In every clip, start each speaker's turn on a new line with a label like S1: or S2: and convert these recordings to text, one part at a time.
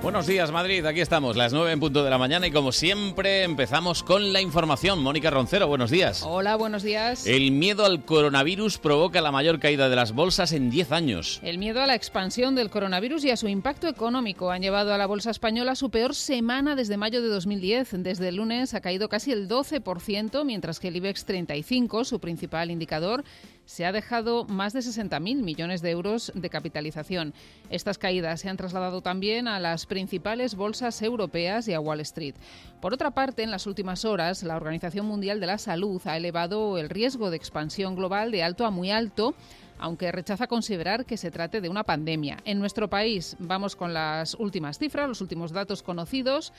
S1: Buenos días Madrid, aquí estamos, las 9 en punto de la mañana y como siempre empezamos con la información. Mónica Roncero, buenos días.
S2: Hola, buenos días.
S1: El miedo al coronavirus provoca la mayor caída de las bolsas en 10 años.
S2: El miedo a la expansión del coronavirus y a su impacto económico han llevado a la bolsa española a su peor semana desde mayo de 2010. Desde el lunes ha caído casi el 12%, mientras que el E IBEX 35, su principal indicador, se ha dejado más de 60.000 millones de euros de capitalización. Estas caídas se han trasladado también a las principales bolsas europeas y a Wall Street. Por otra parte, en las últimas horas, la Organización Mundial de la Salud ha elevado el riesgo de expansión global de alto a muy alto aunque rechaza considerar que se trate de una pandemia. En nuestro país vamos con las últimas cifras, los últimos datos conocidos.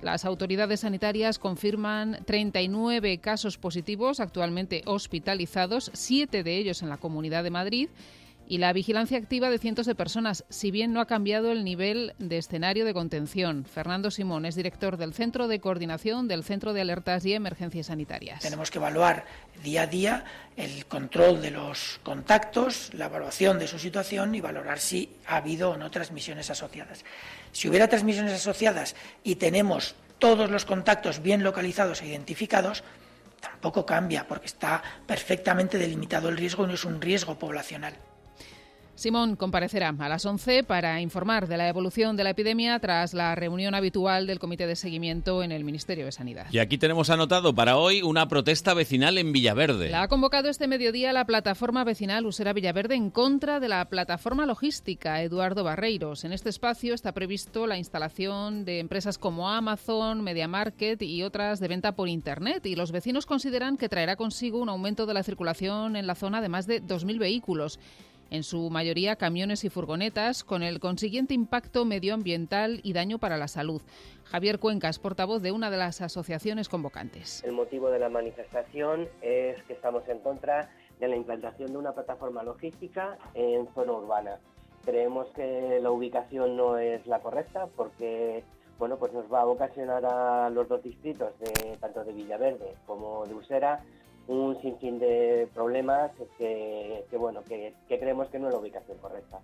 S2: Las autoridades sanitarias confirman 39 casos positivos actualmente hospitalizados, 7 de ellos en la Comunidad de Madrid. Y la vigilancia activa de cientos de personas, si bien no ha cambiado el nivel de escenario de contención. Fernando Simón es director del Centro de Coordinación del Centro de Alertas y Emergencias Sanitarias.
S3: Tenemos que evaluar día a día el control de los contactos, la evaluación de su situación y valorar si ha habido o no transmisiones asociadas. Si hubiera transmisiones asociadas y tenemos todos los contactos bien localizados e identificados, tampoco cambia porque está perfectamente delimitado el riesgo y no es un riesgo poblacional.
S2: Simón comparecerá a las 11 para informar de la evolución de la epidemia tras la reunión habitual del Comité de Seguimiento en el Ministerio de Sanidad.
S1: Y aquí tenemos anotado para hoy una protesta vecinal en Villaverde.
S2: La ha convocado este mediodía la plataforma vecinal Usera Villaverde en contra de la plataforma logística Eduardo Barreiros. En este espacio está previsto la instalación de empresas como Amazon, MediaMarket y otras de venta por Internet. Y los vecinos consideran que traerá consigo un aumento de la circulación en la zona de más de 2.000 vehículos en su mayoría camiones y furgonetas, con el consiguiente impacto medioambiental y daño para la salud. Javier Cuencas, portavoz de una de las asociaciones convocantes.
S4: El motivo de la manifestación es que estamos en contra de la implantación de una plataforma logística en zona urbana. Creemos que la ubicación no es la correcta porque bueno, pues nos va a ocasionar a los dos distritos, de, tanto de Villaverde como de Usera, un sinfín de problemas que, que bueno que, que, creemos que no es la ubicación correcta.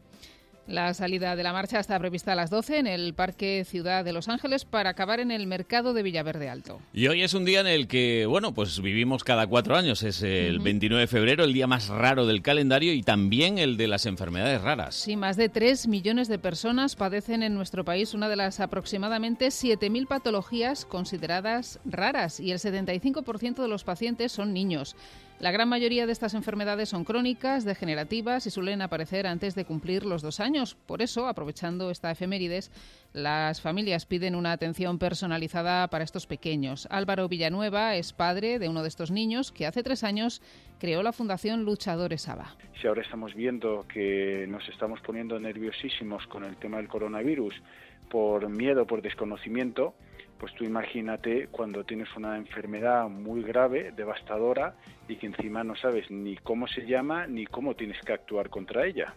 S2: La salida de la marcha está prevista a las 12 en el Parque Ciudad de Los Ángeles para acabar en el mercado de Villaverde Alto.
S1: Y hoy es un día en el que, bueno, pues vivimos cada cuatro años. Es el uh -huh. 29 de febrero, el día más raro del calendario y también el de las enfermedades raras.
S2: Sí, más de 3 millones de personas padecen en nuestro país una de las aproximadamente 7.000 patologías consideradas raras y el 75% de los pacientes son niños. La gran mayoría de estas enfermedades son crónicas, degenerativas y suelen aparecer antes de cumplir los dos años. Por eso, aprovechando esta efemérides, las familias piden una atención personalizada para estos pequeños. Álvaro Villanueva es padre de uno de estos niños que hace tres años creó la Fundación Luchadores ABA.
S5: Si ahora estamos viendo que nos estamos poniendo nerviosísimos con el tema del coronavirus por miedo, por desconocimiento, pues tú imagínate cuando tienes una enfermedad muy grave, devastadora, y que encima no sabes ni cómo se llama ni cómo tienes que actuar contra ella.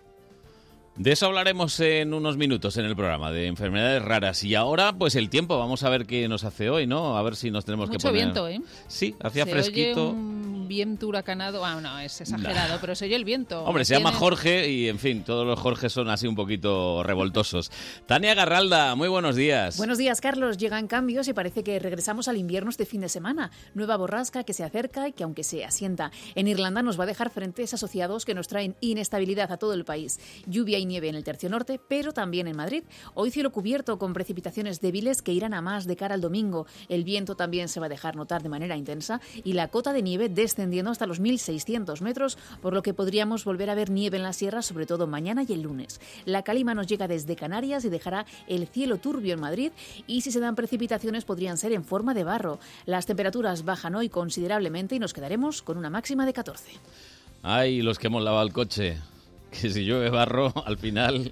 S1: De eso hablaremos en unos minutos en el programa de enfermedades raras. Y ahora, pues el tiempo, vamos a ver qué nos hace hoy, ¿no? A ver si nos tenemos
S2: Mucho
S1: que poner.
S2: viento, ¿eh?
S1: Sí, hacía se fresquito.
S2: Oye un viento huracanado. Ah, no, es exagerado, nah. pero se oye el viento.
S1: Hombre, se llama Jorge y, en fin, todos los Jorges son así un poquito revoltosos. Tania Garralda, muy buenos días.
S6: Buenos días, Carlos. Llegan cambios y parece que regresamos al invierno este fin de semana. Nueva borrasca que se acerca y que, aunque se asienta en Irlanda, nos va a dejar frentes asociados que nos traen inestabilidad a todo el país. Lluvia y nieve en el tercio norte, pero también en Madrid. Hoy cielo cubierto con precipitaciones débiles que irán a más de cara al domingo. El viento también se va a dejar notar de manera intensa y la cota de nieve descendiendo hasta los 1.600 metros, por lo que podríamos volver a ver nieve en la sierra, sobre todo mañana y el lunes. La calima nos llega desde Canarias y dejará el cielo turbio en Madrid y si se dan precipitaciones podrían ser en forma de barro. Las temperaturas bajan hoy considerablemente y nos quedaremos con una máxima de 14.
S1: Ay, los que hemos lavado el coche que si llueve barro, al final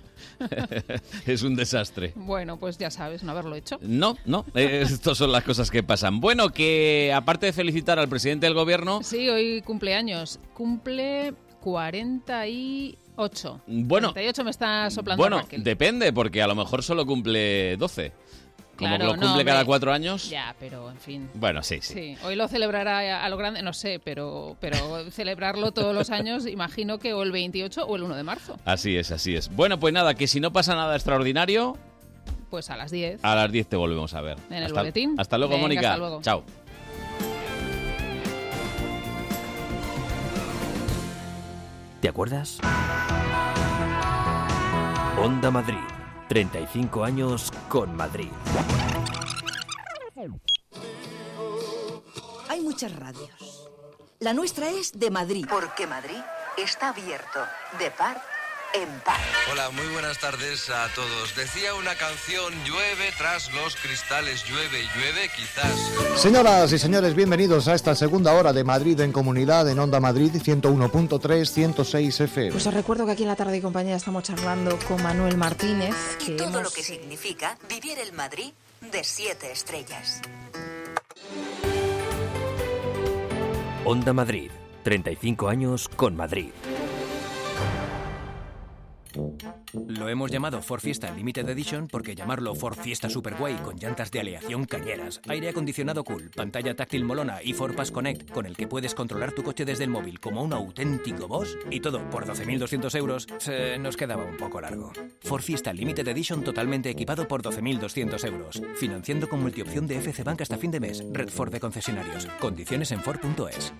S1: es un desastre.
S2: Bueno, pues ya sabes, no haberlo hecho.
S1: No, no, estas son las cosas que pasan. Bueno, que aparte de felicitar al presidente del gobierno...
S2: Sí, hoy cumpleaños. Cumple 40 y... 8.
S1: Bueno,
S2: 38 me está soplando.
S1: Bueno,
S2: Raquel.
S1: depende, porque a lo mejor solo cumple 12. Como
S2: Claro,
S1: lo
S2: no,
S1: cumple
S2: hombre.
S1: cada cuatro años.
S2: Ya, pero en fin.
S1: Bueno, sí, sí.
S2: Sí, hoy lo celebrará a lo grande, no sé, pero, pero celebrarlo todos los años, imagino que o el 28 o el 1 de marzo,
S1: Así es, así es. Bueno, pues nada, que si no pasa nada extraordinario,
S2: pues a las 10.
S1: a las 10 te volvemos a ver.
S2: En el
S1: hasta,
S2: boletín.
S1: Hasta luego,
S2: Venga,
S1: Mónica.
S2: hasta luego.
S1: Chao.
S7: ¿Te acuerdas? Onda Madrid. 35 años con Madrid.
S8: Hay muchas radios. La nuestra es de Madrid. Porque Madrid está abierto de par en par.
S9: Hola, muy buenas tardes a todos. Decía una canción, llueve tras los cristales, llueve, llueve, quizás.
S10: Señoras y señores, bienvenidos a esta segunda hora de Madrid en Comunidad en Onda Madrid 101.3, 106 FM.
S11: Pues os recuerdo que aquí en la tarde y compañía estamos charlando con Manuel Martínez, que
S8: Todo
S11: hemos-
S8: lo que significa vivir el Madrid de siete estrellas.
S7: Onda Madrid. 35 años con Madrid. Lo hemos llamado Ford Fiesta Limited Edition porque llamarlo Ford Fiesta Superguay con llantas de aleación cañeras, aire acondicionado cool, pantalla táctil molona y Ford Pass Connect con el que puedes controlar tu coche desde el móvil como un auténtico boss y todo por 12.200 euros se nos quedaba un poco largo. Ford Fiesta Limited Edition totalmente equipado por 12.200 euros, financiando con multiopción de FC Bank hasta fin de mes, Red Ford de concesionarios, condiciones en Ford.es.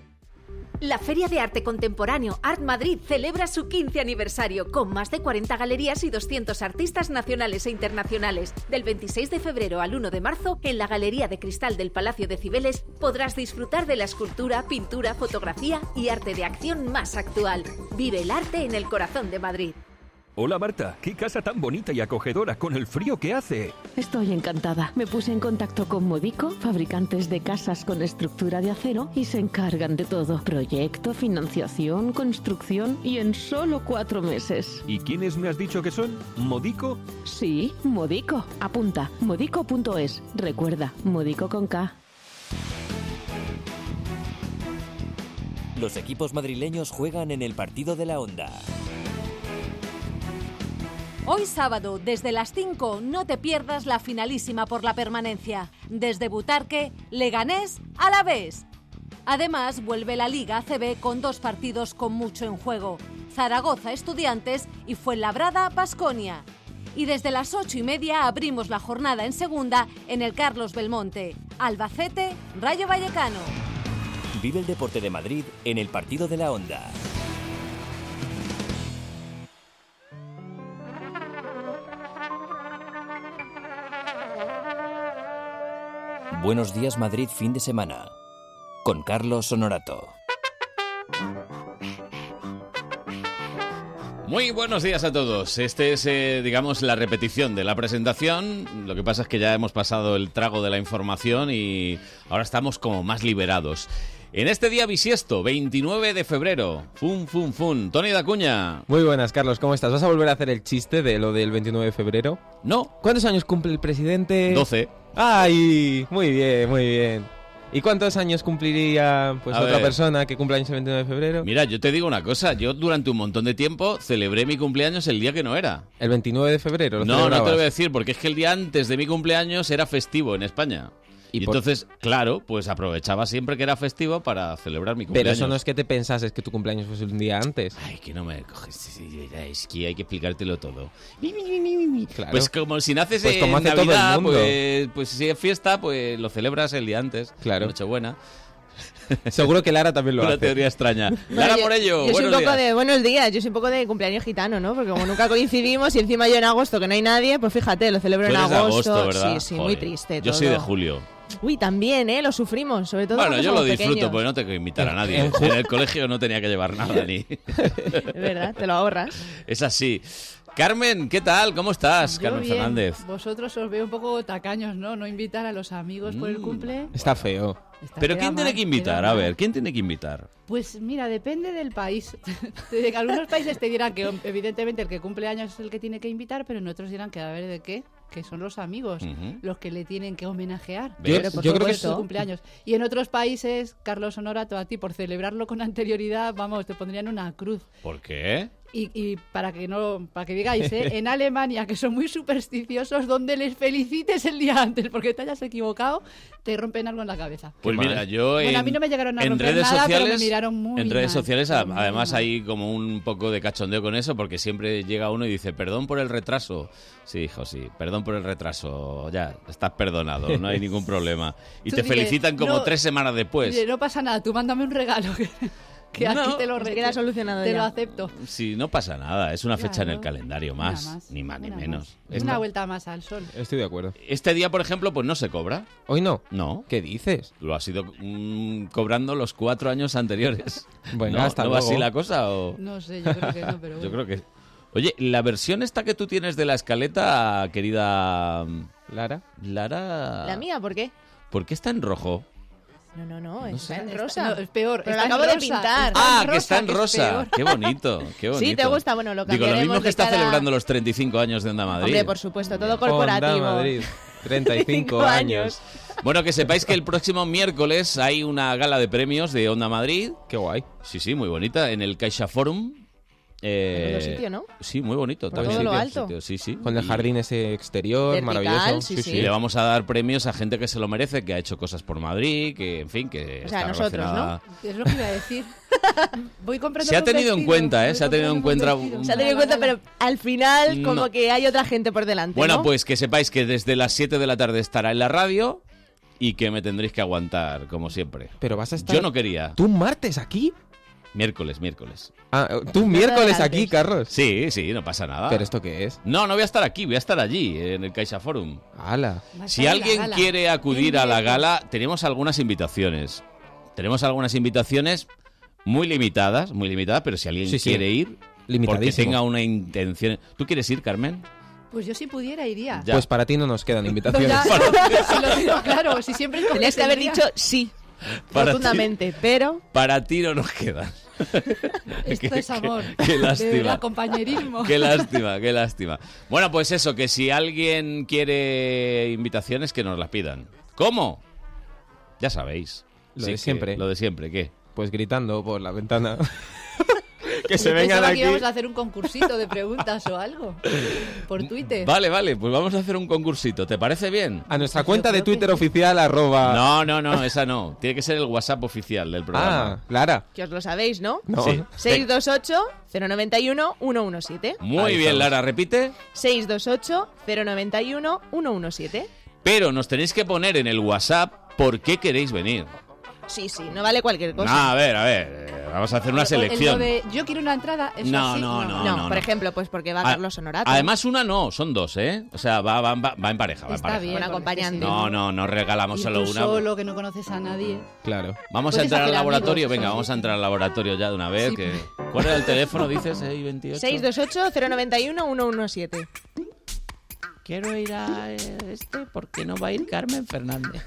S12: La Feria de Arte Contemporáneo Art Madrid celebra su 15 aniversario con más de 40 galerías y 200 artistas nacionales e internacionales. Del 26 de febrero al 1 de marzo, en la Galería de Cristal del Palacio de Cibeles podrás disfrutar de la escultura, pintura, fotografía y arte de acción más actual. Vive el arte en el corazón de Madrid.
S13: Hola Marta, qué casa tan bonita y acogedora con el frío que hace.
S14: Estoy encantada. Me puse en contacto con Modico, fabricantes de casas con estructura de acero, y se encargan de todo. Proyecto, financiación, construcción y en solo cuatro meses.
S13: ¿Y quiénes me has dicho que son? ¿Modico?
S14: Sí, Modico. Apunta, modico.es. Recuerda, Modico con K.
S7: Los equipos madrileños juegan en el partido de la onda.
S12: Hoy sábado, desde las 5, no te pierdas la finalísima por la permanencia. Desde Butarque, Leganés a la vez. Además, vuelve la Liga CB con dos partidos con mucho en juego. Zaragoza Estudiantes y Fuenlabrada Pasconia. Y desde las 8 y media abrimos la jornada en segunda en el Carlos Belmonte. Albacete, Rayo Vallecano.
S7: Vive el deporte de Madrid en el partido de la onda. Buenos días Madrid fin de semana con Carlos Honorato.
S1: Muy buenos días a todos. Este es, eh, digamos, la repetición de la presentación. Lo que pasa es que ya hemos pasado el trago de la información y ahora estamos como más liberados. En este día bisiesto, 29 de febrero. Fun, fun, fun. Tony Dacuña.
S15: Muy buenas, Carlos, ¿cómo estás? ¿Vas a volver a hacer el chiste de lo del 29 de febrero?
S1: No.
S15: ¿Cuántos años cumple el
S16: Eh,
S15: presidente?
S1: 12.
S15: ¡Ay! Muy bien, muy bien. ¿Y cuántos años cumpliría pues,
S1: A
S15: otra
S1: ver.
S15: persona que cumple años el 29 de febrero?
S1: Mira, yo te digo una cosa. Yo durante un montón de tiempo celebré mi cumpleaños el día que no era.
S15: ¿El 29 de febrero? lo
S1: No, no te
S15: celebrabas?
S1: lo voy a decir, porque es que el día antes de mi cumpleaños era festivo en España. Y,
S15: por-
S1: entonces, claro, pues aprovechaba siempre que era festivo para celebrar mi
S15: Pero
S1: cumpleaños.
S15: eso no es que te pensases que tu cumpleaños fuese un día antes.
S1: Ay, que no me coges. Es que hay que explicártelo todo.
S15: Claro.
S1: Pues como si naces
S15: Pues
S1: en
S15: como hace todo el
S1: Navidad,
S15: mundo.
S1: Pues, pues si es fiesta, pues lo celebras el día antes. Claro. Nochebuena.
S15: Seguro que Lara también lo
S1: Una
S15: hace.
S1: teoría extraña.
S15: No,
S1: Lara
S15: yo-
S1: Morello,
S11: yo soy un
S1: buenos
S11: poco
S1: días.
S11: de buenos días, yo soy un poco de cumpleaños gitano, ¿no? Porque como nunca coincidimos y encima yo en agosto que no hay nadie, pues fíjate, lo celebro
S1: Tú
S11: en
S1: eres de
S11: agosto.
S1: agosto, ¿verdad?
S11: Sí, sí, muy
S1: Joder,
S11: triste.
S1: Yo soy de
S11: todo.
S1: julio.
S11: Uy, también, ¿eh? Lo sufrimos, sobre todo.
S1: Bueno,
S11: cuando
S1: yo lo
S11: somos
S1: disfruto pues.
S11: pequeños.
S1: porque no tengo que invitar a nadie. En el colegio no tenía que llevar nada ni.
S11: Es verdad, te lo ahorras.
S1: Es así. Carmen, ¿qué tal? ¿Cómo estás? Carmen
S17: bien.
S1: Fernández.
S17: Vosotros os veo un poco tacaños, ¿no? No invitar a los amigos por
S1: Mm.
S17: el cumple.
S15: Está feo.
S1: Pero
S17: queda
S1: ¿quién tiene
S17: mal,
S1: que invitar?
S17: queda
S1: A
S17: mal.
S1: ver, ¿quién tiene que invitar?
S17: Pues mira, depende del país. Te- Algunos países te dirán que evidentemente el que cumple años es el que tiene que invitar, pero en otros dirán que a ver de qué que son los amigos
S1: Ujú.
S17: los que le tienen que homenajear.
S1: ¿Ves?
S17: Pero, por
S1: Yo creo que
S17: supuesto,
S1: es-
S17: cumpleaños. Y en otros países, Carlos Honorato, a ti por celebrarlo con anterioridad, vamos, te pondrían una cruz.
S1: ¿Por qué?
S17: Y, y para que no para que digáis, ¿eh? en Alemania, que son muy supersticiosos, donde les felicites el día antes porque te hayas equivocado, te rompen algo en la cabeza.
S1: Pues mira, yo
S17: Bueno,
S1: en,
S17: a mí no me llegaron a
S1: en
S17: romper
S1: redes
S17: nada, pero
S1: sociales,
S17: me miraron muy
S1: en redes
S17: mal.
S1: sociales a- además hay como un poco de cachondeo con eso porque siempre llega uno y dice, "Perdón por el retraso." Sí, hijo, sí, perdón por el retraso. Ya, estás perdonado, no hay ningún problema. Y
S17: Tú
S1: te
S17: dile,
S1: felicitan como
S17: "No,
S1: tres semanas después.
S17: Oye, no pasa nada, tú mándame un regalo que, que aquí te lo
S11: se
S17: re-
S11: queda
S17: te-
S11: solucionado
S17: Te
S11: ya.
S17: lo acepto.
S1: Sí, no pasa nada, es una fecha en el calendario más,
S17: Mira más,
S1: ni más ni
S17: mira
S1: menos.
S17: más. Una vuelta más al sol.
S1: Estoy de acuerdo. Este día, por ejemplo, pues no se cobra.
S16: Hoy no.
S1: No.
S16: ¿Qué dices?
S1: Lo has ido mm, cobrando los cuatro años anteriores.
S16: Bueno,
S1: ¿No,
S16: hasta
S1: ¿no va
S16: luego.
S1: así la cosa o...?
S17: No sé, yo creo que no, pero
S1: Yo creo que... Oye, la versión esta que tú tienes de la escaleta, querida... Lara. Lara...
S11: ¿La mía? ¿Por qué?
S1: ¿Por qué está en rojo?
S11: No, no, no,
S1: No
S11: está
S1: sé.
S11: en rosa.
S17: No, es peor,
S11: Pero la
S17: está en
S11: acabo de
S17: rosa,
S11: pintar.
S1: Ah, que está en rosa. Qué bonito, qué bonito.
S11: Sí, te gusta, bueno, lo
S1: Digo, lo
S11: cambiaremos
S1: mismo que
S11: de
S1: está
S11: cada-
S1: celebrando los 35 años de Onda Madrid.
S11: Hombre, por supuesto, todo
S16: Onda
S11: corporativo.
S16: Madrid, 35 años.
S1: Bueno, que sepáis que el próximo miércoles hay una gala de premios de Onda Madrid. Qué guay. Sí, sí, muy bonita, en el Caixa Forum. Eh,
S11: Menudo sitio, ¿no?
S1: Sí, muy bonito.
S16: Por
S1: también.
S11: todo lo alto.
S1: Sitio, Sí, sí.
S16: Con el
S1: Y-
S16: jardín ese exterior,
S11: Vertical,
S16: maravilloso.
S11: sí, sí.
S1: Y le vamos a dar premios a gente que se lo merece, que ha hecho cosas por Madrid, que, en fin, que.
S17: O sea,
S1: está
S17: nosotros,
S1: relacionada-
S17: Es lo que iba a decir. Voy comprando
S1: Se ha
S17: un
S1: tenido en
S17: vestido,
S1: cuenta, ¿eh?
S17: voy
S1: Se ha tenido en
S17: comprando
S1: cuenta.
S17: un vestido.
S11: Se ha tenido en cuenta, pero al final como
S1: No.
S11: que hay otra gente por delante.
S1: Bueno,
S11: ¿no?
S1: pues que sepáis que desde las 7 de la tarde estará en la radio y que me tendréis que aguantar, como siempre. Pero vas a
S16: estar-
S1: Yo no quería.
S16: ¿Tú un martes aquí?
S1: Miércoles, miércoles.
S16: Ah, ¿tú un miércoles aquí, Carlos?
S1: Sí, sí, no pasa nada.
S16: ¿Pero esto qué es?
S1: No, no voy a estar aquí, voy a estar allí, en el Caixa Forum.
S16: ¡Hala!
S1: Si alguien quiere acudir a la gala, tenemos algunas invitaciones. Tenemos algunas invitaciones muy limitadas, muy limitadas, pero si alguien
S16: Sí, sí.
S1: quiere ir, porque
S16: Limitadísimo.
S1: tenga una intención. ¿Tú quieres ir, Carmen?
S17: Pues yo si pudiera iría.
S16: Pues para ti no nos quedan invitaciones.
S17: Pues Ya, si lo tengo claro, si siempre es como
S11: Tenías que haber
S17: tendría-
S11: dicho sí,
S1: Para ti-
S11: rotundamente, pero...
S1: Para ti no nos quedan.
S17: Esto
S1: Qué-
S17: es amor.
S1: qué- qué lástima.
S17: De verdad, compañerismo.
S1: Qué lástima, qué lástima. Bueno, pues eso, que si alguien quiere invitaciones, que nos las pidan. ¿Cómo? Ya sabéis.
S16: Lo
S1: Sí
S16: de
S1: que-
S16: siempre.
S1: Lo de siempre, ¿qué?
S16: Pues gritando por la ventana. que se
S17: Yo
S16: vengan
S17: pensaba que
S16: aquí.
S17: íbamos a hacer un concursito de preguntas o algo. Por Twitter.
S1: Vale, vale, pues vamos a hacer un concursito. ¿Te parece bien?
S16: A nuestra cuenta de Twitter oficial, arroba...
S1: No, no, no, esa no. Tiene que ser el WhatsApp oficial del
S16: Ah,
S1: programa.
S16: Lara.
S11: Que os lo sabéis, ¿no?
S1: No. Sí.
S11: 628-091-117.
S1: Muy bien, Lara, repite.
S11: 628-091-117.
S1: Pero nos tenéis que poner en el WhatsApp por qué queréis venir.
S11: Sí, sí, no vale cualquier
S1: No,
S11: cosa.
S1: a ver, a ver. eh, Vamos a hacer una
S17: Pues El-
S1: selección.
S17: lo de yo quiero una entrada, eso
S1: No,
S17: sí,
S1: no, no, no,
S11: por
S1: no.
S11: ejemplo, pues porque va
S1: A-
S11: Carlos Honorato.
S1: Además, una no, son dos, ¿eh? O sea, va, va, va, va en pareja, va en
S11: está
S1: pareja.
S11: bien. Un acompañante.
S1: No, no, no regalamos
S17: Ir
S1: solo
S17: tú
S1: una.
S17: solo, Pues que no conoces a nadie.
S1: Claro. Vamos a
S17: Puedes
S1: entrar al
S17: hacer
S1: laboratorio,
S17: amigos,
S1: venga,
S17: sí.
S1: vamos a entrar al laboratorio ya de una vez. que- ¿Cuál era el teléfono? Dices, 628.
S11: 628-091-117.
S1: Quiero ir a este porque no va a ir Carmen Fernández.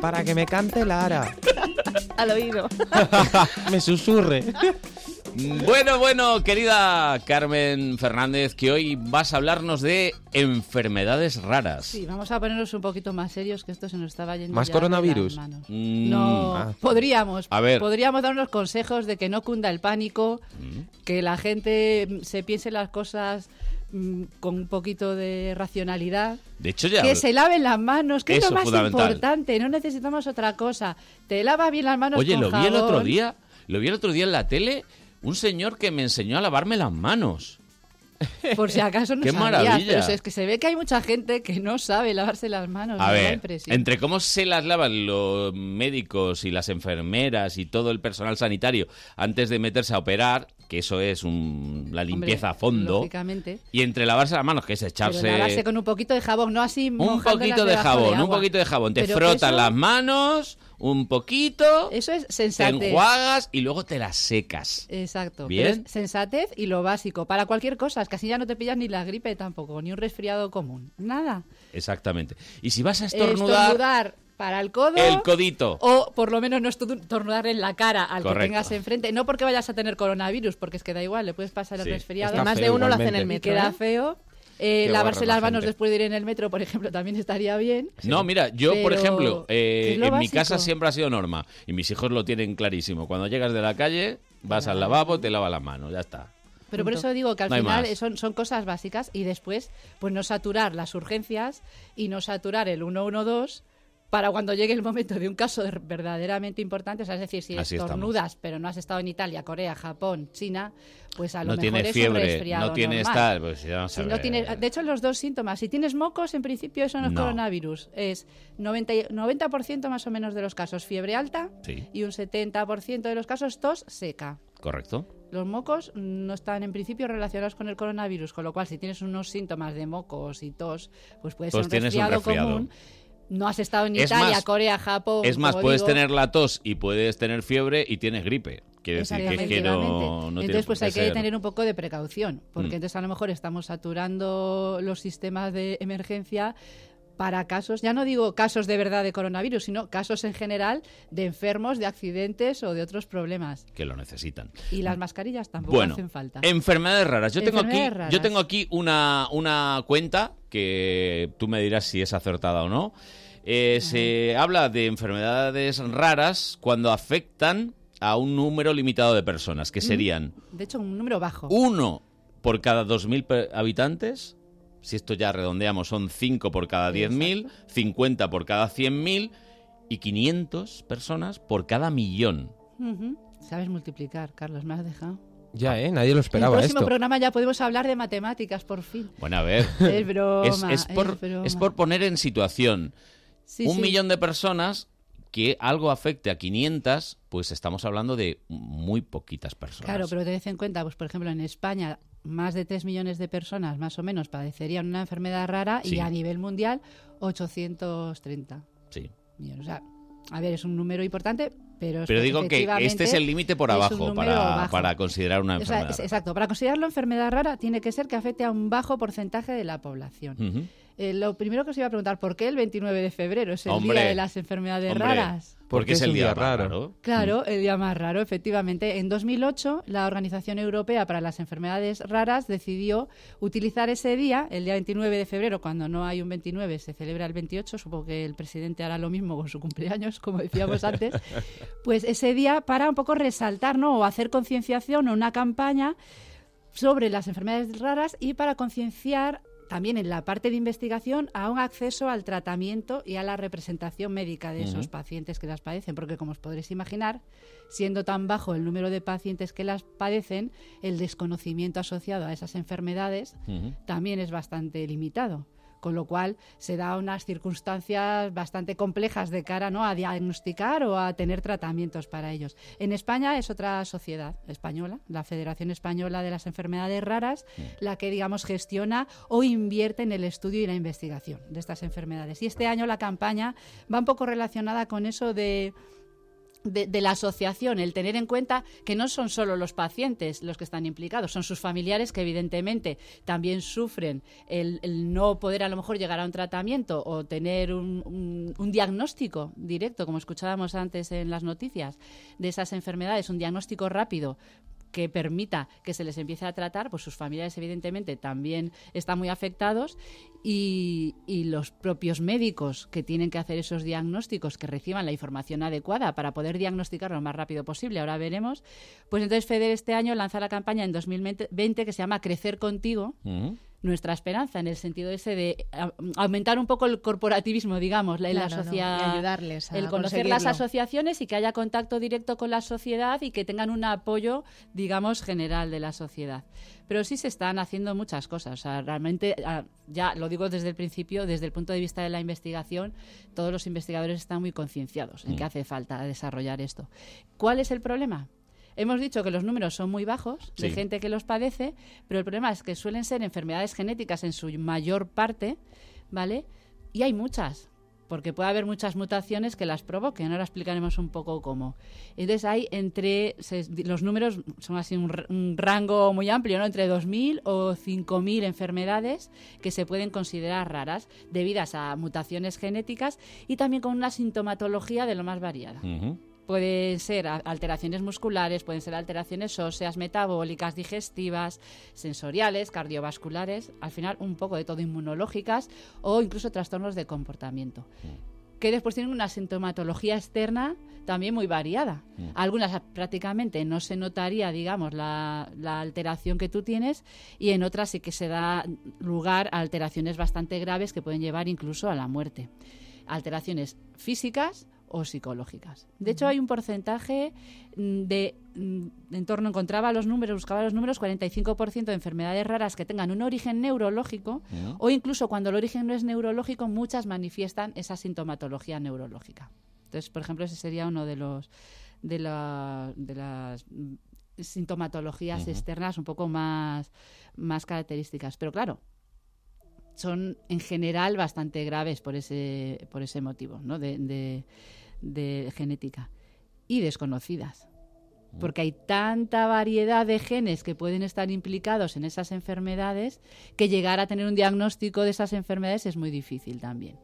S16: Para que me cante Lara.
S11: Al oído. Pues
S16: me susurre.
S1: Bueno, bueno, querida Carmen Fernández, que hoy vas a hablarnos de enfermedades raras.
S17: Sí, vamos a ponernos un poquito más serios, que esto se nos estaba yendo.
S1: ¿Más
S17: ya de las
S1: coronavirus?
S17: manos.
S1: Mm.
S17: No,
S1: Ah.
S17: podríamos.
S1: A ver.
S17: Podríamos dar unos consejos de que no cunda el pánico,
S1: Mm.
S17: que la gente mm, se piense las cosas mm, con un poquito de racionalidad.
S1: De hecho, ya.
S17: Que se laven las manos, que es
S1: Eso
S17: lo
S1: es
S17: más
S1: fundamental.
S17: importante. No necesitamos otra cosa. Te lavas bien las manos
S1: Oye,
S17: con
S1: lo vi el otro
S17: jabón.
S1: día, lo vi el otro día en la tele, un señor que me enseñó a lavarme las manos.
S17: Por si acaso no
S1: ¡Qué
S17: sabías,
S1: maravilla!
S17: pero es que se ve que hay mucha gente que no sabe lavarse las manos.
S1: A
S17: me da
S1: ver,
S17: impresión.
S1: entre cómo se las lavan los médicos y las enfermeras y todo el personal sanitario antes de meterse a operar, que eso es un- la
S17: Hombre,
S1: limpieza a fondo,
S17: Lógicamente.
S1: y entre lavarse las manos, que es
S17: Pero
S1: echarse
S17: lavarse con un poquito de jabón, no así
S1: un
S17: mojándolas
S1: poquito de
S17: debajo
S1: jabón, un
S17: agua.
S1: poquito de jabón, te
S17: Pero
S1: frotas
S17: eso-
S1: las manos, un poquito,
S17: Eso es
S1: te
S17: sensatez.
S1: enjuagas y luego te las secas.
S17: Exacto.
S1: Bien.
S17: pero es sensatez y lo básico. Para cualquier cosa, es que así ya no te pillas ni la gripe tampoco, ni un resfriado común. Nada.
S1: Exactamente. Y si vas a estornudar
S17: Estornudar para el codo.
S1: el codito.
S17: o por lo menos no estornudar en la cara al
S1: Correcto.
S17: que tengas enfrente. No porque vayas a tener coronavirus, porque es que da igual, le puedes pasar el
S1: Sí,
S17: resfriado.
S1: está Más de feo uno lo hace en el
S17: Y
S1: metro,
S17: Queda
S1: ¿eh?
S17: feo. Eh,
S1: Qué
S17: lavarse
S1: guarra la
S17: las manos
S1: gente.
S17: después de ir en el metro, por ejemplo, también estaría bien.
S1: No, mira, yo, por
S17: Pero
S1: ejemplo, eh,
S17: es
S1: en
S17: lo
S1: mi
S17: básico.
S1: casa siempre ha sido norma. Y mis hijos lo tienen clarísimo. Cuando llegas de la calle, vas al lavabo, te lavas las manos, ya está.
S17: Pero por
S11: Punto.
S17: eso digo que al
S1: No hay
S17: final
S1: más.
S17: eh, son, son cosas básicas y después, pues no saturar las urgencias y no saturar el 112 para cuando llegue el momento de un caso de- verdaderamente importante. O sea, es decir, si
S1: Así estamos.
S17: estornudas, pero no has estado en Italia, Corea, Japón, China, pues a lo
S1: No
S17: mejor
S1: tiene
S17: es un
S1: fiebre,
S17: resfriado
S1: no tiene
S17: normal.
S1: tal. Pues ya vamos a
S17: Si no
S1: ver.
S17: tienes, de hecho, los dos síntomas. Si tienes mocos, en principio eso no es
S1: No.
S17: coronavirus. Es 90, y- 90% más o menos de los casos fiebre alta
S1: Sí.
S17: y un 70% de los casos tos seca.
S1: Correcto.
S17: Los mocos no están en principio relacionados con el coronavirus, con lo cual si tienes unos síntomas de mocos y tos, pues puede ser
S1: Pues
S17: un
S1: tienes un
S17: resfriado,
S1: resfriado.
S17: común. No has estado en
S1: Es
S17: Italia,
S1: más-
S17: Corea, Japón.
S1: Es más,
S17: como
S1: puedes
S17: digo.
S1: tener la tos y puedes tener fiebre y tienes gripe. Quiere decir que, es que no, no tiene
S17: entonces, pues
S1: por
S17: hay
S1: qué
S17: que
S1: ser.
S17: tener un poco de precaución, porque
S1: Mm.
S17: entonces a lo mejor estamos saturando los sistemas de emergencia para casos, ya no digo casos de verdad de coronavirus, sino casos en general de enfermos, de accidentes o de otros problemas.
S1: que lo necesitan.
S17: Y las mascarillas tampoco
S1: Mm. Bueno,
S17: hacen falta.
S1: enfermedades raras. Yo tengo aquí,
S17: Enfermedades raras.
S1: yo tengo aquí una, una cuenta que tú me dirás si es acertada o no. Eh, se habla de enfermedades raras cuando afectan a un número limitado de personas, que serían
S17: De hecho, un número bajo.
S1: uno por cada 2.000 pe- habitantes. Si esto ya redondeamos, son 5 por cada 10.000, 50 por cada 100.000 y 500 personas por cada millón.
S17: Ujú. Sabes multiplicar, Carlos, me has dejado.
S1: Ah.
S16: Ya, ¿eh? Nadie lo
S17: El
S16: esperaba
S17: próximo
S16: esto.
S17: programa ya podemos hablar de matemáticas, por fin.
S1: Bueno, a ver.
S17: Es broma,
S1: Es, es por,
S17: es broma.
S1: es por poner en situación.
S17: Sí,
S1: un
S17: sí.
S1: millón de personas que algo afecte a 500, pues estamos hablando de muy poquitas personas.
S17: Claro, pero tened en cuenta, pues por ejemplo, en España más de 3 millones de personas más o menos padecerían una enfermedad rara
S1: Sí.
S17: y a nivel mundial 830
S1: Sí.
S17: millones. O sea, a ver, es un número importante, pero... es
S1: Pero digo que
S17: efectivamente
S1: este es el límite por
S17: es un
S1: abajo
S17: número
S1: para,
S17: bajo.
S1: para considerar una
S17: O sea,
S1: enfermedad.
S17: es- exacto, para considerarlo enfermedad rara tiene que ser que afecte a un bajo porcentaje de la población.
S1: Ujú.
S17: Eh, lo primero que os iba a preguntar, ¿por qué el 29 de febrero es el
S1: Hombre,
S17: día de las enfermedades
S1: Hombre,
S17: raras?
S1: Porque es el día, raro.
S17: Claro, el día más raro, efectivamente. En 2008, la Organización Europea para las Enfermedades Raras decidió utilizar ese día, el día 29 de febrero, cuando no hay un 29, se celebra el 28, supongo que el presidente hará lo mismo con su cumpleaños, como decíamos antes, pues ese día para un poco resaltar, ¿no? O hacer concienciación o una campaña sobre las enfermedades raras y para concienciar también en la parte de investigación a un acceso al tratamiento y a la representación médica de esos
S11: Ujú.
S17: pacientes que las padecen, porque como os podréis imaginar, siendo tan bajo el número de pacientes que las padecen, el desconocimiento asociado a esas enfermedades también es bastante limitado. Con lo cual se da unas circunstancias bastante complejas de cara ¿no? a diagnosticar o a tener tratamientos para ellos. En España es otra sociedad española, la Federación Española de las Enfermedades Raras, la que digamos gestiona o invierte en el estudio y la investigación de estas enfermedades. Y este año la campaña va un poco relacionada con eso de de, de la asociación, el tener en cuenta que no son solo los pacientes los que están implicados, son sus familiares que evidentemente también sufren el, el no poder a lo mejor llegar a un tratamiento o tener un, un- un diagnóstico directo, como escuchábamos antes en las noticias, de esas enfermedades, un diagnóstico rápido que permita que se les empiece a tratar, pues sus familiares evidentemente también están muy afectados y, y los propios médicos que tienen que hacer esos diagnósticos, que reciban la información adecuada para poder diagnosticar lo más rápido posible, ahora veremos, pues entonces FEDER este año lanza la campaña en 2020 que se llama Crecer contigo,
S1: Ujú.
S17: nuestra esperanza, en el sentido ese de a- aumentar un poco el corporativismo, digamos, la, la
S11: Claro, ¿no?
S17: socia-
S11: Y ayudarles a
S17: el conocer las
S11: conseguirlo.
S17: asociaciones y que haya contacto directo con la sociedad y que tengan un apoyo, digamos, general de la sociedad. Pero sí se están haciendo muchas cosas. O sea, realmente, ah, ya lo digo desde el principio, desde el punto de vista de la investigación, todos los investigadores están muy concienciados en que
S11: Mm.
S17: hace falta desarrollar esto. ¿Cuál es el problema? Hemos dicho que los números son muy bajos de
S11: Sí.
S17: gente que los padece, pero el problema es que suelen ser enfermedades genéticas en su mayor parte, ¿vale? Y hay muchas, porque puede haber muchas mutaciones que las provoquen, ahora explicaremos un poco cómo. Entonces hay entre, se- los números son así un, r- un rango muy amplio, ¿no? Entre 2.000 o 5.000 enfermedades que se pueden considerar raras debidas a mutaciones genéticas y también con una sintomatología de lo más variada.
S1: Ujú.
S17: Pueden ser a- alteraciones musculares, pueden ser alteraciones óseas, metabólicas, digestivas, sensoriales, cardiovasculares, al final un poco de todo inmunológicas o incluso trastornos de comportamiento. que después tienen una sintomatología externa también muy variada.
S1: Mm.
S17: Algunas a- prácticamente no se notaría, digamos, la, la alteración que tú tienes y en otras sí que se da lugar a alteraciones bastante graves que pueden llevar incluso a la muerte. Alteraciones físicas o psicológicas. De hecho, hay un porcentaje mm, de mm, en torno encontraba los números, buscaba los números, 45% de enfermedades raras que tengan un origen neurológico
S1: Ujú.
S17: o incluso cuando el origen no es neurológico, muchas manifiestan esa sintomatología neurológica. Entonces, por ejemplo, ese sería uno de los de, la- de las mm, sintomatologías
S18: Ujú.
S17: externas un poco más más características, pero claro, son en general bastante graves por ese, por ese motivo, ¿no? De, de- de genética. Y desconocidas. Porque hay tanta variedad de genes que pueden estar implicados en esas enfermedades que llegar a tener un diagnóstico de esas enfermedades es muy difícil también.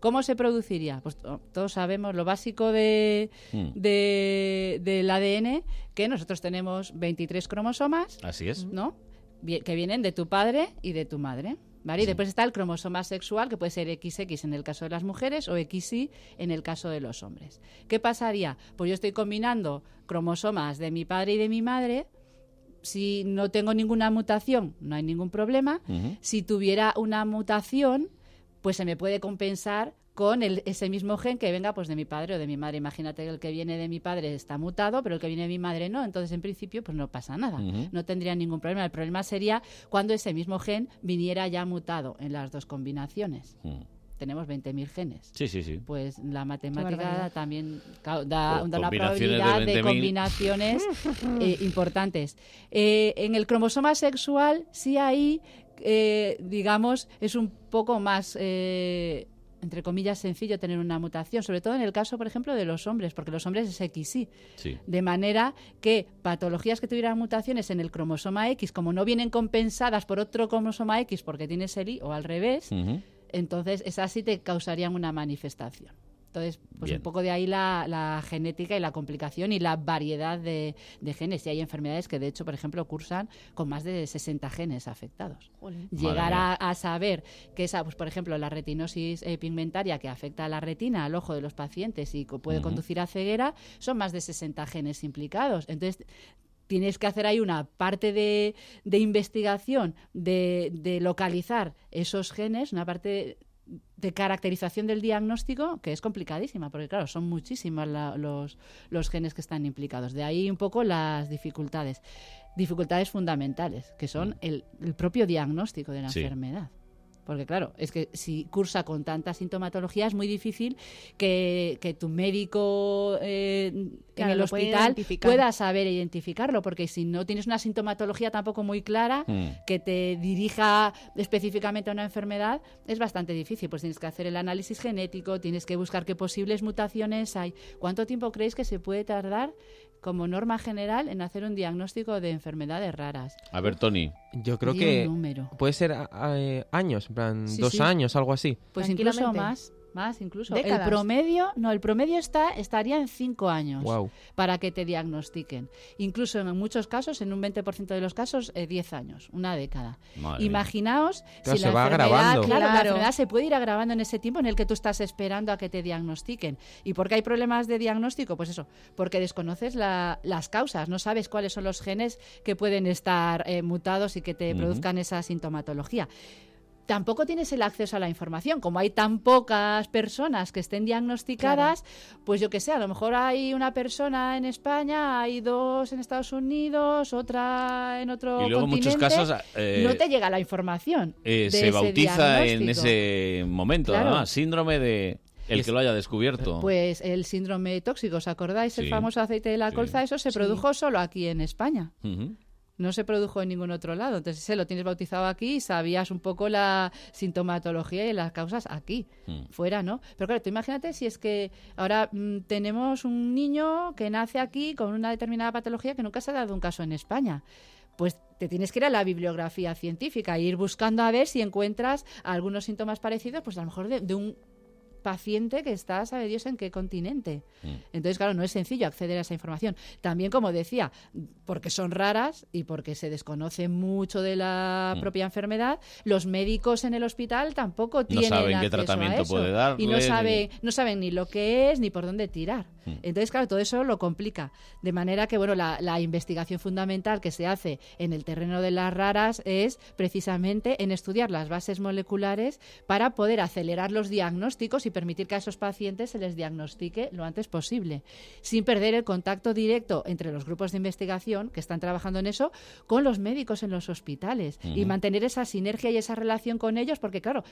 S17: ¿Cómo se produciría? Pues to- todos sabemos lo básico de,
S1: Mm.
S17: de- del ADN, que nosotros tenemos 23 cromosomas.
S1: Así es.
S17: ¿No? Vie- Que vienen de tu padre y de tu madre. ¿Vale? Y después está el cromosoma sexual, que puede ser XX en el caso de las mujeres o XY en el caso de los hombres. ¿Qué pasaría? Pues yo estoy combinando cromosomas de mi padre y de mi madre. Si no tengo ninguna mutación, no hay ningún problema. Si tuviera una mutación, pues se me puede compensar con el- ese mismo gen que venga pues de mi padre o de mi madre. Imagínate que el que viene de mi padre está mutado, pero el que viene de mi madre no. Entonces, en principio, pues no pasa nada.
S18: Ujú.
S17: No tendría ningún problema. El problema sería cuando ese mismo gen viniera ya mutado en las dos combinaciones.
S1: Mm.
S17: Tenemos 20.000 genes.
S1: Sí, sí, sí.
S17: Pues la matemática
S18: barbaridad.
S17: también claro,
S1: Co-
S17: da, da una
S1: combinaciones de
S17: probabilidad de,
S1: 20.000.
S17: combinaciones eh, importantes. Eh, en el cromosoma sexual, sí ahí, eh, digamos, es un poco más, eh, entre comillas, sencillo tener una mutación, sobre todo en el caso, por ejemplo, de los hombres, porque los hombres es XY.
S1: Sí.
S17: De manera que patologías que tuvieran mutaciones en el cromosoma X, como no vienen compensadas por otro cromosoma X porque tienes el Y o al revés,
S1: Ujú.
S17: entonces esas sí te causarían una manifestación. Entonces, pues
S1: Bien.
S17: un poco de ahí la, la genética y la complicación y la variedad de, de genes. Y hay enfermedades que, de hecho, por ejemplo, cursan con más de 60 genes afectados.
S18: Jolín.
S17: Llegar
S18: Madre
S17: a, a saber que esa, pues, por ejemplo, la retinosis eh, pigmentaria que afecta a la retina, al ojo de los pacientes y co- puede
S18: Ujú.
S17: conducir a ceguera, son más de 60 genes implicados. Entonces, tienes que hacer ahí una parte de, de investigación, de, de localizar esos genes, una parte de, de caracterización del diagnóstico que es complicadísima, porque claro, son muchísimos la- los, los genes que están implicados. De ahí un poco las dificultades. Dificultades fundamentales, que son el, el propio diagnóstico de la
S18: Sí.
S17: enfermedad. Porque claro, es que si cursa con tanta sintomatología es muy difícil que, que tu médico eh, en
S11: Claro,
S17: el
S11: lo puede
S17: hospital
S11: identificar.
S17: pueda saber identificarlo, porque si no tienes una sintomatología tampoco muy clara
S18: Mm.
S17: que te dirija específicamente a una enfermedad, es bastante difícil. Pues tienes que hacer el análisis genético, tienes que buscar qué posibles mutaciones hay. ¿Cuánto tiempo creéis que se puede tardar como norma general en hacer un diagnóstico de enfermedades raras?
S1: A ver, Tony.
S16: Yo creo
S17: Di
S16: que
S17: un número.
S16: puede ser a- a- eh, años, en plan
S17: Sí,
S16: dos
S17: sí.
S16: años, algo así.
S17: Pues incluso
S18: Tranquilamente.
S17: más, más incluso.
S18: Décadas.
S17: El promedio, no, el promedio está estaría en cinco años
S16: Guau.
S17: para que te diagnostiquen. Incluso en muchos casos, en un 20% de los casos, eh, 10 años, una década.
S18: Madre
S17: Imaginaos
S16: Claro,
S17: si
S16: se
S17: la
S16: va
S17: enfermedad,
S16: agravando.
S17: claro, la
S11: Claro.
S17: enfermedad se puede ir agravando en ese tiempo en el que tú estás esperando a que te diagnostiquen. ¿Y por qué hay problemas de diagnóstico? Pues eso, porque desconoces la- las causas, no sabes cuáles son los genes que pueden estar eh, mutados y que te
S18: Ujú.
S17: produzcan esa sintomatología tampoco tienes el acceso a la información. Como hay tan pocas personas que estén diagnosticadas, pues yo que sé, a lo mejor hay una persona en España, hay dos en Estados Unidos, otra en otro
S1: Y luego en muchos
S17: continente.
S1: casos, eh,
S17: no te llega la información.
S1: Eh,
S17: de
S1: se
S17: ese
S1: bautiza en
S17: diagnóstico.
S1: ese momento,
S17: Claro.
S1: además, síndrome de el que lo haya descubierto.
S17: Pues el síndrome tóxico, ¿os acordáis? El
S1: Sí.
S17: famoso aceite de la
S1: Sí.
S17: colza, eso se
S1: Sí.
S17: produjo solo aquí en España.
S1: Ujú.
S17: no se produjo en ningún otro lado. Entonces, se lo tienes bautizado aquí y sabías un poco la sintomatología y las causas aquí, fuera, ¿no? Pero claro, tú imagínate si es que ahora mm, tenemos un niño que nace aquí con una determinada patología que nunca se ha dado un caso en España. Pues te tienes que ir a la bibliografía científica e ir buscando a ver si encuentras algunos síntomas parecidos, pues a lo mejor de, de un paciente que está, sabe Dios, en qué continente.
S1: Mm.
S17: Entonces, claro, no es sencillo acceder a esa información. También, como decía, porque son raras y porque se desconoce mucho de la
S1: Mm.
S17: propia enfermedad, los médicos en el hospital tampoco
S1: No
S17: tienen
S1: saben qué
S17: acceso a
S1: tratamiento
S17: eso.
S1: puede darle,
S17: y no
S1: ni-
S17: saben, no saben ni lo que es ni por dónde tirar. Entonces, claro, todo eso lo complica. De manera que, bueno, la, la investigación fundamental que se hace en el terreno de las raras es precisamente en estudiar las bases moleculares para poder acelerar los diagnósticos y permitir que a esos pacientes se les diagnostique lo antes posible, sin perder el contacto directo entre los grupos de investigación que están trabajando en eso con los médicos en los hospitales y
S18: Ujú.
S17: mantener esa sinergia y esa relación con ellos, porque, claro,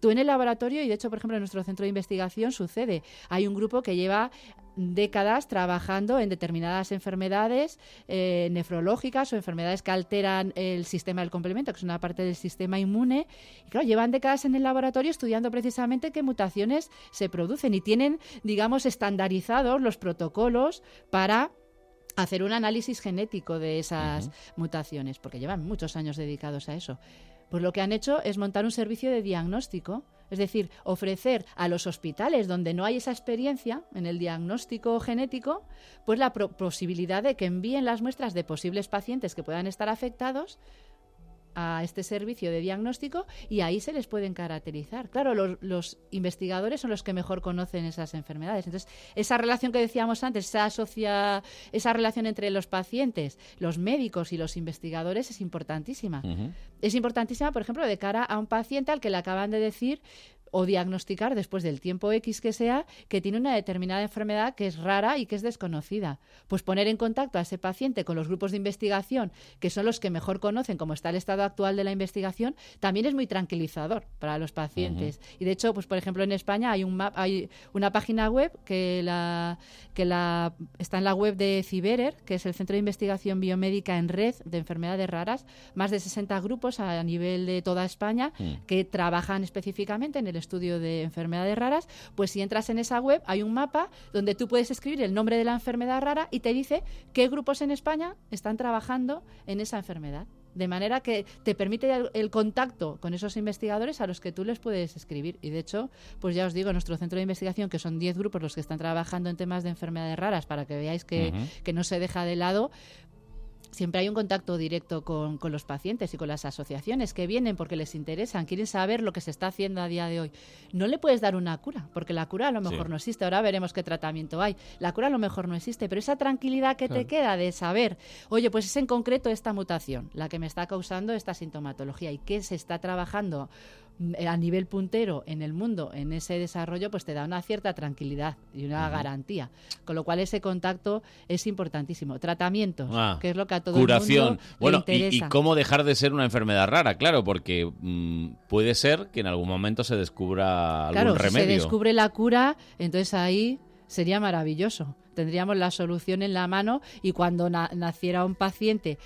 S17: Tú en el laboratorio, y de hecho, por ejemplo, en nuestro centro de investigación sucede, hay un grupo que lleva décadas trabajando en determinadas enfermedades eh, nefrológicas o enfermedades que alteran el sistema del complemento, que es una parte del sistema inmune. Y claro, llevan décadas en el laboratorio estudiando precisamente qué mutaciones se producen y tienen, digamos, estandarizados los protocolos para hacer un análisis genético de esas mutaciones, porque llevan muchos años dedicados a eso. Pues lo que han hecho es montar un servicio de diagnóstico, es decir, ofrecer a los hospitales donde no hay esa experiencia en el diagnóstico genético, pues la pro- posibilidad de que envíen las muestras de posibles pacientes que puedan estar afectados a este servicio de diagnóstico y ahí se les pueden caracterizar. Claro, los, los investigadores son los que mejor conocen esas enfermedades. Entonces, esa relación que decíamos antes, esa, asocia, esa relación entre los pacientes, los médicos y los investigadores es importantísima. Es importantísima, por ejemplo, de cara a un paciente al que le acaban de decir o diagnosticar después del tiempo X que sea que tiene una determinada enfermedad que es rara y que es desconocida. Pues poner en contacto a ese paciente con los grupos de investigación, que son los que mejor conocen cómo está el estado actual de la investigación, también es muy tranquilizador para los pacientes. Y de hecho, pues por ejemplo en España hay un map- hay una página web que la que la está en la web de Ciberer, que es el Centro de Investigación Biomédica en Red de Enfermedades Raras, más de 60 grupos a nivel de toda España
S18: Mm.
S17: que trabajan específicamente en el estudio de enfermedades raras, pues si entras en esa web hay un mapa donde tú puedes escribir el nombre de la enfermedad rara y te dice qué grupos en España están trabajando en esa enfermedad. De manera que te permite el, el contacto con esos investigadores a los que tú les puedes escribir. Y de hecho, pues ya os digo, nuestro centro de investigación, que son 10 grupos los que están trabajando en temas de enfermedades raras, para que veáis que,
S18: Ujú.
S17: que no se deja de lado, siempre hay un contacto directo con, con los pacientes y con las asociaciones que vienen porque les interesan, quieren saber lo que se está haciendo a día de hoy. No le puedes dar una cura, porque la cura a lo
S18: Sí.
S17: mejor no existe. Ahora veremos qué tratamiento hay. La cura a lo mejor no existe, pero esa tranquilidad que
S18: Claro.
S17: te queda de saber, oye, pues es en concreto esta mutación la que me está causando esta sintomatología y qué se está trabajando mm, a nivel puntero en el mundo en ese desarrollo pues te da una cierta tranquilidad y una
S1: Ujú.
S17: garantía con lo cual ese contacto es importantísimo tratamientos
S1: Ah,
S17: que es lo que a todo
S1: curación.
S17: el mundo le
S1: bueno, y- y,
S17: interesa.
S1: cómo dejar de ser una enfermedad rara, claro, porque mm, puede ser que en algún momento se descubra algún
S17: claro, si
S1: remedio.
S17: se descubre la cura, entonces ahí sería maravilloso. Tendríamos la solución en la mano y cuando na- naciera un paciente.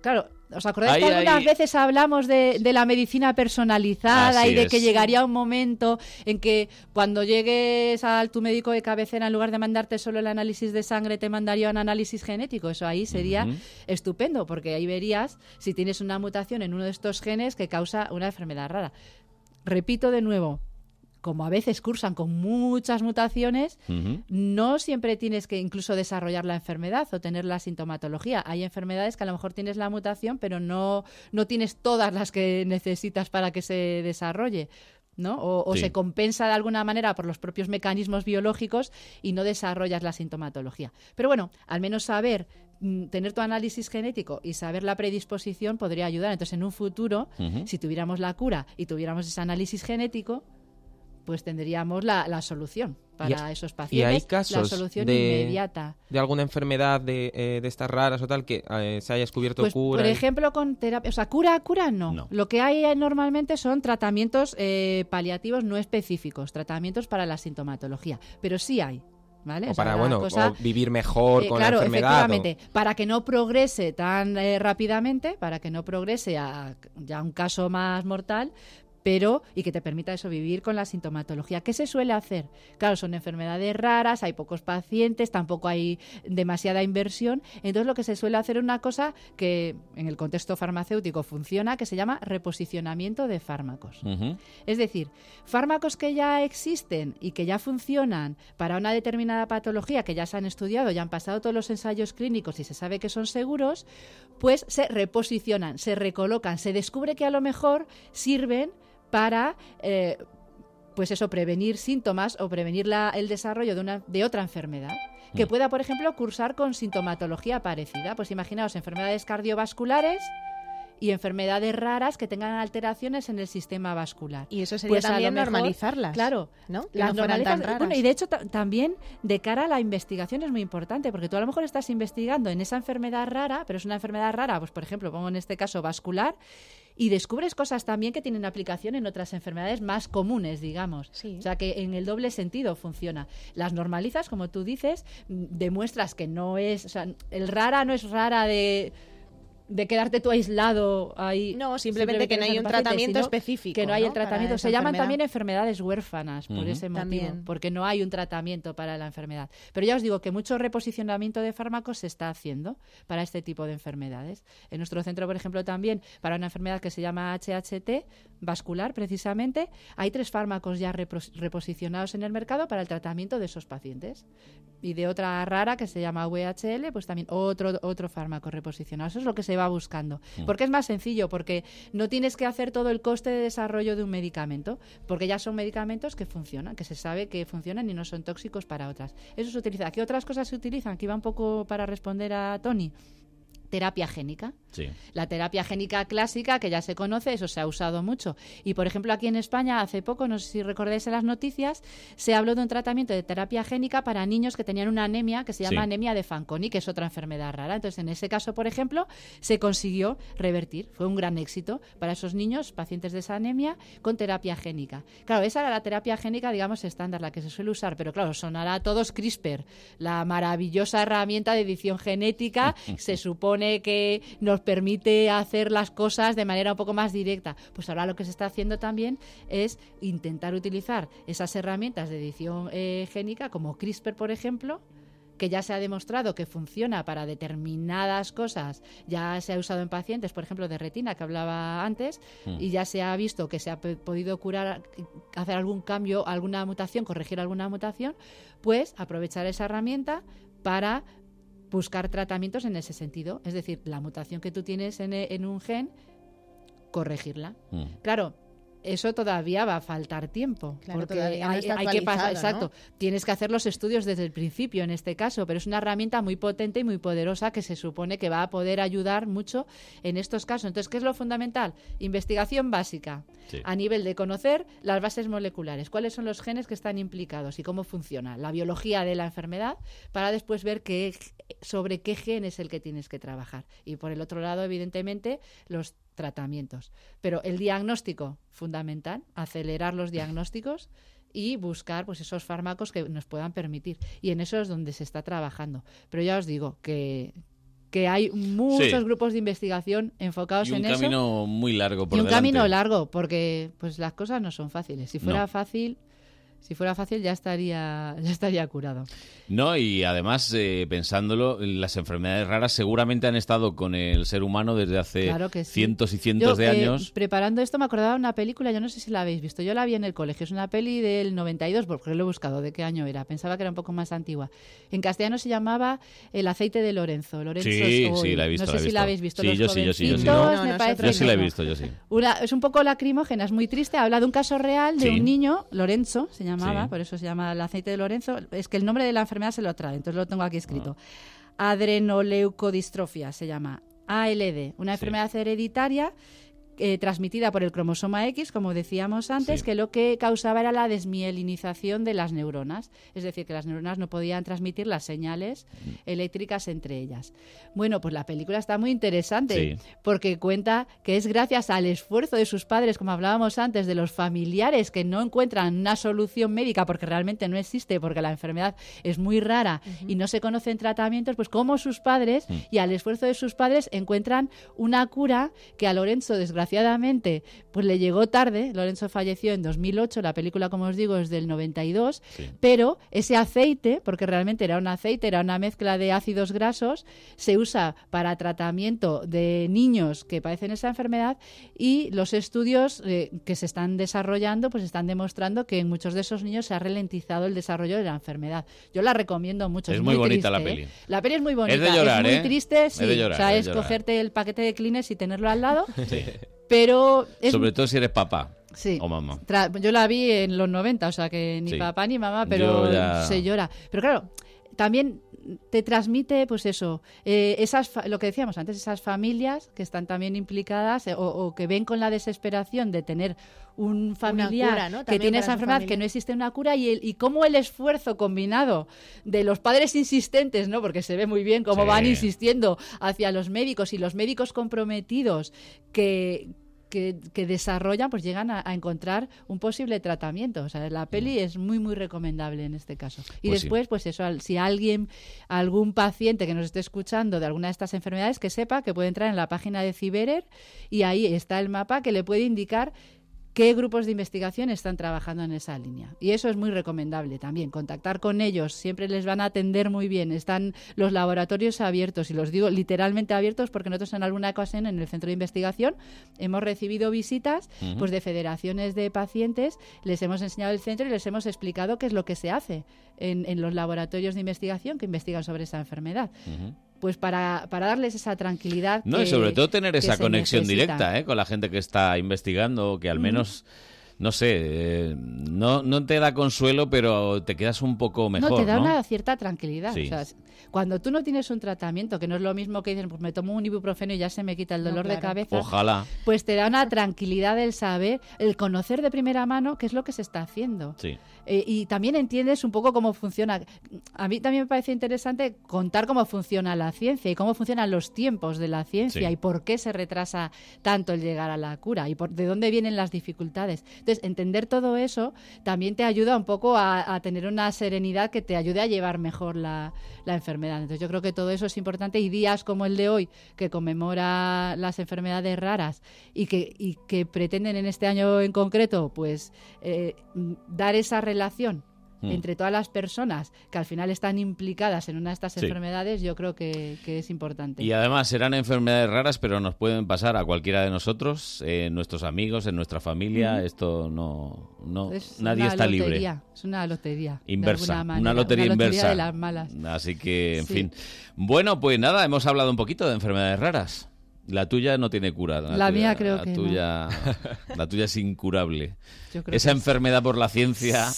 S17: Claro, ¿os acordáis
S18: Ahí-
S17: que algunas
S18: ahí-
S17: veces hablamos de, de la medicina personalizada
S18: Así
S17: y de que
S18: es.
S17: llegaría un momento en que cuando llegues a tu médico de cabecera, en lugar de mandarte solo el análisis de sangre, te mandaría un análisis genético? Eso ahí sería
S18: Ujú.
S17: estupendo, porque ahí verías si tienes una mutación en uno de estos genes que causa una enfermedad rara. Repito de nuevo, como a veces cursan con muchas mutaciones, no siempre tienes que incluso desarrollar la enfermedad o tener la sintomatología. Hay enfermedades que a lo mejor tienes la mutación, pero no, no tienes todas las que necesitas para que se desarrolle. ¿no? O, o
S18: Sí.
S17: se compensa de alguna manera por los propios mecanismos biológicos y no desarrollas la sintomatología. Pero bueno, al menos saber, mm, tener tu análisis genético y saber la predisposición podría ayudar. Entonces, en un futuro,
S18: Ujú.
S17: si tuviéramos la cura y tuviéramos ese análisis genético, pues tendríamos la, la solución para
S16: Y-
S17: esos
S16: Y
S17: pacientes.
S16: hay casos
S17: la solución
S16: de,
S17: inmediata.
S16: de alguna enfermedad de, eh, de estas raras o tal que eh, se haya descubierto
S17: Pues,
S16: cura.
S17: por
S16: y-
S17: ejemplo, con terapia, o sea, cura, cura no. Lo que hay eh, normalmente son tratamientos eh, paliativos no específicos, tratamientos para la sintomatología, pero sí hay, ¿vale?
S16: o
S17: O sea,
S16: para,
S17: la
S16: bueno,
S17: cosa-
S16: o vivir mejor
S17: Eh,
S16: con
S17: claro,
S16: la enfermedad. o-
S17: efectivamente, para que no progrese tan eh, rápidamente, para que no progrese a ya un caso más mortal, pero y que te permita eso vivir con la sintomatología. ¿Qué se suele hacer? Claro, son enfermedades raras, hay pocos pacientes, tampoco hay demasiada inversión, entonces lo que se suele hacer es una cosa que en el contexto farmacéutico funciona, que se llama reposicionamiento de fármacos.
S18: Ujú.
S17: Es decir, fármacos que ya existen y que ya funcionan para una determinada patología, que ya se han estudiado, ya han pasado todos los ensayos clínicos y se sabe que son seguros, pues se reposicionan, se recolocan, se descubre que a lo mejor sirven para... eh, pues eso, prevenir síntomas o prevenir la- el desarrollo de, una, de otra enfermedad que pueda, por ejemplo, cursar con sintomatología parecida. Pues imaginaos enfermedades cardiovasculares y enfermedades raras que tengan alteraciones en el sistema vascular.
S11: Y eso sería
S17: Pues a lo
S11: también
S17: mejor-
S11: normalizarlas,
S17: Claro,
S11: ¿no? Que
S17: Las
S11: no fueran
S17: normalizas-
S11: tan raras.
S17: Bueno, y de hecho ta- también de cara a la investigación es muy importante, porque tú a lo mejor estás investigando en esa enfermedad rara, pero es una enfermedad rara, pues por ejemplo, pongo en este caso vascular, y descubres cosas también que tienen aplicación en otras enfermedades más comunes, digamos. O sea que en el doble sentido funciona. Las normalizas, como tú dices, mm, demuestras que no es, o sea, el rara no es rara de de quedarte tú aislado ahí.
S11: No, simplemente que no
S17: eres
S11: hay un
S17: paciente,
S11: tratamiento
S17: sino
S11: específico,
S17: Que no hay
S11: ¿no?
S17: el
S11: para
S17: tratamiento.
S11: esa
S17: Se llaman
S11: enfermedad.
S17: también enfermedades huérfanas por
S11: Ujú.
S17: ese motivo,
S11: También.
S17: porque no hay un tratamiento para la enfermedad. Pero ya os digo que mucho reposicionamiento de fármacos se está haciendo para este tipo de enfermedades. En nuestro centro, por ejemplo, también para una enfermedad que se llama HHT vascular, precisamente, hay tres fármacos ya repos- reposicionados en el mercado para el tratamiento de esos pacientes. Y de otra rara que se llama VHL, pues también otro, otro fármaco reposicionado. Eso es lo que se va buscando.
S18: Mm.
S17: Porque es más sencillo, porque no tienes que hacer todo el coste de desarrollo de un medicamento, porque ya son medicamentos que funcionan, que se sabe que funcionan y no son tóxicos para otras. Eso se utiliza. ¿Qué otras cosas se utilizan? Que iba un poco para responder a Tony. Terapia génica.
S1: Sí.
S17: La terapia génica clásica, que ya se conoce, eso se ha usado mucho. Y por ejemplo, aquí en España, hace poco, no sé si recordáis en las noticias, se habló de un tratamiento de terapia génica para niños que tenían una anemia que se llama
S18: Sí.
S17: anemia de Fanconi, que es otra enfermedad rara. Entonces, en ese caso, por ejemplo, se consiguió revertir. Fue un gran éxito para esos niños, pacientes de esa anemia, con terapia génica. Claro, esa era la terapia génica, digamos, estándar, la que se suele usar, pero claro, sonará a todos CRISPR, la maravillosa herramienta de edición genética. se supone que nos permite hacer las cosas de manera un poco más directa. Pues ahora lo que se está haciendo también es intentar utilizar esas herramientas de edición eh, génica, como CRISPR, por ejemplo, que ya se ha demostrado que funciona para determinadas cosas, ya se ha usado en pacientes, por ejemplo, de retina que hablaba antes,
S18: Mm.
S17: y ya se ha visto que se ha pe- podido curar, hacer algún cambio, alguna mutación, corregir alguna mutación, pues aprovechar esa herramienta para buscar tratamientos en ese sentido. Es decir, la mutación que tú tienes en, e- en un gen, corregirla.
S1: Mm.
S17: Claro, eso todavía va a faltar tiempo.
S11: Claro,
S17: porque
S11: todavía no
S17: hay,
S11: está
S17: hay que pasar,
S11: actualizado, ¿no?
S17: exacto. Tienes que hacer los estudios desde el principio en este caso, pero es una herramienta muy potente y muy poderosa que se supone que va a poder ayudar mucho en estos casos. Entonces, ¿qué es lo fundamental? Investigación básica
S18: Sí.
S17: a nivel de conocer las bases moleculares, cuáles son los genes que están implicados y cómo funciona la biología de la enfermedad para después ver qué, sobre qué gen es el que tienes que trabajar. Y por el otro lado, evidentemente, los tratamientos. Pero el diagnóstico, fundamental, acelerar los diagnósticos y buscar pues esos fármacos que nos puedan permitir. Y en eso es donde se está trabajando. Pero ya os digo que, que hay muchos grupos de investigación enfocados
S1: Y un
S17: en eso.
S1: camino muy largo por
S17: Y un
S1: delante.
S17: camino largo, porque pues las cosas no son fáciles. Si fuera
S1: No.
S17: fácil, si fuera fácil ya estaría, ya estaría curado.
S1: No, y además, eh, pensándolo, las enfermedades raras seguramente han estado con el ser humano desde hace
S17: Claro que sí.
S1: cientos y cientos
S17: Yo,
S1: de
S17: eh,
S1: años.
S17: preparando esto me acordaba de una película, yo no sé si la habéis visto, yo la vi en el colegio, es una peli del 92, porque lo he buscado, de qué año era, pensaba que era un poco más antigua. En castellano se llamaba El aceite de Lorenzo. Lorenzo
S1: Sí,
S17: es
S1: sí,
S17: hoy.
S1: la he visto. la
S17: No sé
S1: he
S17: si
S1: visto.
S17: la habéis visto.
S1: Sí,
S17: los
S1: yo sí, yo sí, yo sí.
S17: jovencitos, me parece
S1: yo sí la he
S17: que no.
S1: visto, yo sí.
S17: Una- es un poco lacrimógena, es muy triste. Habla de un caso real de
S1: Sí.
S17: un niño, Lorenzo se llamaba,
S18: Sí.
S17: por eso se llama el aceite de Lorenzo. Es que el nombre de la enfermedad se lo trae, entonces lo tengo aquí escrito.
S18: Ah.
S17: Adrenoleucodistrofia se llama. ALD, una
S18: Sí.
S17: enfermedad hereditaria eh, transmitida por el cromosoma X, como decíamos antes,
S18: Sí.
S17: que lo que causaba era la desmielinización de las neuronas. Es decir, que las neuronas no podían transmitir las señales
S18: Mm.
S17: eléctricas entre ellas. Bueno, pues la película está muy interesante
S18: Sí.
S17: porque cuenta que es gracias al esfuerzo de sus padres, como hablábamos antes, de los familiares que no encuentran una solución médica porque realmente no existe, porque la enfermedad es muy rara y no se conocen tratamientos, pues como sus padres
S18: Mm.
S17: y al esfuerzo de sus padres encuentran una cura que a Lorenzo desgraciadamente desgraciadamente, pues le llegó tarde. Lorenzo falleció en 2008, la película, como os digo, es del 92, pero ese aceite, porque realmente era un aceite, era una mezcla de ácidos grasos, se usa para tratamiento de niños que padecen esa enfermedad y los estudios eh, que se están desarrollando, pues están demostrando que en muchos de esos niños se ha ralentizado el desarrollo de la enfermedad. Yo la recomiendo mucho.
S1: Es muy bonita la
S17: triste,
S1: peli.
S17: ¿eh? La peli es muy bonita.
S1: Es de llorar,
S17: muy
S1: ¿eh?
S17: triste,
S1: Es de
S17: sí. O
S1: llorar,
S17: sea,
S1: es de
S17: es
S1: llorar.
S17: cogerte el paquete de Kleenex y tenerlo al lado.
S1: Sí.
S17: Pero es
S1: Sobre todo si eres papá
S17: Sí.
S1: o mamá.
S17: Tra- yo la vi en los 90, o sea que ni
S1: Sí.
S17: papá ni mamá,
S1: Yo
S17: pero
S1: ya-
S17: se llora. Pero claro, también te transmite, pues eso, eh, esas fa- lo que decíamos antes, esas familias que están también implicadas eh, o, o que ven con la desesperación de tener un familiar
S11: cura, ¿no?
S17: que
S11: También
S17: tiene
S11: para su
S17: esa enfermedad,
S11: familia.
S17: que no existe una cura y, el- y cómo el esfuerzo combinado de los padres insistentes, ¿no? Porque se ve muy bien cómo
S11: Sí.
S17: van insistiendo hacia los médicos y los médicos comprometidos que, que, que desarrollan, pues llegan a, a encontrar un posible tratamiento. O sea, la peli es muy, muy recomendable en este caso. Y
S11: Mm. Pues sí.
S17: después, pues eso, al- si alguien, algún paciente que nos esté escuchando de alguna de estas enfermedades, que sepa que puede entrar en la página de Ciberer y ahí está el mapa que le puede indicar qué grupos de investigación están trabajando en esa línea. Y eso es muy recomendable también, contactar con ellos, siempre les van a atender muy bien, están los laboratorios abiertos, y los digo literalmente abiertos porque nosotros en alguna ocasión en el centro de investigación hemos recibido visitas
S11: Ujú.
S17: pues de federaciones de pacientes, les hemos enseñado el centro y les hemos explicado qué es lo que se hace en, en los laboratorios de investigación que investigan sobre esa enfermedad. Pues para, para darles esa tranquilidad.
S1: No, y
S17: que-
S1: sobre todo tener
S17: que
S1: esa
S17: se
S1: conexión
S17: necesita. Mm.
S1: directa ¿eh? con la gente que está investigando, que al
S17: Ujú.
S1: menos, no sé, eh, no, no te da consuelo, pero te quedas un poco mejor.
S17: no, te da
S1: ¿no?
S17: una cierta tranquilidad.
S1: Sí.
S17: O sea, s- cuando tú no tienes un tratamiento, que no es lo mismo que dices, pues me tomo un ibuprofeno y ya se me quita el dolor de cabeza,
S1: Ojalá.
S17: pues te da una tranquilidad el saber, el conocer de primera mano qué es lo que se está haciendo.
S1: Sí.
S17: Eh, y también entiendes un poco cómo funciona. A mí también me parece interesante contar cómo funciona la ciencia y cómo funcionan los tiempos de la ciencia
S11: Sí.
S17: y por qué se retrasa tanto el llegar a la cura y por de dónde vienen las dificultades. Entonces, entender todo eso también te ayuda un poco a, a tener una serenidad que te ayude a llevar mejor la, la enfermedad. Entonces, yo creo que todo eso es importante y días como el de hoy, que conmemora las enfermedades raras y que, y que pretenden en este año en concreto, pues eh, m- dar esa relación
S1: Mm.
S17: entre todas las personas que al final están implicadas en una de estas
S1: Sí.
S17: enfermedades, yo creo que, que es importante.
S1: Y además serán enfermedades raras, pero nos pueden pasar a cualquiera de nosotros, eh, nuestros amigos, en nuestra familia.
S17: Ujú.
S1: Esto no, no
S17: Mm. Es
S1: nadie
S17: una
S1: está
S17: lotería,
S1: libre.
S17: Es una lotería. de
S1: Inversa, una
S17: alguna manera,
S1: lotería inversa.
S17: de las malas.
S1: Así que, en
S17: Sí.
S1: fin. Bueno, pues nada, hemos hablado un poquito de enfermedades raras. La tuya no tiene cura.
S17: La
S1: tuya-
S17: mía creo
S1: la
S17: que no.
S1: tuya, La tuya es incurable.
S17: Yo creo
S1: Esa
S17: que sí.
S1: enfermedad por la ciencia.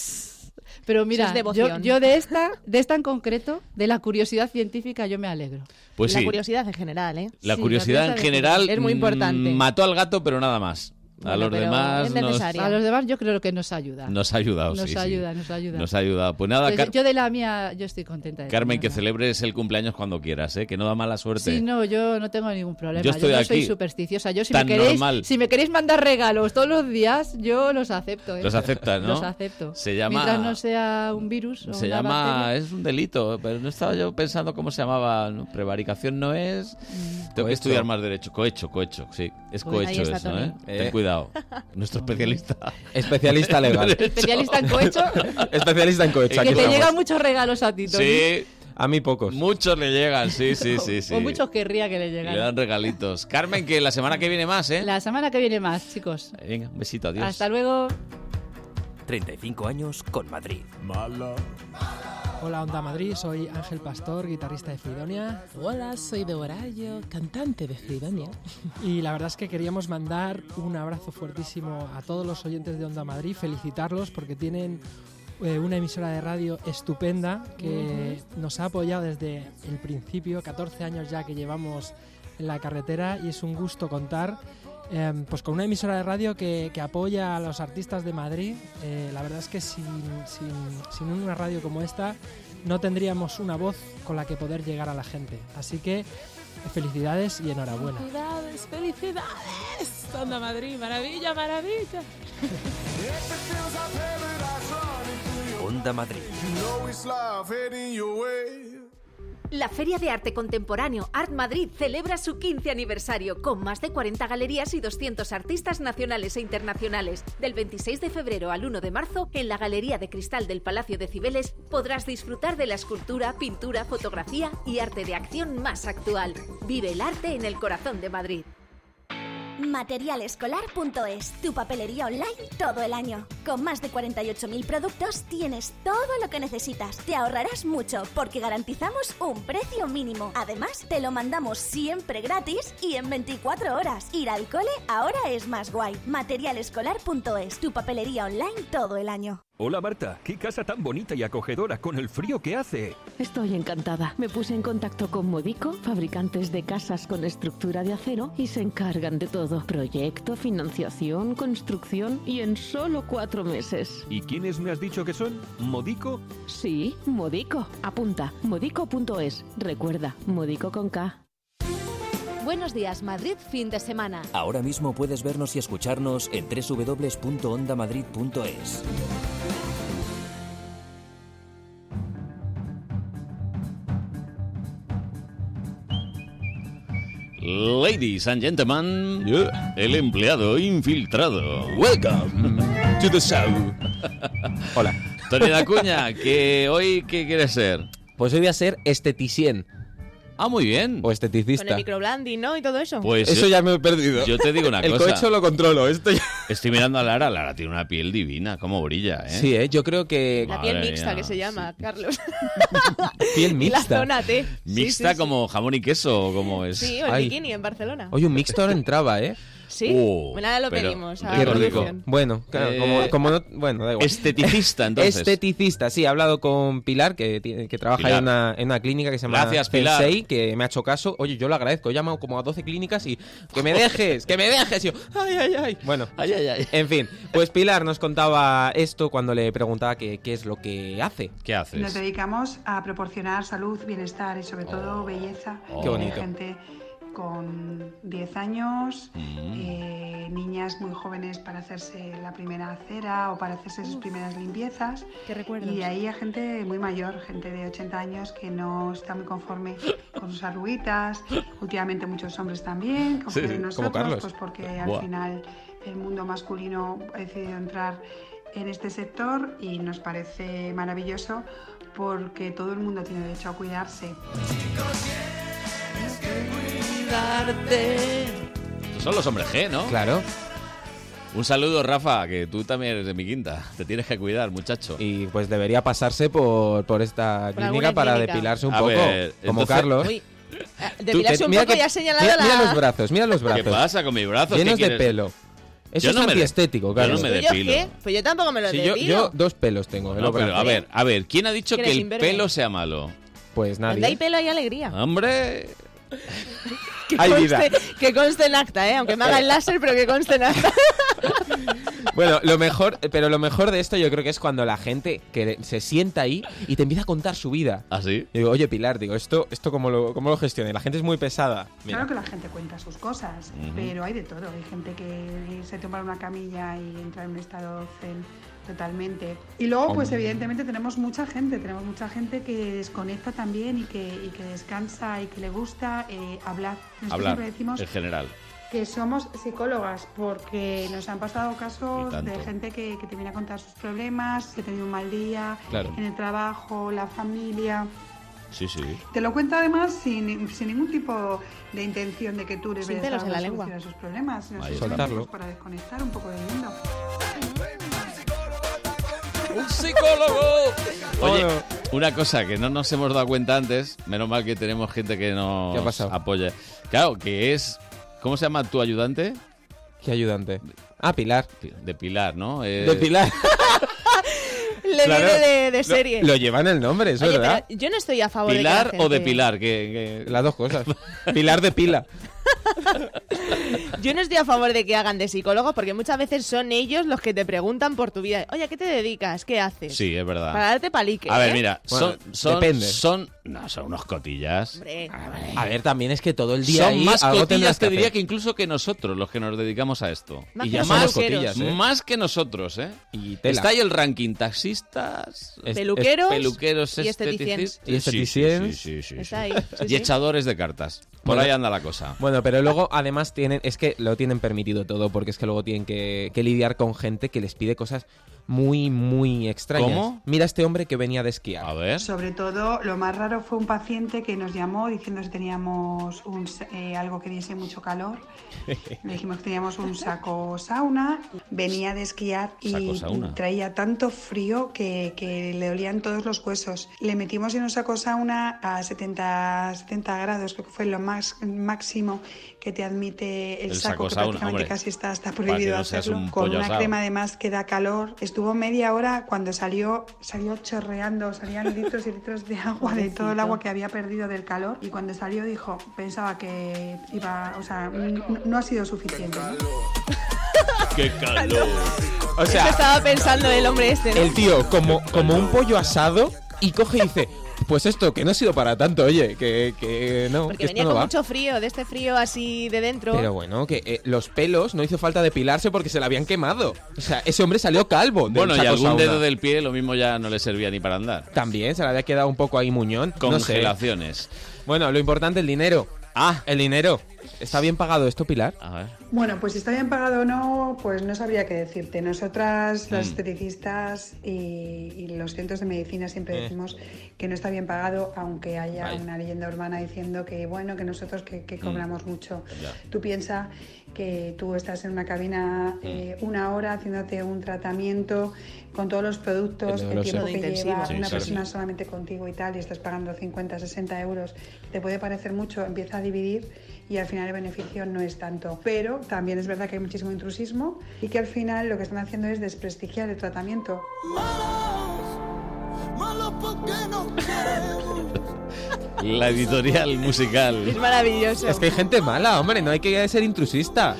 S17: Pero Pues mira,
S11: Eso es
S17: yo,
S11: devoción.
S17: yo de esta, de esta en concreto, de la curiosidad científica, yo me alegro.
S1: Pues
S11: la
S1: sí.
S11: curiosidad en general, ¿eh?
S1: La curiosidad en general
S11: Es muy importante.
S1: mm, mató al gato, pero nada más. a los demás nos,
S17: A los demás yo creo que nos ayuda.
S1: nos ha ayudado.
S17: Nos
S1: sí, sí.
S17: ayuda, nos ayuda.
S1: Nos ha ayudado. Pues nada,
S17: Entonces,
S1: Car-
S17: yo de la mía, yo estoy contenta. de
S1: Carmen, que
S17: tenerla.
S1: celebres el cumpleaños cuando quieras, ¿eh? que no da mala suerte.
S17: Sí, no, yo no tengo ningún problema.
S1: Yo
S17: Yo,
S1: estoy
S17: no
S1: aquí.
S17: soy supersticiosa. Yo si
S1: Tan
S17: me queréis,
S1: normal.
S17: si me queréis mandar regalos todos los días, yo los acepto. ¿eh?
S1: Los aceptas, ¿no?
S17: Los acepto.
S1: Se llama-
S17: Mientras no sea un virus. o
S1: Se
S17: una
S1: llama,
S17: bacteria.
S1: es un delito, pero no estaba yo pensando cómo se llamaba, ¿no? prevaricación no es,
S17: Mm.
S1: tengo que estudiar más derecho, cohecho, cohecho, sí, es cohecho
S17: Cohecho. Pues Ahí está
S1: eso,
S17: Tony.
S1: ¿eh? ten
S16: Eh.
S1: cuidado, nuestro especialista.
S16: Especialista legal.
S17: Especialista en cohecho.
S16: Especialista en cohecho.
S17: que
S16: aquí
S17: te
S16: estamos.
S17: llegan muchos regalos a ti, Tony.
S1: Sí,
S16: a mí pocos.
S1: Muchos le llegan, sí, sí, sí, sí.
S17: O muchos querría que le
S1: Y
S17: llegaran.
S1: le dan regalitos. Carmen, que la semana que viene más, ¿eh?
S17: La semana que viene más, chicos.
S1: Venga, un besito, adiós.
S17: Hasta luego.
S7: 35 años con Madrid. Mala.
S18: Hola Onda Madrid, soy Ángel Pastor, guitarrista de Fridonia. Hola, soy Deborah cantante de Fridonia. Y la verdad es que queríamos mandar un abrazo fuertísimo a todos los oyentes de Onda Madrid, felicitarlos porque tienen eh, una emisora de radio estupenda que nos ha apoyado desde el principio, 14 años ya que llevamos en la carretera y es un gusto contar eh, pues con una emisora de radio que, que apoya a los artistas de Madrid. Eh, la verdad es que sin, sin- sin una radio como esta no tendríamos una voz con la que poder llegar a la gente. Así que felicidades y enhorabuena.
S19: Felicidades, felicidades. Onda Madrid, maravilla, maravilla.
S7: Onda Madrid.
S19: La Feria de Arte Contemporáneo Art Madrid celebra su 15 aniversario con más de 40 galerías y 200 artistas nacionales e internacionales. Del 26 de febrero al 1 de marzo, en la Galería de Cristal del Palacio de Cibeles podrás disfrutar de la escultura, pintura, fotografía y arte de acción más actual. Vive el arte en el corazón de Madrid.
S20: Materialescolar.es, tu papelería online todo el año. Con más de 48.000 productos tienes todo lo que necesitas. Te ahorrarás mucho porque garantizamos un precio mínimo. Además, te lo mandamos siempre gratis y en 24 horas. Ir al cole ahora es más guay. Materialescolar.es, tu papelería online todo el año.
S13: Hola Marta, qué casa tan bonita y acogedora con el frío que hace.
S14: Estoy encantada. Me puse en contacto con Modico, fabricantes de casas con estructura de acero, y se encargan de todo. Proyecto, financiación, construcción y en solo cuatro meses.
S13: ¿Y quiénes me has dicho que son? ¿Modico?
S14: Sí, Modico. Apunta, modico.es. Recuerda, Modico con K.
S12: Buenos días, Madrid, fin de semana.
S21: Ahora mismo puedes vernos y escucharnos en www.ondamadrid.es.
S1: Ladies and gentlemen, el empleado infiltrado. Welcome to the show. Hola. Tony Acuña, que hoy qué quieres ser?
S15: Pues hoy voy a ser esteticien.
S1: Ah, muy bien.
S15: O
S11: Con el
S15: esteticista.
S11: microblending, ¿no? Y todo eso.
S1: Pues
S15: Eso
S1: yo-
S15: ya me he perdido.
S1: Yo te digo una
S15: El
S1: cosa.
S15: cohecho lo controlo. Esto ya...
S1: Estoy mirando a Lara. Lara tiene una piel divina, cómo brilla, ¿eh?
S15: Sí, ¿eh? yo creo que
S11: La piel mixta que se llama, Carlos.
S15: piel
S11: Y la
S15: mixta.
S11: zona T. Sí,
S1: Mixta
S11: sí, sí.
S1: como jamón y queso, como es.
S11: Sí, o el bikini en Barcelona.
S15: Oye, un mixto ahora entraba, ¿eh?
S11: Sí.
S1: Oh,
S11: Bueno, ahora lo
S1: pero-
S11: pedimos. a
S15: Qué
S11: la
S15: rico.
S11: producción.
S15: Bueno, claro,
S1: Ah, Eh,
S15: como, como no, bueno, da igual.
S1: Esteticista, entonces.
S15: Esteticista, sí, he hablado con Pilar, que, tiene- que trabaja
S1: Pilar.
S15: En, una, en una clínica que se llama
S1: Gracias, Pilar.
S15: Sensei, que me ha hecho caso. Oye, yo lo agradezco, he llamado como a 12 clínicas y que me dejes, que me dejes. Y yo, ay, ay, ay. Bueno,
S1: Ay, ay, ay.
S15: en fin, pues Pilar nos contaba esto cuando le preguntaba que- qué es lo que hace.
S1: ¿Qué
S22: Nos dedicamos a proporcionar salud, bienestar y sobre todo belleza.
S15: Oh. Qué
S22: Hay
S15: bonito.
S22: Gente con 10 años, eh, niñas muy jóvenes para hacerse la primera cera o para hacerse sus primeras limpiezas. Y de ahí a gente muy mayor, gente de 80 años que no está muy conforme con sus arruguitas. Últimamente muchos hombres también,
S15: Sí,
S22: confían en
S15: como
S22: nosotros,
S15: Carlos.
S22: pues porque al
S15: Buah.
S22: final el mundo masculino ha decidido entrar en este sector y nos parece maravilloso porque todo el mundo tiene derecho a cuidarse.
S1: Estos son los hombres G, ¿no?
S15: Claro.
S1: Un saludo, Rafa, que tú también eres de mi quinta. Te tienes que cuidar, muchacho.
S15: Y pues debería pasarse por, por esta
S11: Por alguna
S15: clínica para
S11: clínica.
S15: depilarse un
S1: A
S15: poco,
S1: ver,
S15: como
S1: entonces-
S15: Carlos.
S11: Uy, ah,
S15: Tú-
S11: depilarse
S15: eh,
S11: un
S15: mira
S11: poco
S15: que-
S11: ya ha señalado
S15: mira,
S11: la...
S15: mira los brazos, mira los brazos.
S1: ¿Qué pasa con mis brazos?
S15: Llenos
S1: ¿Qué
S15: de
S1: quieres?
S15: pelo. Eso
S1: Yo
S15: es
S1: no me de-
S15: antiestético,
S1: yo
S15: claro.
S1: no me
S11: ¿Tuyos qué? Pues yo tampoco me lo
S15: Sí, yo,
S11: depilo.
S15: yo dos pelos tengo. en
S1: No,
S15: los
S1: Ah, pero
S15: brazos.
S1: a ver, a ver, ¿quién ha dicho
S11: ¿Quieres
S1: que el
S11: imberbe?
S1: pelo sea malo?
S15: Pues
S11: Donde hay pelo hay alegría.
S1: Hombre,
S11: Que
S15: Ah. Hay vida.
S11: conste- Que conste en acta, ¿eh? Aunque me haga el láser, pero que conste en acta.
S15: Bueno, lo mejor, pero lo mejor de esto yo creo que es cuando la gente que se sienta ahí y te empieza a contar su vida.
S1: ¿Así?
S15: digo, oye Pilar, digo, esto, esto cómo lo, cómo lo gestioné. La gente es muy pesada. Mira.
S22: Claro que la gente cuenta sus cosas,
S15: Ujú.
S22: pero hay de todo. Hay gente que se toma una camilla y entra en un estado zen totalmente. Y luego, pues
S15: Hombre.
S22: evidentemente tenemos mucha gente, tenemos mucha gente que desconecta también y que, y que descansa y que le gusta eh, hablar. Nosotros
S1: hablar,
S22: siempre decimos
S1: en general.
S22: que somos psicólogas porque nos han pasado
S1: Y
S22: casos
S1: tanto.
S22: de gente que, que te viene a contar sus problemas, que ha tenido un mal día
S1: Claro.
S22: en el trabajo, la familia.
S1: Sí, sí.
S22: Te lo cuenta además sin, sin ningún tipo de intención de que tú debes
S11: Siéntelos en la lengua.
S22: solucionar sus problemas, sino
S15: Ahí está.
S22: simplemente,
S15: Soltarlo.
S22: pues, para desconectar un poco del mundo.
S1: ¡Un psicólogo! Oye,
S15: Hola.
S1: una cosa que no nos hemos dado cuenta antes, menos mal que tenemos gente que
S15: ¿Qué ha
S1: nos
S15: pasado?
S1: apoya. Claro, que es. ¿Cómo se llama tu ayudante?
S15: ¿Qué ayudante? Ah, Pilar.
S1: De Pilar, ¿no? Eh,
S15: De Pilar.
S11: Le
S15: Claro.
S11: viene de, de
S15: Lo-
S11: serie.
S15: Lo, llevan el nombre, es
S11: Oye,
S15: verdad.
S11: pero yo no estoy a favor
S1: ¿Pilar
S11: de que la
S1: o de
S11: gente-
S1: Pilar? Que,
S15: Las dos cosas. Pilar de pila.
S11: Yo no estoy a favor de que hagan de psicólogos porque muchas veces son ellos los que te preguntan por tu vida. Oye, ¿a qué te dedicas? ¿Qué haces?
S1: Sí, es verdad.
S11: Para darte palique.
S1: A ver,
S11: ¿eh?
S1: mira,
S15: Bueno,
S1: son, son,
S15: depende.
S1: son No, son unos cotillas.
S15: A ver, también es que todo el día
S1: son
S15: ahí
S1: más
S15: algo
S1: cotillas,
S15: tendrás que
S1: te diría
S15: hacer.
S1: que incluso que nosotros, los que nos dedicamos a esto.
S15: Más Y que ya somos nosotros. cotillas, ¿eh?
S1: Más que nosotros, ¿eh? Y
S15: tela.
S1: Está ahí el ranking taxistas,
S15: Es-
S11: Peluqueros
S1: peluqueros,
S11: y esteticistas.
S1: esteticistas. Sí, sí, sí, sí, sí,
S11: Está ahí, sí,
S1: Y
S11: sí.
S1: echadores de cartas. Por
S15: Bueno.
S1: ahí anda la cosa.
S15: Bueno, pero luego además tienen, es que lo tienen permitido todo, porque es que luego tienen que, que lidiar con gente que les pide cosas muy, muy extrañas.
S1: ¿Cómo?
S15: Mira este hombre que venía de esquiar.
S1: A ver.
S22: Sobre todo, lo más raro fue un paciente que nos llamó diciendo que teníamos un s- eh, algo que diese mucho calor. Le dijimos que teníamos un saco sauna. Venía de esquiar
S1: Saco
S22: y
S1: sauna.
S22: traía tanto frío que, que le dolían todos los huesos. Le metimos en un saco sauna a 70, 70 grados, creo que fue lo más máximo que te admite el,
S1: El saco
S22: que
S1: sauna,
S22: prácticamente
S1: hombre.
S22: casi está hasta
S1: Para que
S22: prohibido
S1: no seas
S22: hacerlo.
S1: un
S22: Con
S1: pollo
S22: una
S1: asado.
S22: crema además que da calor. Estuvo media hora cuando salió, salió chorreando, salían litros y litros de agua de todo el Pobrecito. agua que había perdido del calor. Y cuando salió dijo, pensaba que iba, o sea, n- no ha sido suficiente. ¿no?
S1: ¡Qué calor!
S15: O sea,
S11: Eso estaba pensando el hombre este. ¿no?
S15: el tío como, como un pollo asado y coge y dice, pues esto que no ha sido para tanto, oye, que, que no, que
S11: Porque
S15: esto
S11: venía
S15: no
S11: con
S15: va.
S11: mucho frío, de este frío así de dentro.
S15: Pero bueno, que eh, los pelos no hizo falta depilarse porque se le habían quemado. O sea, ese hombre salió calvo. del
S1: Bueno, y
S15: saco
S1: algún
S15: sauna.
S1: dedo del pie lo mismo ya no le servía ni para andar.
S15: También se le había quedado un poco ahí muñón. no sé.
S1: Congelaciones.
S15: Bueno, lo importante, el dinero.
S1: Ah,
S15: el dinero. ¿Está bien pagado esto, Pilar?
S1: A ver.
S22: Bueno, pues si está bien pagado o no, pues no sabría qué decirte. Nosotras, las
S15: Mm.
S22: esteticistas y, y los centros de medicina siempre
S15: Eh.
S22: decimos que no está bien pagado, aunque haya
S15: Vaya.
S22: una leyenda urbana diciendo que, bueno, que nosotros que,
S15: Mm.
S22: que cobramos mucho. Tú piensas que tú estás en una cabina eh, una hora haciéndote un tratamiento con todos los productos,
S15: El
S22: el,
S15: neuro
S22: tiempo
S15: sé.
S22: que
S15: Intensivo.
S22: lleva
S15: Sí,
S22: una
S15: sí,
S22: persona
S15: sí.
S22: solamente contigo y tal, y estás pagando 50, 60 euros, te puede parecer mucho, empieza a dividir y al final el beneficio no es tanto. Pero también es verdad que hay muchísimo intrusismo y que al final lo que están haciendo es desprestigiar el tratamiento.
S1: La editorial musical.
S11: Es maravilloso.
S15: Es que hay gente mala, hombre, no hay que ser intrusista.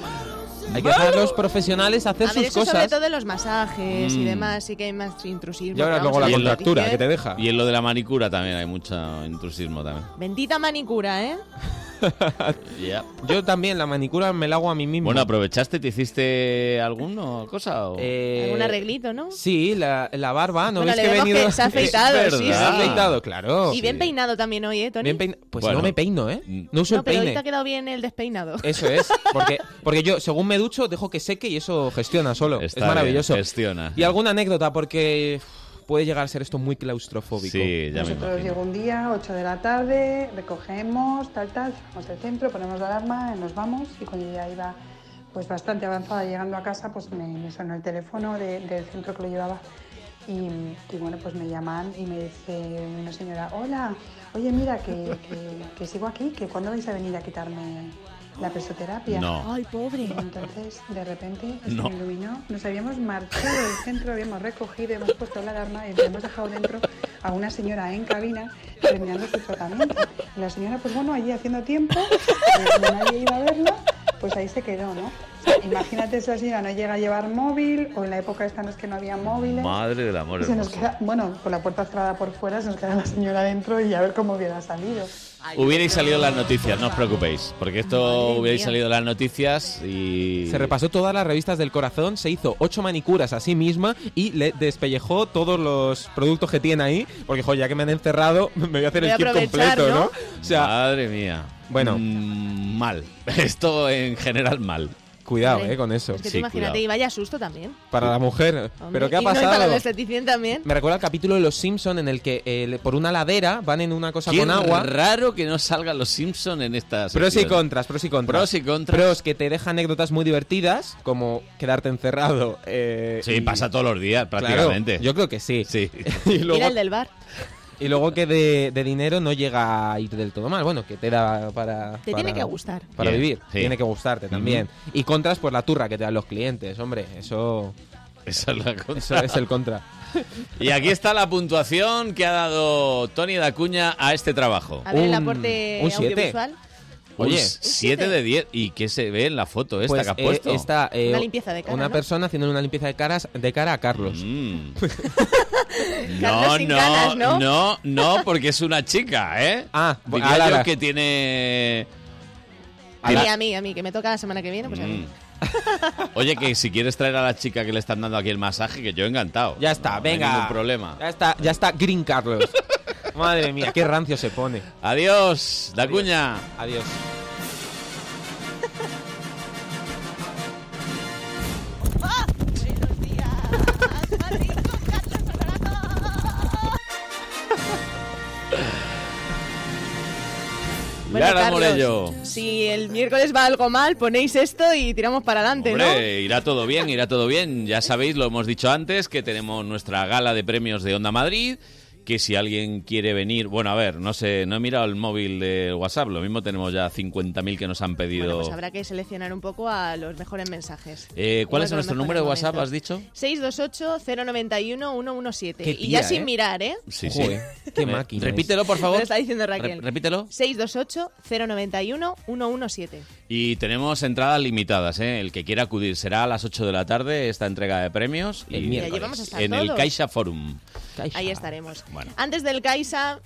S15: Hay que dejar a los profesionales hacer
S11: a ver,
S15: sus
S11: eso sobre
S15: cosas.
S11: todo en los masajes y
S1: Mm.
S11: demás, sí que hay más intrusismo.
S15: Y ahora
S11: pero
S15: luego
S11: vamos a
S15: la
S11: ver,
S15: contractura
S11: dice-
S15: que te deja.
S1: Y en lo de la manicura también hay mucho intrusismo también.
S11: Bendita manicura, ¿eh?
S1: Ya.
S15: Yo también la manicura me la hago a mí mismo.
S1: Bueno, aprovechaste, ¿te hiciste alguna cosa? O?
S15: Eh,
S11: Un Eh, arreglito, ¿no?
S15: Sí, la, la barba, ¿no
S11: Bueno,
S15: ves
S11: le
S15: que he
S11: vemos
S15: venido?
S11: que se ha afeitado,
S15: Es
S11: sí,
S15: verdad.
S11: sí.
S15: Se ha afeitado, claro.
S11: y bien peinado también hoy, ¿eh, Tony?
S15: oh, Bien peina- Pues
S1: Bueno. Mm.
S15: no me peino, ¿eh? No uso
S11: no,
S15: el
S11: pero hoy
S15: peine.
S11: te ha quedado bien el despeinado.
S15: Eso es, porque, porque yo, según me ducho, dejo que seque y eso gestiona solo.
S1: Está
S15: es
S1: bien,
S15: maravilloso.
S1: gestiona.
S15: Y alguna anécdota, porque uff, puede llegar a ser esto muy claustrofóbico.
S1: Sí, ya me
S22: Nosotros llegó un día, 8 de la tarde, recogemos, tal, tal, vamos al centro, ponemos la alarma, nos vamos y cuando ya iba pues bastante avanzada llegando a casa, pues me, me sonó el teléfono de- del centro que lo llevaba y, y, bueno, pues me llaman y me dice una señora, hola, oye mira que, que- que sigo aquí, que cuándo vais a venir a quitarme la presoterapia.
S1: No.
S22: Ay, pobre. Entonces, de repente, se
S1: No.
S22: me iluminó, nos habíamos marchado del centro, habíamos recogido, hemos puesto la alarma y hemos dejado dentro a una señora en cabina terminando su tratamiento. Y la señora, pues bueno, allí haciendo tiempo, eh, como nadie iba a verla, pues ahí se quedó, ¿no? O sea, Imagínate si la señora no llega a llevar móvil, o en la época esta no es que no había móviles.
S1: Madre del amor.
S22: Y se nos
S1: hermoso.
S22: queda, bueno, con la puerta cerrada por fuera, se nos queda la señora dentro y a ver cómo hubiera salido.
S1: Hubierais salido las noticias, no os preocupéis, porque esto hubierais
S22: mía.
S1: salido las noticias y...
S15: Se repasó todas las revistas del corazón, se hizo ocho manicuras a sí misma y le despellejó todos los productos que tiene ahí, porque, joder, ya que me han encerrado, me voy a hacer
S11: Voy a
S15: el kit
S11: aprovechar,
S15: completo, ¿no?
S11: ¿no?
S15: O sea,
S1: Madre mía.
S15: Bueno.
S1: Mm, mal. Esto en general mal.
S15: cuidado,
S11: Hombre,
S15: eh, con eso.
S11: Es que tú imagínate, y vaya susto también.
S15: Para la mujer.
S11: Hombre,
S15: ¿Pero qué ha
S11: y no, y para
S15: pasado?
S11: el esteticien también.
S15: Me recuerda al capítulo de Los Simpson en el que eh, le- por una ladera van en una cosa
S1: Qué
S15: con agua.
S1: raro que no salgan los Simpson en estas...
S15: Pros y contras, pros y contras.
S1: Pros y contras.
S15: Pros que te deja anécdotas muy divertidas, como quedarte encerrado. eh,
S1: Sí,
S15: y-
S1: pasa todos los días
S15: Claro,
S1: prácticamente.
S15: yo creo que sí.
S1: Sí.
S15: y,
S11: Mira
S15: luego,
S11: el del bar.
S15: y luego que de, de dinero no llega a ir del todo mal. Bueno, que te da para.
S11: Te
S15: para-
S11: tiene que gustar.
S15: Para
S1: Bien,
S15: vivir.
S1: sí.
S15: Tiene que gustarte también. Y contras, pues la turra que te dan los clientes, hombre. Eso,
S1: Esa es la
S15: eso
S1: cosa.
S15: es el contra.
S1: Y aquí está la puntuación que ha dado Tony Dacuña a este trabajo.
S11: A ver el
S15: Un-
S11: aporte
S15: un siete.
S11: audiovisual.
S1: Oye,
S15: Oye.
S1: 7 de 10. ¿Y qué se ve en la foto esta
S15: Pues,
S1: que has
S15: eh,
S1: puesto?
S15: está, eh,
S11: Una limpieza de cara,
S15: Una
S11: ¿no?
S15: persona haciendo una limpieza de caras de cara a Carlos.
S1: Mm.
S11: Carlos sin canas, ¿no?
S1: no, no, porque es una chica, ¿eh?
S15: Ah,
S1: Diría
S15: a Lara.
S1: yo que tiene...
S11: A mí, a mí, a mí, que me toca la semana que viene,
S15: Mm.
S11: pues a mí.
S1: mm. Oye, que si quieres traer a la chica que le están dando aquí el masaje, que yo encantado. Ya está,
S15: venga.
S1: No hay ningún problema.
S15: Ya está, ya está Green Carlos. Madre mía, qué rancio se pone.
S1: Adiós, la cuña.
S15: Adiós.
S11: Bueno,
S1: Lara
S11: Carlos,
S1: Morello.
S11: Si el miércoles va algo mal, ponéis esto y tiramos para adelante, ¿no?
S1: Hombre, irá todo bien, irá todo bien. Ya sabéis, lo hemos dicho antes, que tenemos nuestra gala de premios de Onda Madrid. Que si alguien quiere venir, bueno, a ver, no sé, no he mirado el móvil de WhatsApp, lo mismo tenemos ya 50.000 que nos han pedido.
S11: Pues habrá que seleccionar un poco a los mejores mensajes.
S1: Eh, ¿Cuál
S11: Uno
S1: es
S11: de los
S1: nuestro
S11: mejores
S1: número de WhatsApp,
S11: momentos.
S1: has dicho?
S11: 628-091-117.
S1: Qué
S11: y ya
S1: tía, ¿eh?
S11: sin mirar, ¿eh?
S1: Sí,
S15: Joder,
S1: sí.
S15: qué
S1: Eh,
S15: máquina es.
S1: Repítelo, por favor.
S11: Lo está diciendo Raquel.
S1: Re- repítelo.
S11: 628-091-117.
S1: Y tenemos entradas limitadas, ¿eh? El que quiera acudir será a las 8 de la tarde esta entrega de premios.
S11: El
S1: y
S11: miércoles. Y allí vamos a estar
S1: En el
S11: todos.
S1: Caixa Forum.
S11: Ahí estaremos.
S1: Bueno.
S11: Antes del Caixa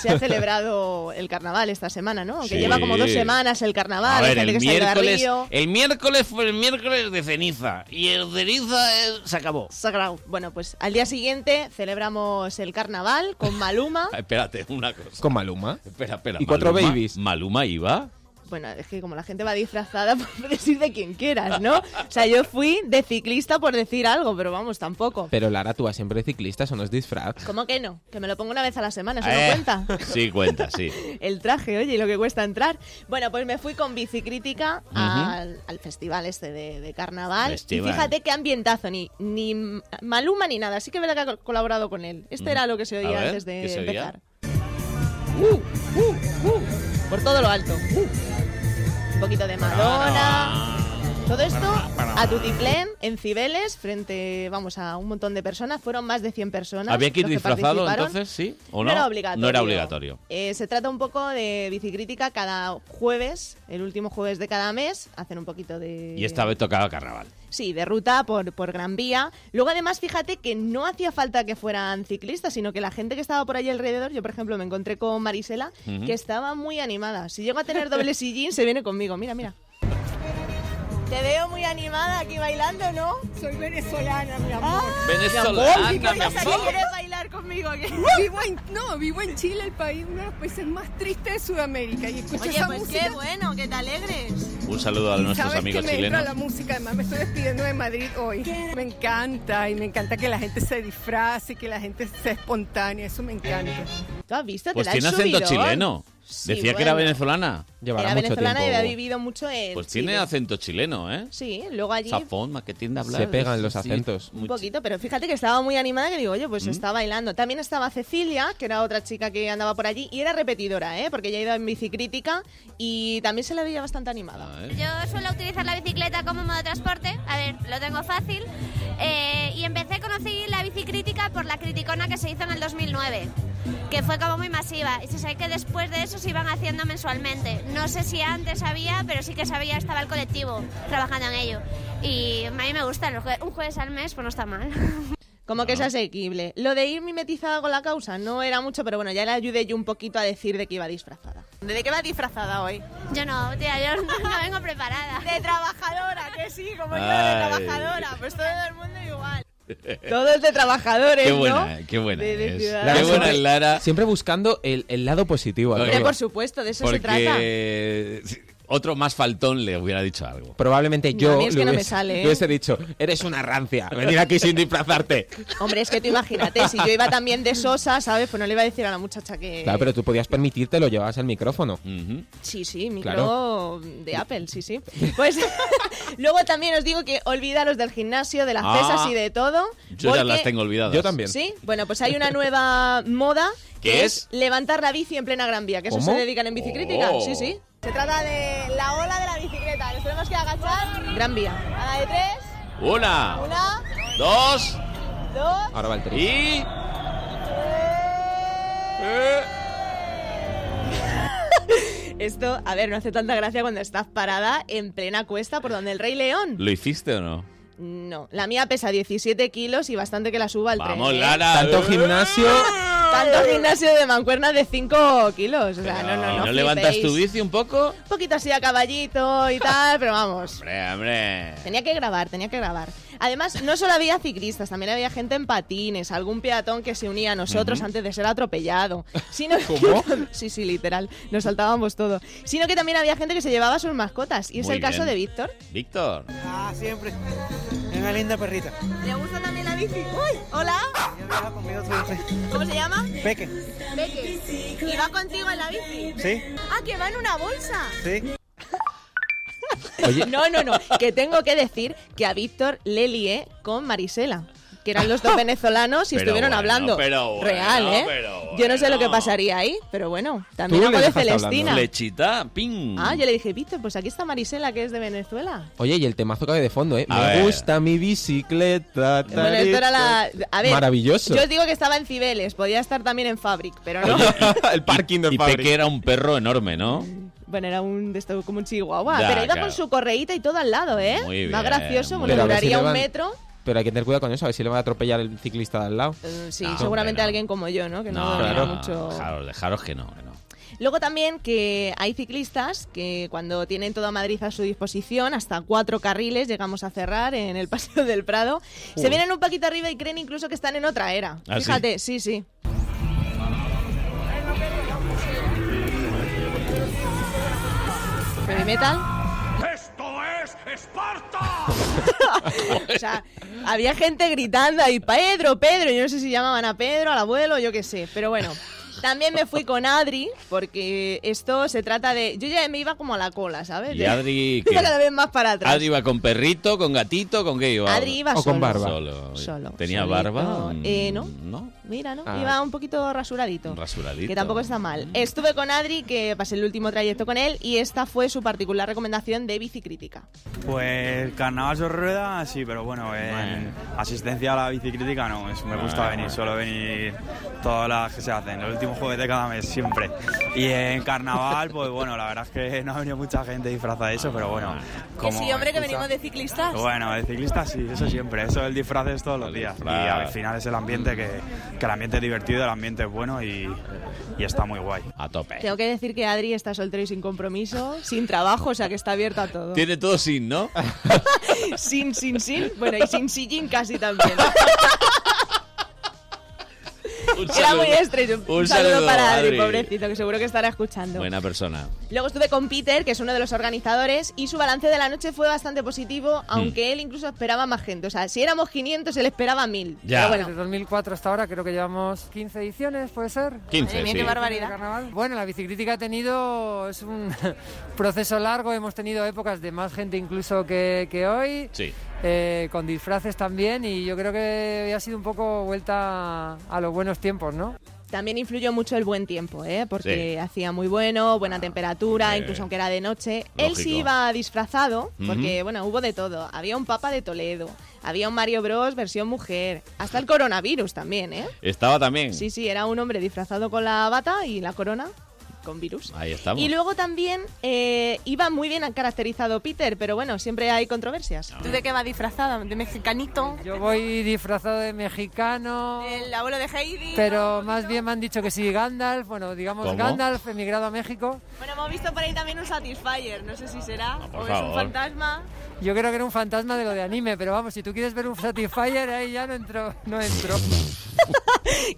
S11: se ha celebrado el carnaval esta semana, ¿no? Que
S1: Sí.
S11: lleva como dos semanas el
S1: A
S11: carnaval, hay
S1: ver,
S11: gente
S1: el
S11: que se ha ido a
S1: miércoles,
S11: Río.
S1: el miércoles fue el miércoles de ceniza y el ceniza es- se acabó.
S11: Sagrado. Bueno, pues al día siguiente celebramos el carnaval con Maluma.
S1: Ah, Espérate, una cosa.
S15: Con Maluma.
S1: Espera, espera.
S15: Y cuatro
S1: Maluma-
S15: babies.
S1: ¿Maluma iba?
S11: Bueno, es que como la gente va disfrazada, pues puedes ir de quien quieras, ¿no? O sea, yo fui de ciclista por decir algo, pero vamos,
S1: Eh.
S11: tampoco.
S15: Pero Lara, tú vas siempre de ciclista, eso no es disfraz.
S11: ¿Cómo que no? Que me lo pongo una vez a la semana, ¿eso no
S1: Eh,
S11: cuenta?
S1: Sí, cuenta, sí.
S11: El traje, oye, y lo que cuesta entrar. Bueno, pues me fui con bicicrítica al, al festival este de, de carnaval.
S1: Festival.
S11: Y fíjate qué ambientazo, ni, ni Maluma ni nada. Sí que es verdad que ha col- colaborado con él. Este
S1: Mm.
S11: era lo que se
S1: A
S11: oía
S1: ver,
S11: antes de
S1: ¿qué se oía?
S11: empezar. Uh, uh, uh, por todo lo alto. Uh. Un poquito de Madonna. Todo esto a Tutiplén, en Cibeles, frente, vamos, a un montón de personas. Fueron más de 100 personas.
S1: ¿Había que ir
S11: los
S1: disfrazado
S11: participaron.
S1: entonces? ¿Sí? ¿O no?
S11: No era obligatorio.
S1: No era obligatorio.
S11: Eh, se trata un poco de bicicrítica cada jueves, el último jueves de cada mes, hacen un poquito de...
S1: Y esta vez tocaba carnaval.
S11: Sí, de ruta por, por Gran Vía. Luego además fíjate que no hacía falta que fueran ciclistas, sino que la gente que estaba por allí alrededor, yo por ejemplo me encontré con Marisela,
S1: Ujú.
S11: que estaba muy animada. Si llego a tener doble sillín, se viene conmigo. Mira, mira. Te veo muy animada aquí bailando, ¿no? Soy venezolana, mi amor.
S8: Venezolana,
S11: ¿Y con
S8: mi
S11: esa que
S8: amor.
S11: quieres bailar conmigo? ¿qué?
S8: Vivo en, no, vivo en Chile, el país, uno de los países más tristes de Sudamérica. Y escucho
S11: Oye,
S8: esa
S11: pues
S8: música.
S11: qué bueno, que te alegres.
S1: Un saludo a
S8: Y
S1: nuestros
S8: sabes
S1: amigos
S8: que me entra
S1: chilenos.
S8: la música, además me estoy despidiendo de Madrid hoy. Me encanta y me encanta que la gente se disfrace, que la gente sea espontánea, eso me encanta.
S11: ¿Tú has visto?
S1: Pues
S11: ¿Te
S1: tiene acento chileno.
S11: Sí,
S1: Decía que era
S11: bueno.
S1: venezolana.
S11: Era venezolana y había vivido mucho en
S1: Pues
S11: Chile.
S1: tiene acento chileno, ¿eh?
S11: Sí, luego allí
S1: Zafón, más que tiende a hablar.
S15: Se pegan los
S1: Sí,
S15: acentos.
S11: un poquito, pero fíjate que estaba muy animada que digo, oye, pues está bailando. También estaba Cecilia, que era otra chica que andaba por allí y era repetidora, ¿eh? Porque ella iba en bicicrítica y también se la veía bastante animada.
S1: Ah, ¿eh?
S23: Yo suelo utilizar la bicicleta como modo de transporte, a ver, lo tengo fácil. Eh, y empecé a conocer la bicicrítica por la criticona que se hizo en el 2009, que fue como muy masiva. Y se sabe que después de eso se iban haciendo mensualmente. No sé si antes había, pero sí que sabía, estaba el colectivo trabajando en ello. Y a mí me gusta, los jue- un jueves al mes pues no está mal.
S11: Como que es asequible. Lo de ir mimetizada con la causa no era mucho, pero bueno, ya le ayudé yo un poquito a decir de que iba disfrazada. ¿De qué vas disfrazada hoy?
S23: Yo no, tía, yo no, no vengo preparada.
S11: De trabajadora, que sí, como
S1: yo, de Ay. trabajadora,
S11: pues todo el mundo igual. Todos de trabajadores,
S1: Eh. Qué
S11: ¿no?
S1: buena, eh, qué buena
S11: De- de
S1: es.
S11: ciudad.
S1: Qué buena
S15: siempre,
S1: es Lara.
S15: Siempre buscando el, el lado positivo. a
S1: Hombre,
S15: todo.
S11: Por supuesto, de eso se trata.
S1: Porque otro más faltón le hubiera dicho algo.
S15: Probablemente
S11: No,
S15: yo
S11: a mí es que
S15: le
S11: no me
S15: hubiese-
S11: sale,
S15: le
S11: ¿eh?
S15: hubiese dicho, eres una rancia, venir aquí sin disfrazarte.
S11: Hombre, es que tú imagínate, si yo iba también de sosa, ¿sabes? Pues no le iba a decir a la muchacha que...
S15: Claro, pero tú podías permitírtelo, llevabas el micrófono.
S11: Sí, sí, micro
S15: Claro.
S11: de Apple, sí, sí. Pues luego también os digo que olvidaros del gimnasio, de las
S1: Ah,
S11: pesas y de todo.
S1: Yo ya
S11: porque-
S1: las tengo olvidadas.
S11: Sí, bueno, pues hay una nueva moda
S1: ¿Qué
S11: que
S1: es?
S11: levantar la bici en plena Gran Vía, que eso
S1: ¿Cómo?
S11: se dedican en bicicrítica,
S1: Oh.
S11: sí, sí. Se trata de la ola de la bicicleta, nos tenemos que agachar. Gran Vía. A la de tres,
S1: Una,
S11: una,
S1: dos.
S11: dos.
S15: Ahora va el trío.
S1: Y.
S11: Eh. Esto, a ver, no hace tanta gracia cuando estás parada en plena cuesta por donde el Rey León.
S1: ¿Lo hiciste o no?
S11: No, la mía pesa 17 kilos y bastante que la suba al
S1: Vamos,
S11: tren. ¿eh?
S1: Lara.
S16: Tanto gimnasio.
S11: Tanto gimnasio de mancuernas de 5 kilos. O sea, no, no,
S1: ¿Y
S11: no.
S1: no levantas tu
S11: flipéis.
S1: bici un poco?
S11: Un poquito así a caballito y tal, pero vamos.
S1: Hombre, hombre.
S11: Tenía que grabar, tenía que grabar. Además, no solo había ciclistas, también había gente en patines, algún peatón que se unía a nosotros
S1: Ujú.
S11: antes de ser atropellado. Sino que-
S1: ¿Cómo?
S11: sí, sí, literal. Nos saltábamos todo. Sino que también había gente que se llevaba sus mascotas. Y es
S1: Muy
S11: el caso
S1: bien.
S11: de Víctor.
S1: Víctor.
S2: Ah, siempre. Es una linda perrita.
S11: ¿Le gusta también la bici? ¡Uy! ¡Hola! ¿Cómo se llama?
S2: Peque.
S11: Peque. ¿Y va contigo en la bici?
S2: Sí.
S11: Ah, que va en una bolsa.
S2: Sí.
S11: No, no, no. Que tengo que decir que a Víctor le lié con Marisela. Que eran los dos venezolanos y
S1: Pero
S11: estuvieron
S1: bueno,
S11: hablando.
S1: pero bueno,
S11: Real, ¿eh?
S1: pero
S11: Yo no sé lo que pasaría ahí, pero bueno. También
S1: Tú
S11: hago
S1: le
S11: de
S1: dejaste hablando.
S11: Celestina.
S1: Lechita, ping.
S11: Ah, yo le dije, Víctor, pues aquí está Marisela, que es de Venezuela.
S15: Oye, y el temazo que hay de fondo, ¿eh?
S1: A
S15: Me
S1: ver.
S15: gusta mi bicicleta.
S11: Bueno, esto era la... A ver,
S15: Maravilloso.
S11: Yo os digo que estaba en Cibeles, podía estar también en Fabric, pero no.
S1: el parking del Y Peque era un perro enorme, ¿no?
S11: Bueno, era un de esto, como un chihuahua,
S1: Ya,
S11: pero iba
S1: claro.
S11: con su correíta y todo al lado, ¿eh?
S15: Muy
S11: Más
S15: bien,
S11: gracioso,
S15: muy
S11: bueno,
S15: bien.
S11: duraría
S15: Pero a
S11: un
S15: ver si le
S11: metro.
S15: Pero hay que tener cuidado con eso, a ver si le va a atropellar el ciclista de al lado.
S11: Eh, Sí,
S1: Ah,
S15: No,
S11: seguramente alguien como yo, ¿no? Que no, domina mucho.
S1: Dejaros, dejaros que no. que no.
S11: Luego también que hay ciclistas que cuando tienen toda Madrid a su disposición, hasta cuatro carriles llegamos a cerrar en el Paseo del Prado, se
S1: Uy.
S11: vienen un poquito arriba y creen incluso que están en otra era.
S1: ¿Ah, sí?
S11: Fíjate, sí, sí. Heavy metal.
S24: ¡Esto es Esparta!
S11: o sea, había gente gritando ahí, Pedro, Pedro, yo no sé si llamaban a Pedro, al abuelo, yo qué sé, pero bueno. También me fui con Adri, porque esto se trata de... Yo ya me iba como a la cola, ¿sabes?
S1: ¿Y
S11: De-
S1: Adri qué?
S11: Iba cada vez más para atrás.
S1: Adri iba con perrito, con gatito, ¿con qué iba?
S11: Adri iba
S1: ¿O con
S11: solo.
S1: barba?
S11: Solo, solo,
S1: ¿Tenía
S11: solito.
S1: barba?
S11: Eh, no.
S1: No.
S11: Mira, ¿no?
S1: Mm. Ah.
S11: Iba un poquito rasuradito.
S1: Rasuradito.
S11: Que tampoco está mal. Estuve con Adri, que pasé el último trayecto con él, y esta fue su particular recomendación de bicicrítica.
S24: Pues carnaval sobre ruedas, sí, pero bueno, en asistencia a la bicicrítica no. es- me gusta
S6: Bueno.
S24: venir, suelo venir todas las que se hacen, los últimos jueves de cada mes, siempre. Y en carnaval, pues bueno, la verdad es que no ha venido mucha gente disfrazada de eso, pero
S1: Ah,
S24: bueno. como excusa-
S11: de ciclistas.
S24: Bueno, de ciclista sí, eso siempre, eso del disfraz es todos los días. Y
S1: disfraz.
S24: al final es el ambiente que, que el ambiente es divertido, el ambiente es bueno y, y está muy guay.
S1: A tope.
S11: Tengo que decir que Adri está soltero y sin compromiso, sin trabajo, o sea que está abierto a todo.
S1: Tiene todo sin, ¿no?
S11: Sin, sin, sin. Bueno, y sin sillín casi también.
S1: Un
S11: Era
S1: saludo.
S11: muy estrés. Un,
S1: Un
S11: saludo,
S1: saludo,
S11: para Adri,
S1: Adri.
S11: pobrecito, que seguro que estará escuchando.
S1: Buena persona.
S11: Luego estuve con Peter, que es uno de los organizadores, y su balance de la noche fue bastante positivo, aunque él incluso esperaba más gente. O sea, si éramos 500, él esperaba 1000. Pero bueno,
S25: Desde 2004 hasta ahora creo que llevamos 15 ediciones, ¿puede ser?
S1: 15, Madre mía, qué sí. barbaridad.
S25: Carnaval. Bueno, la bicicrítica ha tenido... es un proceso largo, hemos tenido épocas de más gente incluso que, que hoy.
S1: Sí.
S25: eh, con disfraces también y yo creo que hoy ha sido un poco vuelta a los buenos tiempos, ¿no?
S11: también influyó mucho el buen tiempo, ¿eh? porque
S25: Sí.
S11: hacía muy bueno, buena temperatura,
S25: eh,
S11: incluso aunque era de noche. Él
S25: lógico.
S11: sí iba disfrazado, porque
S25: Ujú.
S11: bueno, hubo de todo. Había un Papa de Toledo, había un Mario Bros versión mujer, hasta el coronavirus también, ¿eh?
S1: Estaba también.
S11: Sí, sí, era un hombre disfrazado con la bata y la corona con virus.
S1: Ahí estamos.
S11: Y luego también eh, iba muy bien caracterizado Peter, pero bueno, siempre hay controversias.
S25: Ah.
S11: ¿Tú de qué vas disfrazada? ¿De mexicanito?
S25: Yo voy disfrazado de mexicano.
S11: El abuelo de Heidi.
S25: Pero más bien me han dicho que sí, Gandalf. Bueno, digamos
S1: ¿Cómo?
S25: Gandalf, emigrado a México.
S11: Bueno, hemos visto por ahí también un Satisfyer, no sé si será,
S25: Ah, por
S11: o es un
S25: favor.
S11: fantasma.
S25: Yo creo que era un fantasma de lo de anime, pero vamos, si tú quieres ver un Satisfyer, ahí ya no entro. No entro.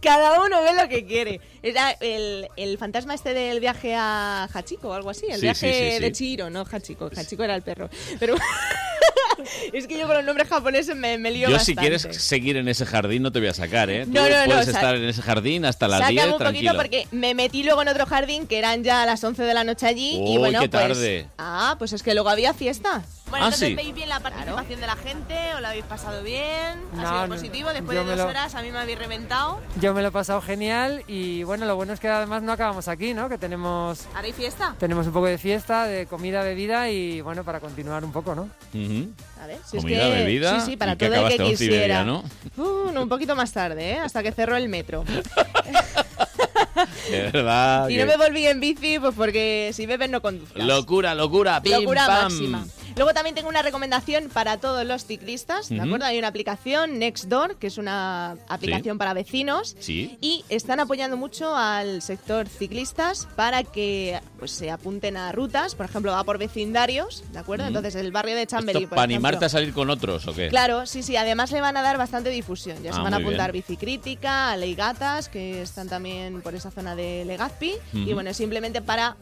S11: Cada uno ve lo que quiere. Era el, el fantasma este del viaje a Hachiko o algo así. El
S25: Sí,
S11: viaje
S25: sí, sí, sí.
S11: de Chihiro, no Hachiko. Hachiko era el perro. Pero es que yo con los nombres japoneses me, me lío
S1: Yo si
S11: bastante.
S1: quieres seguir en ese jardín no te voy a sacar, ¿eh? Tú
S11: No, no, no,
S1: puedes
S11: sa-
S1: estar en ese jardín hasta las
S11: Sácame
S1: 10,
S11: un
S1: tranquilo.
S11: poquito porque me metí luego en otro jardín que eran ya a las 11 de la noche allí
S1: Uy,
S11: y bueno,
S1: qué
S11: pues
S1: tarde.
S11: Ah, pues es que luego había fiesta.
S1: Bueno, Ah, entonces sí. veis
S11: bien la participación de la gente, os lo habéis pasado bien,
S25: No, sido no, positivo, después yo de me dos lo- horas
S11: a mí me habéis reventado.
S25: Yo me lo he pasado genial y bueno, lo bueno es que además no acabamos aquí, ¿no? Que tenemos,
S11: ¿Haréis fiesta?
S25: tenemos un poco de fiesta, de comida, bebida y bueno, para continuar un poco, ¿no?
S1: Ujú.
S11: A ver, si es
S1: Comida,
S11: que-
S1: bebida.
S11: sí, sí, para
S1: y que
S11: todo el
S1: acabaste
S11: que
S1: a once y media,
S11: quisiera.
S1: ¿no?
S11: Uh, no, un poquito más tarde, ¿eh? hasta que cerró el metro.
S1: De verdad.
S11: Y
S1: que-
S11: no me volví en bici, pues porque si bebes no conduces.
S1: Locura, locura, Ah, pim,
S11: Locura
S1: pam.
S11: máxima. Luego también tengo una recomendación para todos los ciclistas, ¿de
S1: Ujú.
S11: acuerdo? Hay una aplicación, Nextdoor, que es una aplicación para vecinos.
S1: Sí.
S11: Y están apoyando mucho al sector ciclistas para que pues, se apunten a rutas, por ejemplo, va por vecindarios, ¿de acuerdo?
S1: Ujú.
S11: Entonces, el barrio de Chamberí,
S1: Esto
S11: por
S1: para
S11: ejemplo.
S1: animarte a salir con otros, ¿o qué?
S11: Claro, sí, sí. Además le van a dar bastante difusión. Ya se
S1: Ah,
S11: van a
S1: muy
S11: apuntar Bicicrítica, Leigatas, que están también por esa zona de Legazpi. Y
S1: Ujú.
S11: bueno, simplemente para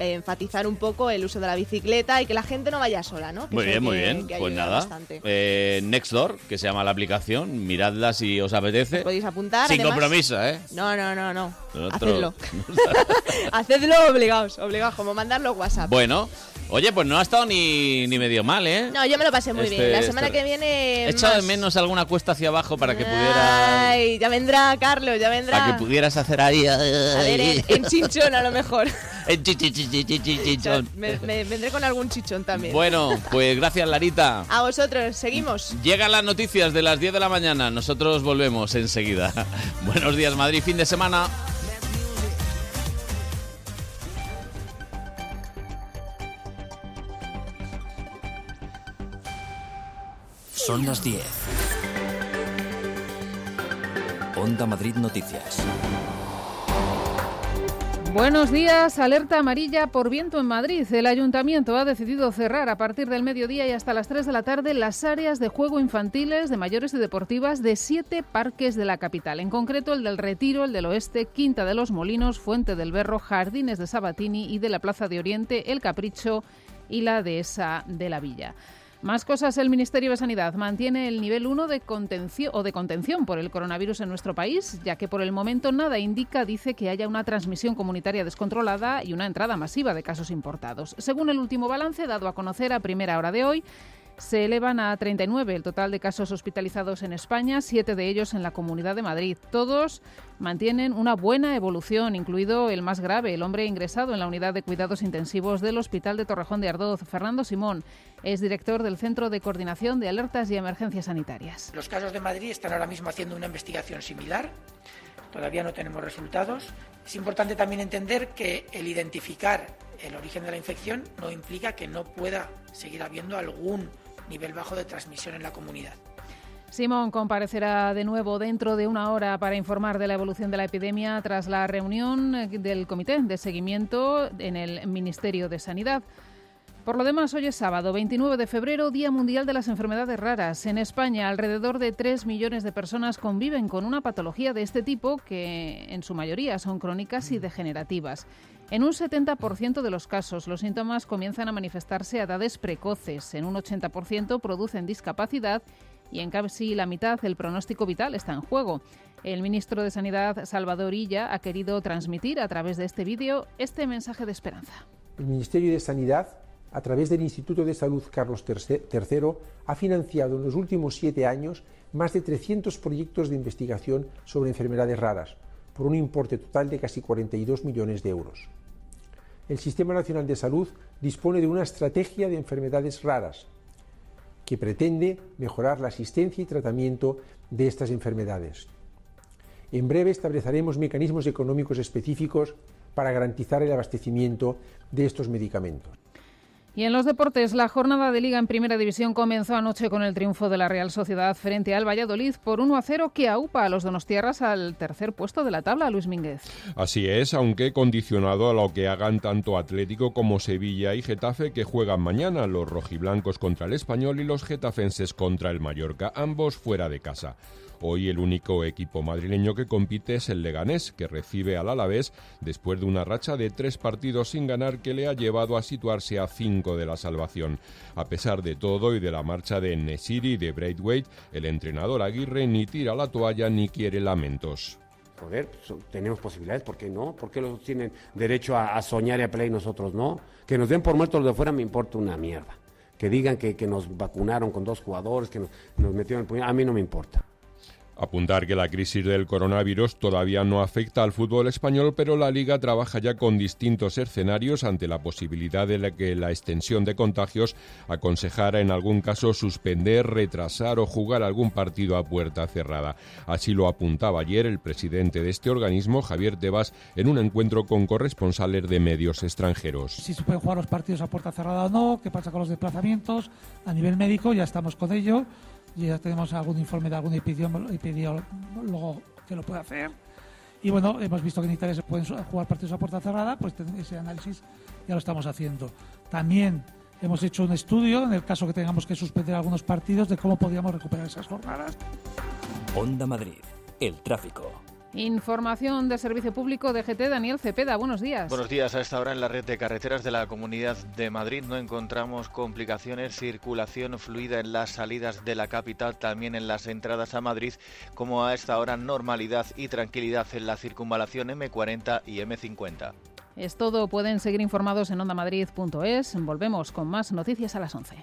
S11: eh, enfatizar un poco el uso de la bicicleta y que la gente no vaya sola, ¿no? Que
S1: Muy
S11: eso
S1: bien, muy
S11: que-
S1: bien.
S11: que
S1: Pues
S11: ayuda
S1: nada.
S11: bastante.
S1: Eh, Nextdoor, que se llama la aplicación, miradla si os apetece.
S11: Podéis apuntar.
S1: Sin
S11: además-
S1: compromiso, ¿eh?
S11: No, no, no, no.
S1: Nosotros-
S11: Hacedlo. Hacedlo obligados, obligados, como mandarlo WhatsApp.
S1: Bueno, oye, pues no ha estado ni, ni medio mal, ¿eh?
S11: No, yo me lo pasé muy
S1: Este-
S11: bien. La semana
S1: este-
S11: que viene.
S1: He echado de
S11: más. Ah.
S1: menos alguna cuesta hacia abajo para que pudiera
S11: Ay, ya vendrá, Carlos, ya
S1: para que
S11: vendrá.
S1: pudieras hacer ahí.
S11: A ver, en, en Chinchón a lo mejor.
S1: Chinchón.
S11: Me, me vendré con algún chichón también.
S1: Bueno, pues gracias Larita.
S11: A vosotros, seguimos.
S1: Llegan las noticias de las 10 de la mañana. Nosotros volvemos enseguida. Buenos días Madrid, fin de semana.
S21: Son las 10. Onda Madrid Noticias.
S2: Buenos días, alerta amarilla por viento en Madrid. El ayuntamiento ha decidido cerrar a partir del mediodía y hasta las 3 de la tarde las áreas de juego infantiles, de mayores y deportivas de siete parques de la capital. En concreto, el del Retiro, el del Oeste, Quinta de los Molinos, Fuente del Berro, Jardines de Sabatini y de la Plaza de Oriente, El Capricho y la Dehesa de la Villa. Más cosas, el Ministerio de Sanidad mantiene el nivel 1 de contención o de contención por el coronavirus en nuestro país, ya que por el momento nada indica, dice, que haya una transmisión comunitaria descontrolada y una entrada masiva de casos importados. Según el último balance dado a conocer a primera hora de hoy, se elevan a 39 el total de casos hospitalizados en España, siete de ellos en la Comunidad de Madrid. Todos mantienen una buena evolución, incluido el más grave, el hombre ingresado en la unidad de cuidados intensivos del Hospital de Torrejón de Ardoz. Fernando Simón es director del Centro de Coordinación de Alertas y Emergencias Sanitarias.
S3: Los casos de Madrid están ahora mismo haciendo una investigación similar. Todavía no tenemos resultados. Es importante también entender que el identificar el origen de la infección no implica que no pueda seguir habiendo algún nivel bajo de transmisión en la comunidad.
S2: Simón comparecerá de nuevo dentro de una hora para informar de la evolución de la epidemia tras la reunión eh, del Comité de Seguimiento en el Ministerio de Sanidad. Por lo demás, hoy es sábado, 29 de febrero, Día Mundial de las Enfermedades Raras. En España, alrededor de 3 millones de personas conviven con una patología de este tipo, que en su mayoría son crónicas y degenerativas. En un 70% de los casos, los síntomas comienzan a manifestarse a edades precoces, en un 80% producen discapacidad y en casi la mitad el pronóstico vital está en juego. El ministro de Sanidad, Salvador Illa, ha querido transmitir a través de este vídeo este mensaje de esperanza.
S26: El Ministerio de Sanidad, a través del Instituto de Salud Carlos III, ha financiado en los últimos siete años más de 300 proyectos de investigación sobre enfermedades raras, por un importe total de casi 42 millones de euros. El Sistema Nacional de Salud dispone de una estrategia de enfermedades raras que pretende mejorar la asistencia y tratamiento de estas enfermedades. En breve estableceremos mecanismos económicos específicos para garantizar el abastecimiento de estos medicamentos.
S2: Y en los deportes, la jornada de Liga en Primera División comenzó anoche con el triunfo de la Real Sociedad frente al Valladolid por 1 a 0 que aupa a los donostiarras al tercer puesto de la tabla, Luis Mínguez.
S27: Así es, aunque condicionado a lo que hagan tanto Atlético como Sevilla y Getafe que juegan mañana, los rojiblancos contra el español y los getafenses contra el Mallorca, ambos fuera de casa. Hoy el único equipo madrileño que compite es el Leganés, que recibe al Alavés después de una racha de tres partidos sin ganar que le ha llevado a situarse a cinco de la salvación. A pesar de todo y de la marcha de Nesiri y de Braithwaite, el entrenador Aguirre ni tira la toalla ni quiere lamentos.
S28: Joder, pues, so- tenemos posibilidades, ¿por qué no? ¿Por qué los otros tienen derecho a, a soñar y a pelear y nosotros no? Que nos den por muertos los de afuera me importa una mierda. Que digan que, que nos vacunaron con dos jugadores, que nos, nos metieron el puñal, a mí no me importa.
S27: Apuntar que la crisis del coronavirus todavía no afecta al fútbol español, pero la liga trabaja ya con distintos escenarios ante la posibilidad de la que la extensión de contagios aconsejara en algún caso suspender, retrasar o jugar algún partido a puerta cerrada. Así lo apuntaba ayer el presidente de este organismo, Javier Tebas, en un encuentro con corresponsales de medios extranjeros.
S29: si se pueden jugar los partidos a puerta cerrada o no, qué pasa con los desplazamientos. A nivel médico ya estamos con ello, ya tenemos algún informe de algún epidemió- epidemiólogo que lo puede hacer. Y bueno, hemos visto que en Italia se pueden su- jugar partidos a puerta cerrada, pues ten- ese análisis ya lo estamos haciendo. También hemos hecho un estudio en el caso que tengamos que suspender algunos partidos de cómo podríamos recuperar esas jornadas.
S21: Onda Madrid, el tráfico.
S2: Información de Servicio Público de GT, Daniel Cepeda, buenos días.
S30: Buenos días. A esta hora en la red de carreteras de la Comunidad de Madrid no encontramos complicaciones, circulación fluida en las salidas de la capital, también en las entradas a Madrid, como a esta hora normalidad y tranquilidad en la circunvalación M40 y M50.
S2: Es todo, pueden seguir informados en ondamadrid.es. Volvemos con más noticias a las 11.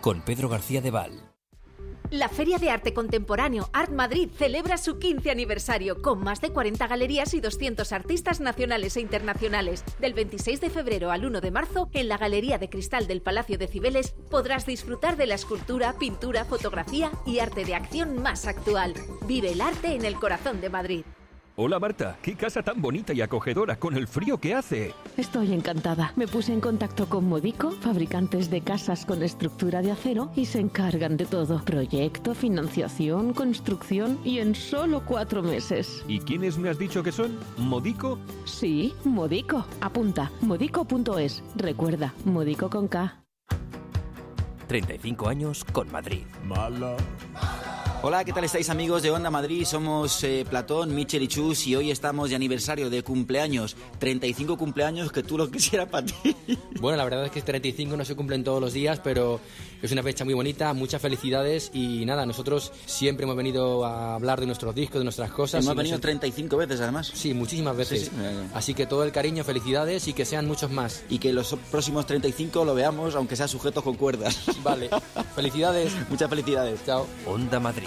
S21: Con Pedro García de Val.
S19: La Feria de Arte Contemporáneo Art Madrid celebra su 15 aniversario con más de 40 galerías y 200 artistas nacionales e internacionales. Del 26 de febrero al 1 de marzo, en la Galería de Cristal del Palacio de Cibeles podrás disfrutar de la escultura, pintura, fotografía y arte de acción más actual. Vive el arte en el corazón de Madrid.
S13: Hola Marta, qué casa tan bonita y acogedora con el frío que hace.
S14: Estoy encantada. Me puse en contacto con Modico, fabricantes de casas con estructura de acero, y se encargan de todo. Proyecto, financiación, construcción y en solo cuatro meses.
S13: ¿Y quiénes me has dicho que son? ¿Modico?
S14: Sí, Modico. Apunta, modico.es. Recuerda, Modico con K.
S21: 35 años con Madrid. Mala.
S31: Hola, ¿qué tal estáis amigos de Onda Madrid? Somos eh, Platón, Michel y Chus y hoy estamos de aniversario de cumpleaños. 35 cumpleaños que tú los quisieras para ti.
S9: Bueno, la verdad es que 35 no se cumplen todos los días, pero es una fecha muy bonita, muchas felicidades y nada, nosotros siempre hemos venido a hablar de nuestros discos, de nuestras cosas.
S31: Hemos
S9: y
S31: venido
S9: nos-
S31: 35 veces además.
S9: Sí, muchísimas veces.
S31: Sí, sí, ya, ya.
S9: Así que todo el cariño, felicidades y que sean muchos más.
S31: Y que los próximos 35 lo veamos, aunque sea sujetos con cuerdas.
S9: Vale, felicidades.
S31: Muchas felicidades.
S9: Chao.
S21: Onda Madrid.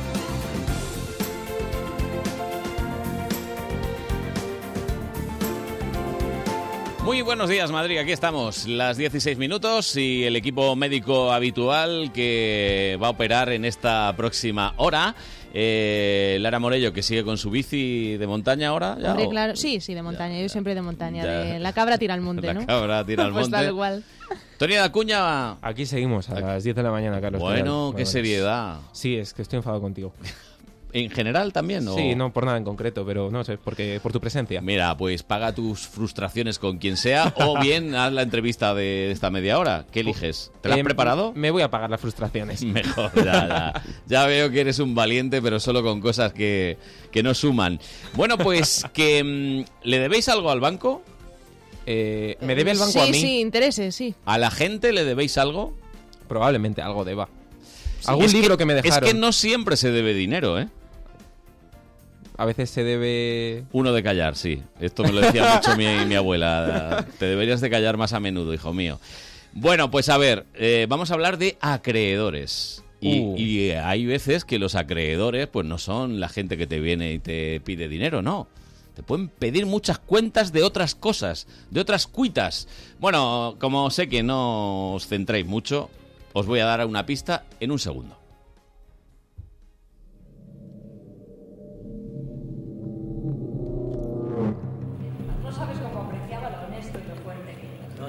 S1: Muy buenos días, Madrid. Aquí estamos, las 16 minutos y el equipo médico habitual que va a operar en esta próxima hora. Eh, Lara Morello, que sigue con su bici de montaña ahora. ¿ya?
S11: Hombre,
S1: ¿O?
S11: claro, sí, sí, de montaña. yo siempre de montaña.
S1: ya.
S11: de la cabra tira al monte,
S1: La
S11: ¿no?
S1: cabra tira al
S11: Pues
S1: monte.
S11: tal cual.
S1: Tony Acuña.
S15: Aquí seguimos a las 10 de la mañana, Carlos.
S1: Bueno,
S15: Perdón.
S1: qué seriedad.
S15: Sí, es que estoy enfadado contigo.
S1: ¿En general también? ¿o?
S15: Sí, no por nada en concreto, pero no sé, porque por tu presencia.
S1: Mira, pues paga tus frustraciones con quien sea o bien haz la entrevista de esta media hora. ¿Qué eliges? ¿Te la has
S15: Eh,
S1: preparado?
S15: Me voy a pagar las frustraciones.
S1: Mejor, ya, ya. Ya veo que eres un valiente, pero solo con cosas que, que no suman. Bueno, pues que mm, le debéis algo al banco.
S15: Eh, ¿Me debe el banco
S11: sí,
S15: a mí?
S11: sí, intereses, sí.
S1: ¿A la gente le debéis algo?
S15: Probablemente algo deba. Algún libro que me dejaron.
S1: Es que no siempre se debe dinero, ¿eh?
S15: A veces se debe...
S1: Uno de callar, sí. Esto me lo decía mucho mi, mi abuela. Te deberías de callar más a menudo, hijo mío. Bueno, pues a ver, eh, vamos a hablar de acreedores. Y,
S15: Uh.
S1: y eh, hay veces que los acreedores pues no son la gente que te viene y te pide dinero, no. Te pueden pedir muchas cuentas de otras cosas, de otras cuitas. Bueno, como sé que no os centréis mucho, os voy a dar una pista en un segundo.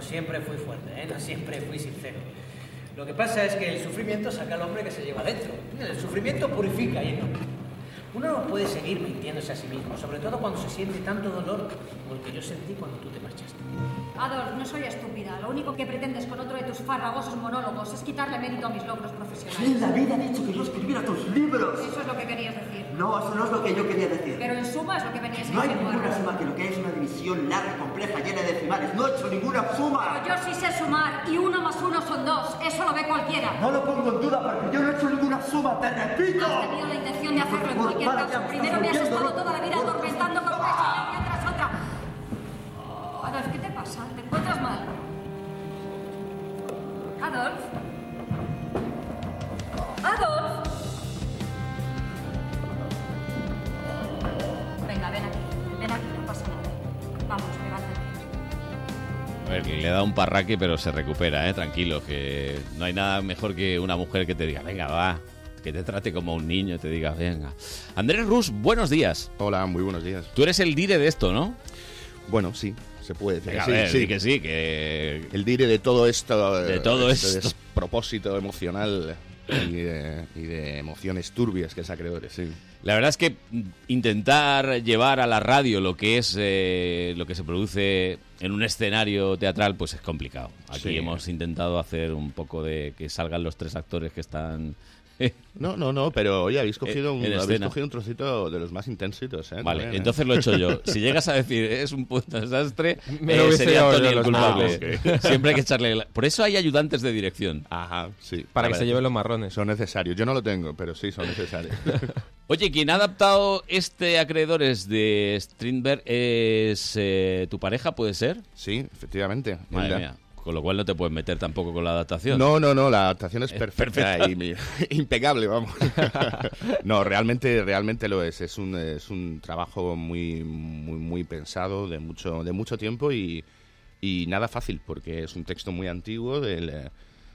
S2: siempre fui fuerte, ¿eh? no siempre fui sincero. Lo que pasa es que el sufrimiento saca al hombre que se lleva dentro. El sufrimiento purifica y no. Uno no puede seguir mintiéndose a sí mismo, sobre todo cuando se siente tanto dolor como el que yo sentí cuando tú te marchaste.
S8: Adolf, no soy estúpida. Lo único que pretendes con otro de tus farragosos monólogos es quitarle mérito a mis logros profesionales.
S23: En la vida ha dicho que yo escribiera tus libros.
S8: Eso es lo que querías decir.
S23: No, eso no es lo que yo quería decir.
S8: Pero en suma es lo que venías a
S23: No hay
S8: insinuar.
S23: ninguna suma que lo que hay es una división larga, compleja, llena de decimales. No he hecho ninguna suma.
S8: Pero yo sí sé sumar y uno más uno son dos. Eso lo ve cualquiera.
S23: No lo pongo en duda porque yo no he hecho ninguna suma, te repito.
S8: Has tenido la intención de hacerlo en cualquier
S23: Para, ya
S8: caso.
S23: me
S8: Primero
S23: estás
S8: me has
S23: hundiendo,
S8: estado
S23: ¿no?
S8: toda la vida atormentando con una historia tras otra. Oh, Adolf, ¿qué te pasa? ¿Te encuentras mal? Adolf. Adolf. Venga, ven aquí. Ven aquí, no pasa nada. Vamos, levántate.
S1: A ver, que le da un parraque, pero se recupera, ¿eh? Tranquilo, que no hay nada mejor que una mujer que te diga, venga, va, que te trate como un niño, te diga, venga. Andrés Rus, buenos días.
S16: Hola, muy buenos días.
S1: Tú eres el dire de esto, ¿no?
S16: Bueno, sí, se puede decir.
S1: Venga,
S16: que
S1: a ver,
S16: sí,
S1: di que sí, que...
S16: El dire de todo esto...
S1: De
S16: eh,
S1: todo
S16: este
S1: esto.
S16: despropósito emocional y de, y de emociones turbias que se ha creado, sí.
S1: La verdad es que intentar llevar a la radio lo que es eh, lo que se produce en un escenario teatral, pues es complicado. Aquí
S16: Sí.
S1: hemos intentado hacer un poco de que salgan los tres actores que están. eh,
S16: No, no, no, pero oye, habéis cogido, un,
S1: En
S16: habéis
S1: escena.
S16: cogido un trocito de los más intensitos, ¿eh?
S1: Vale,
S16: También, ¿eh?
S1: entonces lo he hecho yo. Si llegas a decir es un puto desastre,
S16: Me
S1: eh,
S16: lo hubiese
S1: sería
S16: llevado
S1: Tony
S16: yo
S1: el
S16: los
S1: culpable.
S16: malos. Ah, Ok.
S1: Siempre hay que echarle. la- Por eso hay ayudantes de dirección.
S16: Ajá, sí.
S1: Para que se lleven
S16: los marrones. Son necesarios. Yo no lo tengo, pero sí, son necesarios.
S1: Oye, quien ha adaptado este acreedores de Strindberg es eh, tu pareja, ¿puede ser?
S16: Sí, efectivamente.
S1: Madre
S16: Hilda.
S1: mía. Con lo cual no te puedes meter tampoco con la adaptación.
S16: No, no, no, la adaptación es
S1: Es
S16: perfecta,
S1: perfecta.
S16: y mi- impecable, vamos. no, realmente, realmente lo es. Es un, es un trabajo muy, muy, muy pensado, de mucho, de mucho tiempo y, y nada fácil, porque es un texto muy antiguo del... eh,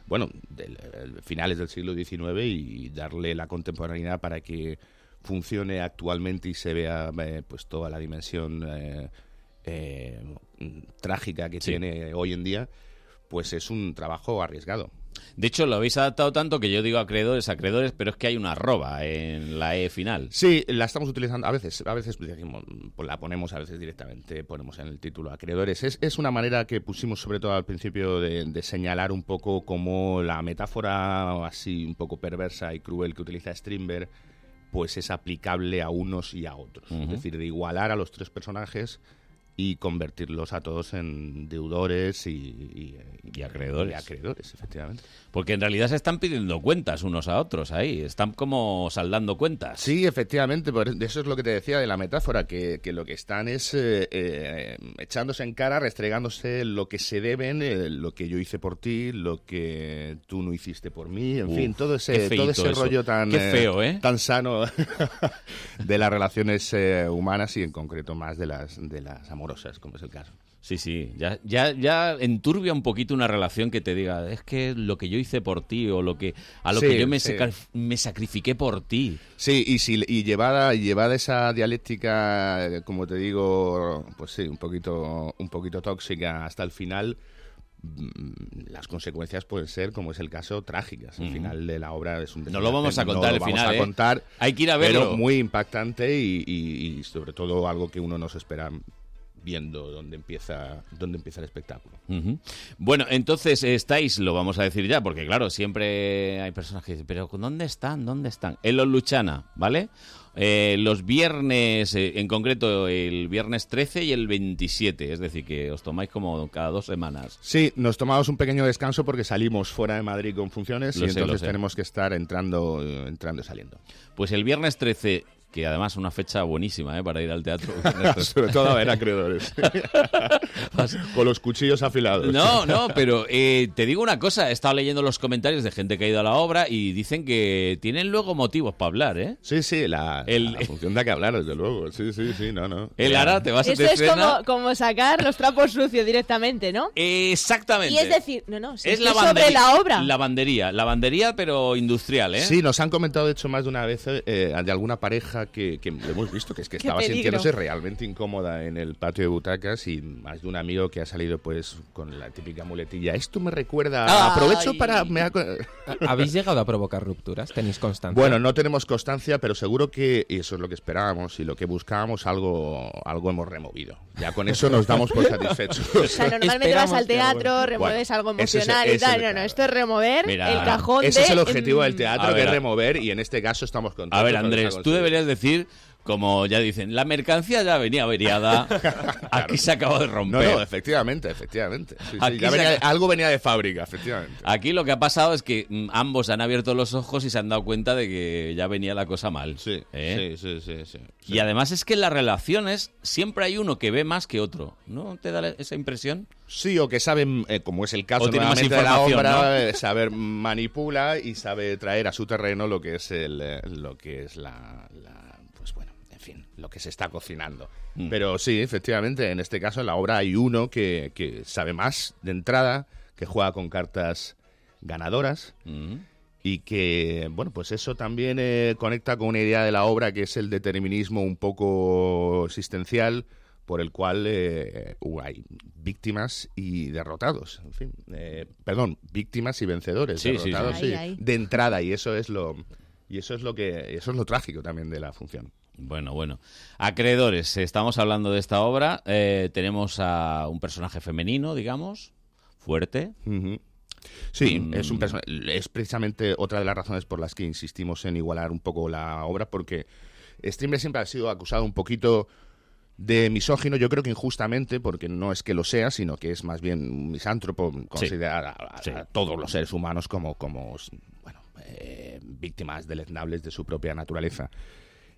S16: Bueno, del, eh, finales del siglo XIX y darle la contemporaneidad para que funcione actualmente y se vea eh, pues toda la dimensión eh, eh, mm, trágica que
S1: Sí.
S16: tiene hoy en día, pues es un trabajo arriesgado.
S1: De hecho, lo habéis adaptado tanto que yo digo acreedores, acreedores, pero es que hay una arroba en la E final.
S16: Sí, la estamos utilizando a veces, a veces decimos, pues la ponemos, a veces directamente ponemos en el título acreedores. Es, es una manera que pusimos sobre todo al principio de, de señalar un poco como la metáfora así un poco perversa y cruel que utiliza Strindberg, pues es aplicable a unos y a otros. Es
S1: Ujú.
S16: decir, de igualar a los tres personajes y convertirlos a todos en deudores y, y-
S1: Y acreedores.
S16: y acreedores, efectivamente.
S1: Porque en realidad se están pidiendo cuentas unos a otros ahí. Están como saldando cuentas.
S16: Sí, efectivamente, por eso es lo que te decía de la metáfora, que, que lo que están es eh, eh, echándose en cara, restregándose lo que se deben, eh, lo que yo hice por ti, lo que tú no hiciste por mí, en
S1: Uf,
S16: fin, todo
S1: qué
S16: ese,
S1: feíto
S16: todo ese
S1: eso.
S16: rollo tan,
S1: Qué feo, ¿eh?
S16: tan sano de las relaciones eh, humanas y en concreto más de las, de las amorosas, como es el caso.
S1: Sí, sí. Ya, ya, ya enturbia un poquito una relación que te diga, es que lo que yo hice por ti o lo que a lo
S16: Sí,
S1: que yo me,
S16: sí.
S1: saca- me sacrifiqué por ti.
S16: Sí, y, si, y llevada, y llevada esa dialéctica, eh, como te digo, pues sí, un poquito, un poquito tóxica hasta el final, mm, las consecuencias pueden ser, como es el caso, trágicas. El
S1: Ujú.
S16: final de la obra es un
S1: No lo vamos a
S16: no
S1: contar
S16: lo
S1: el
S16: vamos
S1: final,
S16: a
S1: ¿eh?
S16: contar,
S1: Hay que ir a
S16: pero
S1: verlo.
S16: muy impactante y, y- y sobre todo algo que uno no se espera viendo dónde empieza, dónde empieza el espectáculo.
S1: Ujú. Bueno, entonces eh, estáis, lo vamos a decir ya, porque claro, siempre hay personas que dicen, pero ¿dónde están? ¿Dónde están? En los Luchana, ¿vale? Eh, los viernes, eh, en concreto el viernes 13 y el 27, es decir, que os tomáis como cada dos semanas.
S16: Sí, nos tomamos un pequeño descanso porque salimos fuera de Madrid con funciones
S1: Lo
S16: y
S1: sé, lo
S16: entonces
S1: sé.
S16: tenemos que estar entrando, eh, entrando y saliendo.
S1: Pues el viernes 13, que además es una fecha buenísima ¿eh? para ir al teatro.
S16: Sobre todo a ver acreedores. Con los cuchillos afilados.
S1: No, no, pero eh, te digo una cosa, he estado leyendo los comentarios de gente que ha ido a la obra y dicen que tienen luego motivos para hablar, ¿eh?
S16: Sí, sí, la, la función da que hablar, desde luego. Sí, sí, sí, no, no.
S1: El Ara, te vas a
S11: Esto es como, como sacar los trapos sucios directamente, ¿no?
S1: Exactamente.
S11: Y es decir, no, no, si
S1: es
S11: es
S1: la
S11: sobre
S1: banderi-
S11: la obra.
S1: Lavandería, lavandería pero industrial, ¿eh?
S16: Sí, nos han comentado, de hecho, más de una vez eh, de alguna pareja pareja que, que lo hemos visto, que es que
S24: Qué
S16: estaba
S24: peligro.
S16: sintiéndose realmente incómoda en el patio de butacas y más de un amigo que ha salido pues con la típica muletilla. Esto me recuerda... Aprovecho
S15: Ay.
S16: para... me ha-
S15: ¿Habéis llegado a provocar rupturas? ¿Tenéis constancia?
S16: Bueno, no tenemos constancia, pero seguro que, y eso es lo que esperábamos y lo que buscábamos, algo, algo hemos removido. Ya con eso nos damos por satisfechos.
S11: O sea, normalmente vas al teatro, remueves algo emocional y tal. No, no, esto es remover el cajón
S16: Ese
S11: de... mm,
S16: es el objetivo del
S1: A
S16: teatro,
S1: ver,
S16: que es
S1: a-
S16: remover, y en este caso estamos contentos.
S1: A ver,
S16: con lo que se
S1: Andrés,
S16: ha
S1: tú deberías decir, como ya dicen, la mercancía ya venía averiada, aquí se acabó de
S16: No,
S1: romper.
S16: no, efectivamente, efectivamente. Sí, sí,
S1: Aquí
S16: ya
S1: se
S16: venía-
S1: acaba-
S16: algo venía de fábrica, efectivamente.
S1: Aquí lo que ha pasado es que mm, ambos han abierto los ojos y se han dado cuenta de que ya venía la cosa mal. Sí,
S16: sí, sí,
S1: Y además es que en las relaciones siempre hay uno que ve más que otro. ¿No te da la- esa impresión?
S16: Sí, o que saben, eh, como es el caso
S1: O tiene más
S16: nuevamente de la
S1: información,
S16: obra,
S1: ¿no?
S16: eh, saber manipula y sabe traer a su terreno lo que es el, eh, lo que es la, la- pues bueno, en fin, lo que se está cocinando.
S1: Mm.
S16: Pero sí, efectivamente, en este caso en la obra hay uno que, que sabe más de entrada, que juega con cartas ganadoras. Y que, bueno, pues eso también eh, conecta con una idea de la obra que es el determinismo un poco existencial, por el cual eh, uh, hay víctimas y derrotados. En fin, eh, perdón, víctimas y vencedores,
S1: Sí, sí, sí.
S16: derrotados
S1: Ahí,
S16: sí,
S1: ahí.
S16: de entrada, y eso es lo. Y eso es lo que eso es lo trágico también de la función.
S1: Bueno, bueno. Acreedores, estamos hablando de esta obra. Eh, tenemos a un personaje femenino, digamos, fuerte.
S16: Ujú. Sí,
S1: Mm.
S16: es un persona- es precisamente otra de las razones por las que insistimos en igualar un poco la obra, porque Streamer siempre ha sido acusado un poquito de misógino, yo creo que injustamente, porque no es que lo sea, sino que es más bien un misántropo, considerar a, a- a todos los seres humanos como, como bueno, eh, víctimas deleznables de su propia naturaleza.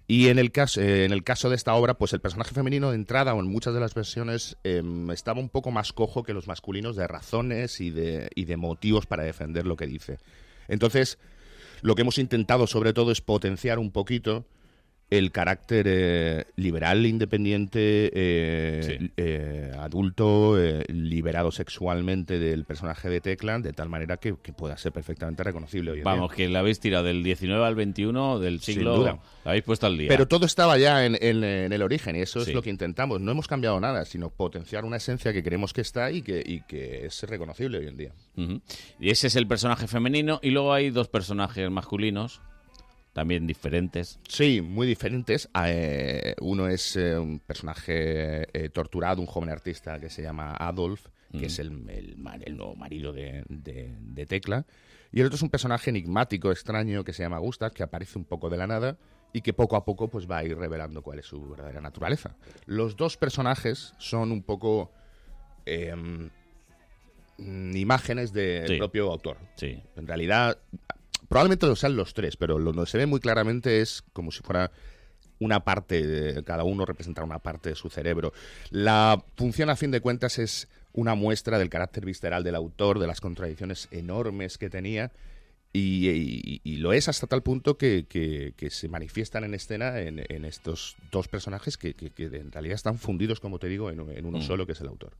S16: Y en el, caso, eh, en el caso de esta obra, pues el personaje femenino de entrada o en muchas de las versiones em, estaba un poco más cojo que los masculinos de razones y de, y de motivos para defender lo que dice. Entonces, lo que hemos intentado sobre todo es potenciar un poquito el carácter eh, liberal, independiente, eh, eh, adulto, eh, liberado sexualmente del personaje de Teclan, de tal manera que, que pueda ser perfectamente reconocible hoy en día.
S1: Vamos, que la habéis tirado del 19 al 21 del
S16: Sin
S1: siglo.
S16: duda.
S1: La habéis puesto al día.
S16: Pero todo estaba ya en, en- en el origen y eso es
S1: Sí.
S16: lo que intentamos. No hemos cambiado nada, sino potenciar una esencia que creemos que está y que, y que es reconocible hoy en día.
S1: Ujú. Y ese es el personaje femenino. Y luego hay dos personajes masculinos, también diferentes.
S16: Sí, muy diferentes. Eh, uno es eh, un personaje eh, torturado, un joven artista que se llama Adolf, que
S1: Mm.
S16: es el, el ma- el nuevo marido de, de- de Tecla. Y el otro es un personaje enigmático, extraño, que se llama Gustav, que aparece un poco de la nada y que poco a poco pues, va a ir revelando cuál es su verdadera naturaleza. Los dos personajes son un poco em, mm, imágenes del
S1: Sí.
S16: propio autor.
S1: Sí.
S16: En realidad, probablemente lo sean los tres, pero lo que se ve muy claramente es como si fuera una parte, de- cada uno representa una parte de su cerebro. La función, a fin de cuentas, es una muestra del carácter visceral del autor, de las contradicciones enormes que tenía, y, y- y lo es hasta tal punto que, que- que se manifiestan en escena en, en estos dos personajes que, que- que en realidad están fundidos, como te digo, en, en uno
S1: Mm.
S16: solo, que es el autor.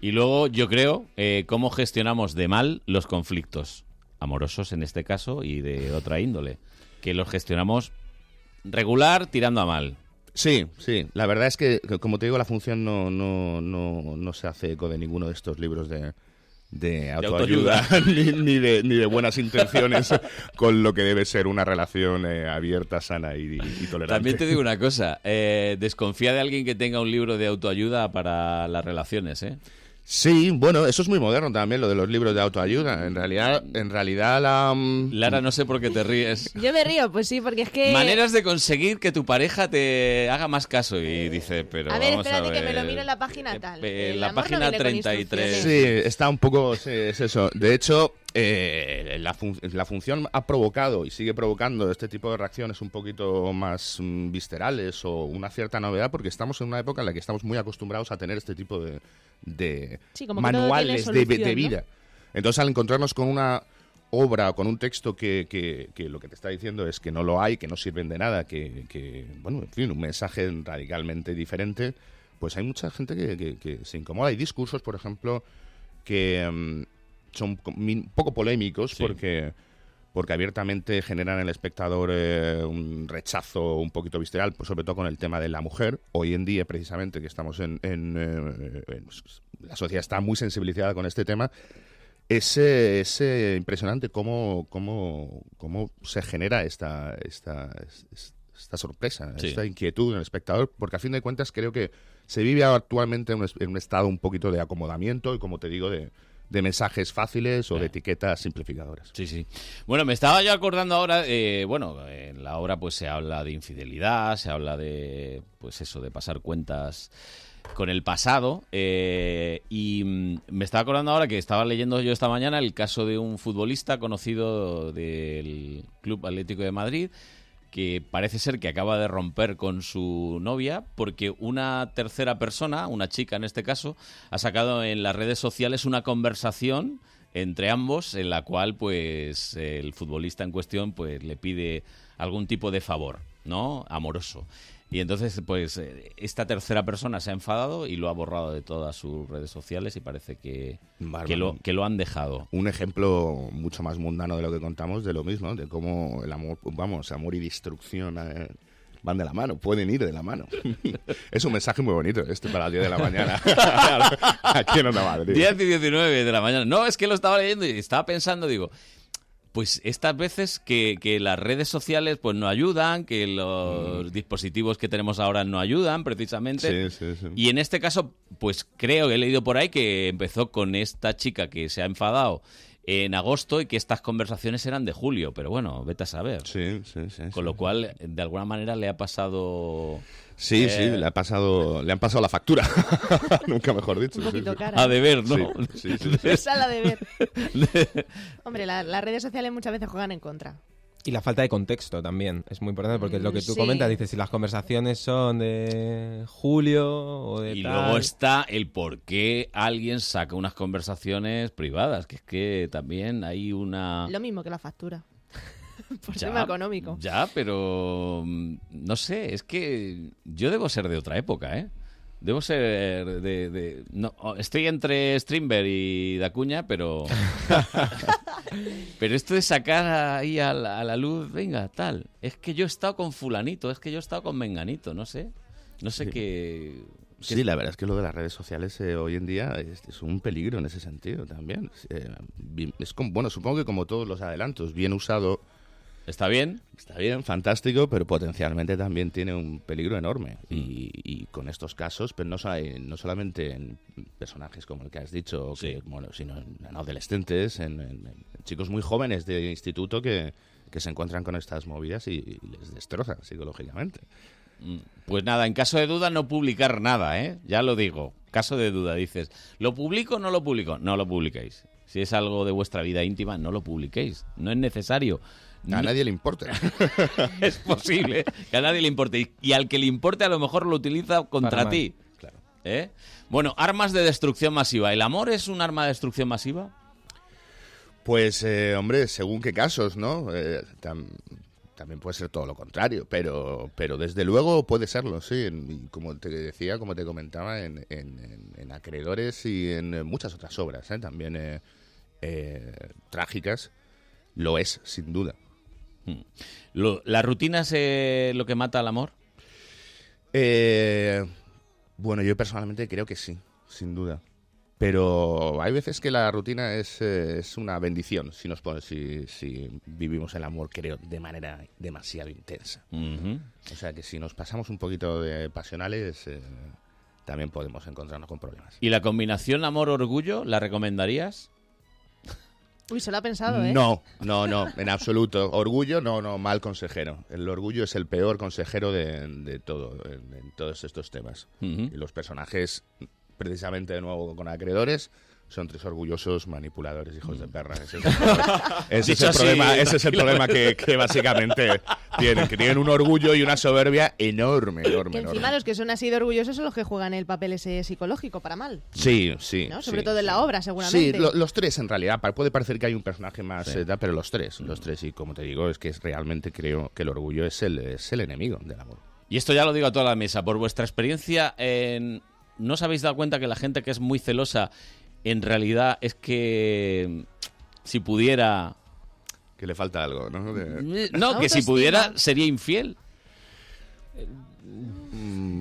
S1: Y luego, yo creo, eh, cómo gestionamos de mal los conflictos amorosos en este caso y de otra índole. Que los gestionamos regular tirando a mal.
S16: Sí, sí. La verdad es que, que, como te digo, la función no, no, no, no se hace eco de ninguno de estos libros de, de autoayuda, ni, ni de, ni de buenas intenciones con lo que debe ser una relación eh, abierta, sana y, y tolerante.
S1: También te digo una cosa, eh, desconfía de alguien que tenga un libro de autoayuda para las relaciones, ¿eh?
S16: Sí, bueno, eso es muy moderno también, lo de los libros de autoayuda. En realidad, en realidad la... mm,
S1: Lara, no sé por qué te ríes.
S11: Yo me río, pues sí, porque es que...
S1: Maneras de conseguir que tu pareja te haga más caso y dice, pero
S11: a ver,
S1: vamos
S11: espérate
S1: a
S11: que
S1: ver.
S11: me lo miro en la página tal.
S1: eh,
S11: El
S1: la
S11: amor no
S1: página
S11: viene con
S1: 33.
S11: instrucciones.
S16: Sí, está un poco. sí, Es eso. De hecho, eh, la, fun- la función ha provocado y sigue provocando este tipo de reacciones un poquito más mm, viscerales o una cierta novedad, porque estamos en una época en la que estamos muy acostumbrados a tener este tipo de, de
S3: Sí, como que todo tiene
S16: manuales de- de,
S3: solución, ¿no?
S16: vida. Entonces, al encontrarnos con una obra o con un texto que, que- que lo que te está diciendo es que no lo hay, que no sirven de nada, que, que, bueno, en fin, un mensaje radicalmente diferente, pues hay mucha gente que, que- que se incomoda. Hay discursos, por ejemplo, que mm, son co- min- poco polémicos porque porque abiertamente generan en el espectador eh, un rechazo un poquito visceral, pues sobre todo con el tema de la mujer. Hoy en día, precisamente, que estamos en, en, eh, en- la sociedad está muy sensibilizada con este tema. Es eh, es, eh, impresionante cómo, cómo, cómo se genera esta, esta, es- esta sorpresa,
S1: Sí.
S16: esta inquietud en el espectador, porque a fin de cuentas creo que se vive actualmente en un, es- en un estado un poquito de acomodamiento y, como te digo, de, de mensajes fáciles o de etiquetas simplificadoras.
S1: Eh. Sí, sí. Bueno, me estaba yo acordando ahora, eh, bueno, en la obra pues se habla de infidelidad, se habla de, pues eso, de pasar cuentas con el pasado. eh, y mm, me estaba acordando ahora que estaba leyendo yo esta mañana el caso de un futbolista conocido del Club Atlético de Madrid que parece ser que acaba de romper con su novia porque una tercera persona, una chica en este caso, ha sacado en las redes sociales una conversación entre ambos en la cual pues el futbolista en cuestión pues le pide algún tipo de favor, ¿no? Amoroso. Y entonces pues eh, esta tercera persona se ha enfadado y lo ha borrado de todas sus redes sociales y parece que, que, lo, que lo han dejado.
S16: Un ejemplo mucho más mundano de lo que contamos, de lo mismo, de cómo el amor, vamos, amor y destrucción eh, van de la mano, pueden ir de la mano. es un mensaje muy bonito este para las 10 de la mañana. Aquí en Onda Madrid.
S1: 10 y 19 de la mañana. No, es que lo estaba leyendo y estaba pensando, digo, pues estas veces que, que las redes sociales pues no ayudan, que los dispositivos que tenemos ahora no ayudan precisamente.
S16: Mm. Sí, sí, sí.
S1: Y en este caso, pues creo que he leído por ahí que empezó con esta chica que se ha enfadado en agosto y que estas conversaciones eran de julio, pero bueno, vete a saber.
S16: Sí, sí, sí.
S1: Con lo cual, de alguna manera le ha pasado...
S16: Sí,
S1: eh,
S16: sí, le, ha pasado, le han pasado la factura. Nunca mejor dicho.
S11: Un
S16: sí,
S11: poquito
S16: sí.
S11: cara. A deber, ¿no?
S16: Sí, sí, sí.
S11: Sala de ver. Hombre, la- las redes sociales muchas veces juegan en contra.
S15: Y la falta de contexto también es muy importante porque es lo que tú
S11: Sí.
S15: comentas, dices, si las conversaciones son de julio o de
S1: Y
S15: tal,
S1: luego está el por qué alguien saca unas conversaciones privadas, que es que también hay una...
S11: Lo mismo que la factura. Por
S1: Ah. Ya,
S11: tema económico.
S1: Ya, pero mm, no sé, es que yo debo ser de otra época, ¿eh? Debo ser de... de- no, o- estoy entre Strindberg y Dacuña, pero... pero esto de sacar ahí a la, a la luz, venga, tal. Es que yo he estado con fulanito, es que yo he estado con menganito, no sé. No sé qué... qué-
S16: Sí, la verdad es que lo de las redes sociales eh, hoy en día es, es un peligro en ese sentido también. Eh, bien- es como- bueno, supongo que como todos los adelantos, bien usado.
S1: ¿Está bien?
S16: Está bien, fantástico, pero potencialmente también tiene un peligro enorme.
S1: Mm.
S16: Y, y con estos casos, pero no, so- no solamente en personajes como el que has dicho, que, bueno, sino en, en adolescentes, en, en- en chicos muy jóvenes de instituto que, que se encuentran con estas movidas y, y les destrozan psicológicamente.
S1: Pues nada, en caso de duda no publicar nada, ¿eh? Ya lo digo. Caso de duda, dices, ¿lo publico o no lo publico? No lo publiquéis. Si es algo de vuestra vida íntima, no lo publiquéis. No es necesario.
S16: A nadie le importa.
S1: es posible que a nadie le importe. Y- Y al que le importe, a lo mejor lo utiliza
S16: Para
S1: contra
S16: mal.
S1: ti. ¿Eh? Bueno, armas de destrucción masiva. ¿El amor es un arma de destrucción masiva?
S16: Pues, eh, hombre, según qué casos, ¿no? Eh, tam- también puede ser todo lo contrario, pero, pero desde luego puede serlo, sí. En- y como te decía, como te comentaba, en, en- en- en Acreedores y en eh, muchas otras obras, ¿eh? también eh, eh, trágicas, lo es, sin duda.
S1: Hmm. Lo- ¿La rutina es eh, lo que mata al amor?
S16: Eh, bueno, yo personalmente creo que sí, sin duda. Pero hay veces que la rutina es, eh, es una bendición si nos pon- si, si vivimos el amor, creo, de manera demasiado intensa. O sea que si nos pasamos un poquito de pasionales, eh, también podemos encontrarnos con problemas.
S1: ¿Y la combinación amor-orgullo la recomendarías?
S11: Uy, se lo ha pensado, ¿eh?
S16: No, no, no, en absoluto. Orgullo, no, no, mal consejero. El orgullo es el peor consejero de, de todo, en, en todos estos temas.
S1: Ujú.
S16: Y los personajes, precisamente de nuevo con acreedores, son tres orgullosos manipuladores, hijos de perra. Ese es el, ese es
S1: Dicho
S16: el
S1: así,
S16: problema, ese es el
S1: tranquilo.
S16: problema que, que básicamente tienen, que tienen un orgullo y una soberbia enorme, enorme,
S11: Que encima
S16: enorme.
S11: los que son así de orgullosos son los que juegan el papel ese psicológico para mal.
S16: Sí, sí.
S11: ¿no? Sobre
S16: sí,
S11: todo en
S16: sí.
S11: la obra, seguramente.
S16: Sí, lo- los tres en realidad. Pa- Puede parecer que hay un personaje más, eh, tal, pero los tres, los tres. Y como te digo, es que es- realmente creo que el orgullo es el, es el enemigo del amor.
S1: Y esto ya lo digo a toda la mesa. Por vuestra experiencia, en- ¿no os habéis dado cuenta que la gente que es muy celosa en realidad es que si pudiera
S16: Que le falta algo, ¿no? De-
S1: No, que si pudiera sería infiel.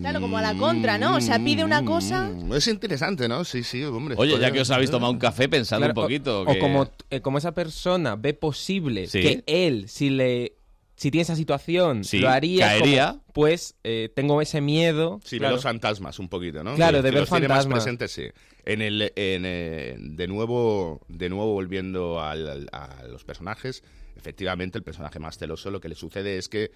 S11: Claro, como a la contra, ¿no? O sea, pide una cosa.
S16: Es interesante, ¿no? Sí, sí, hombre.
S1: Oye, ya
S16: podría-
S1: que os habéis tomado un café, pensad
S16: Claro,
S1: un poquito.
S16: o-
S1: que-
S16: o
S15: como, eh, como esa persona ve posible
S1: Sí.
S15: que él, si le si tiene esa situación,
S16: Sí,
S15: lo haría, como,
S16: caería.
S15: pues eh, tengo ese miedo.
S16: Sí,
S15: Claro.
S16: ver los fantasmas un poquito, ¿no?
S15: Claro,
S16: Que-
S15: de
S16: que
S15: ver
S16: los tiene más
S15: fantasmas.
S16: presentes, sí. En el, en, eh, de nuevo, de nuevo volviendo al- al- a los personajes, efectivamente el personaje más celoso lo que le sucede es que,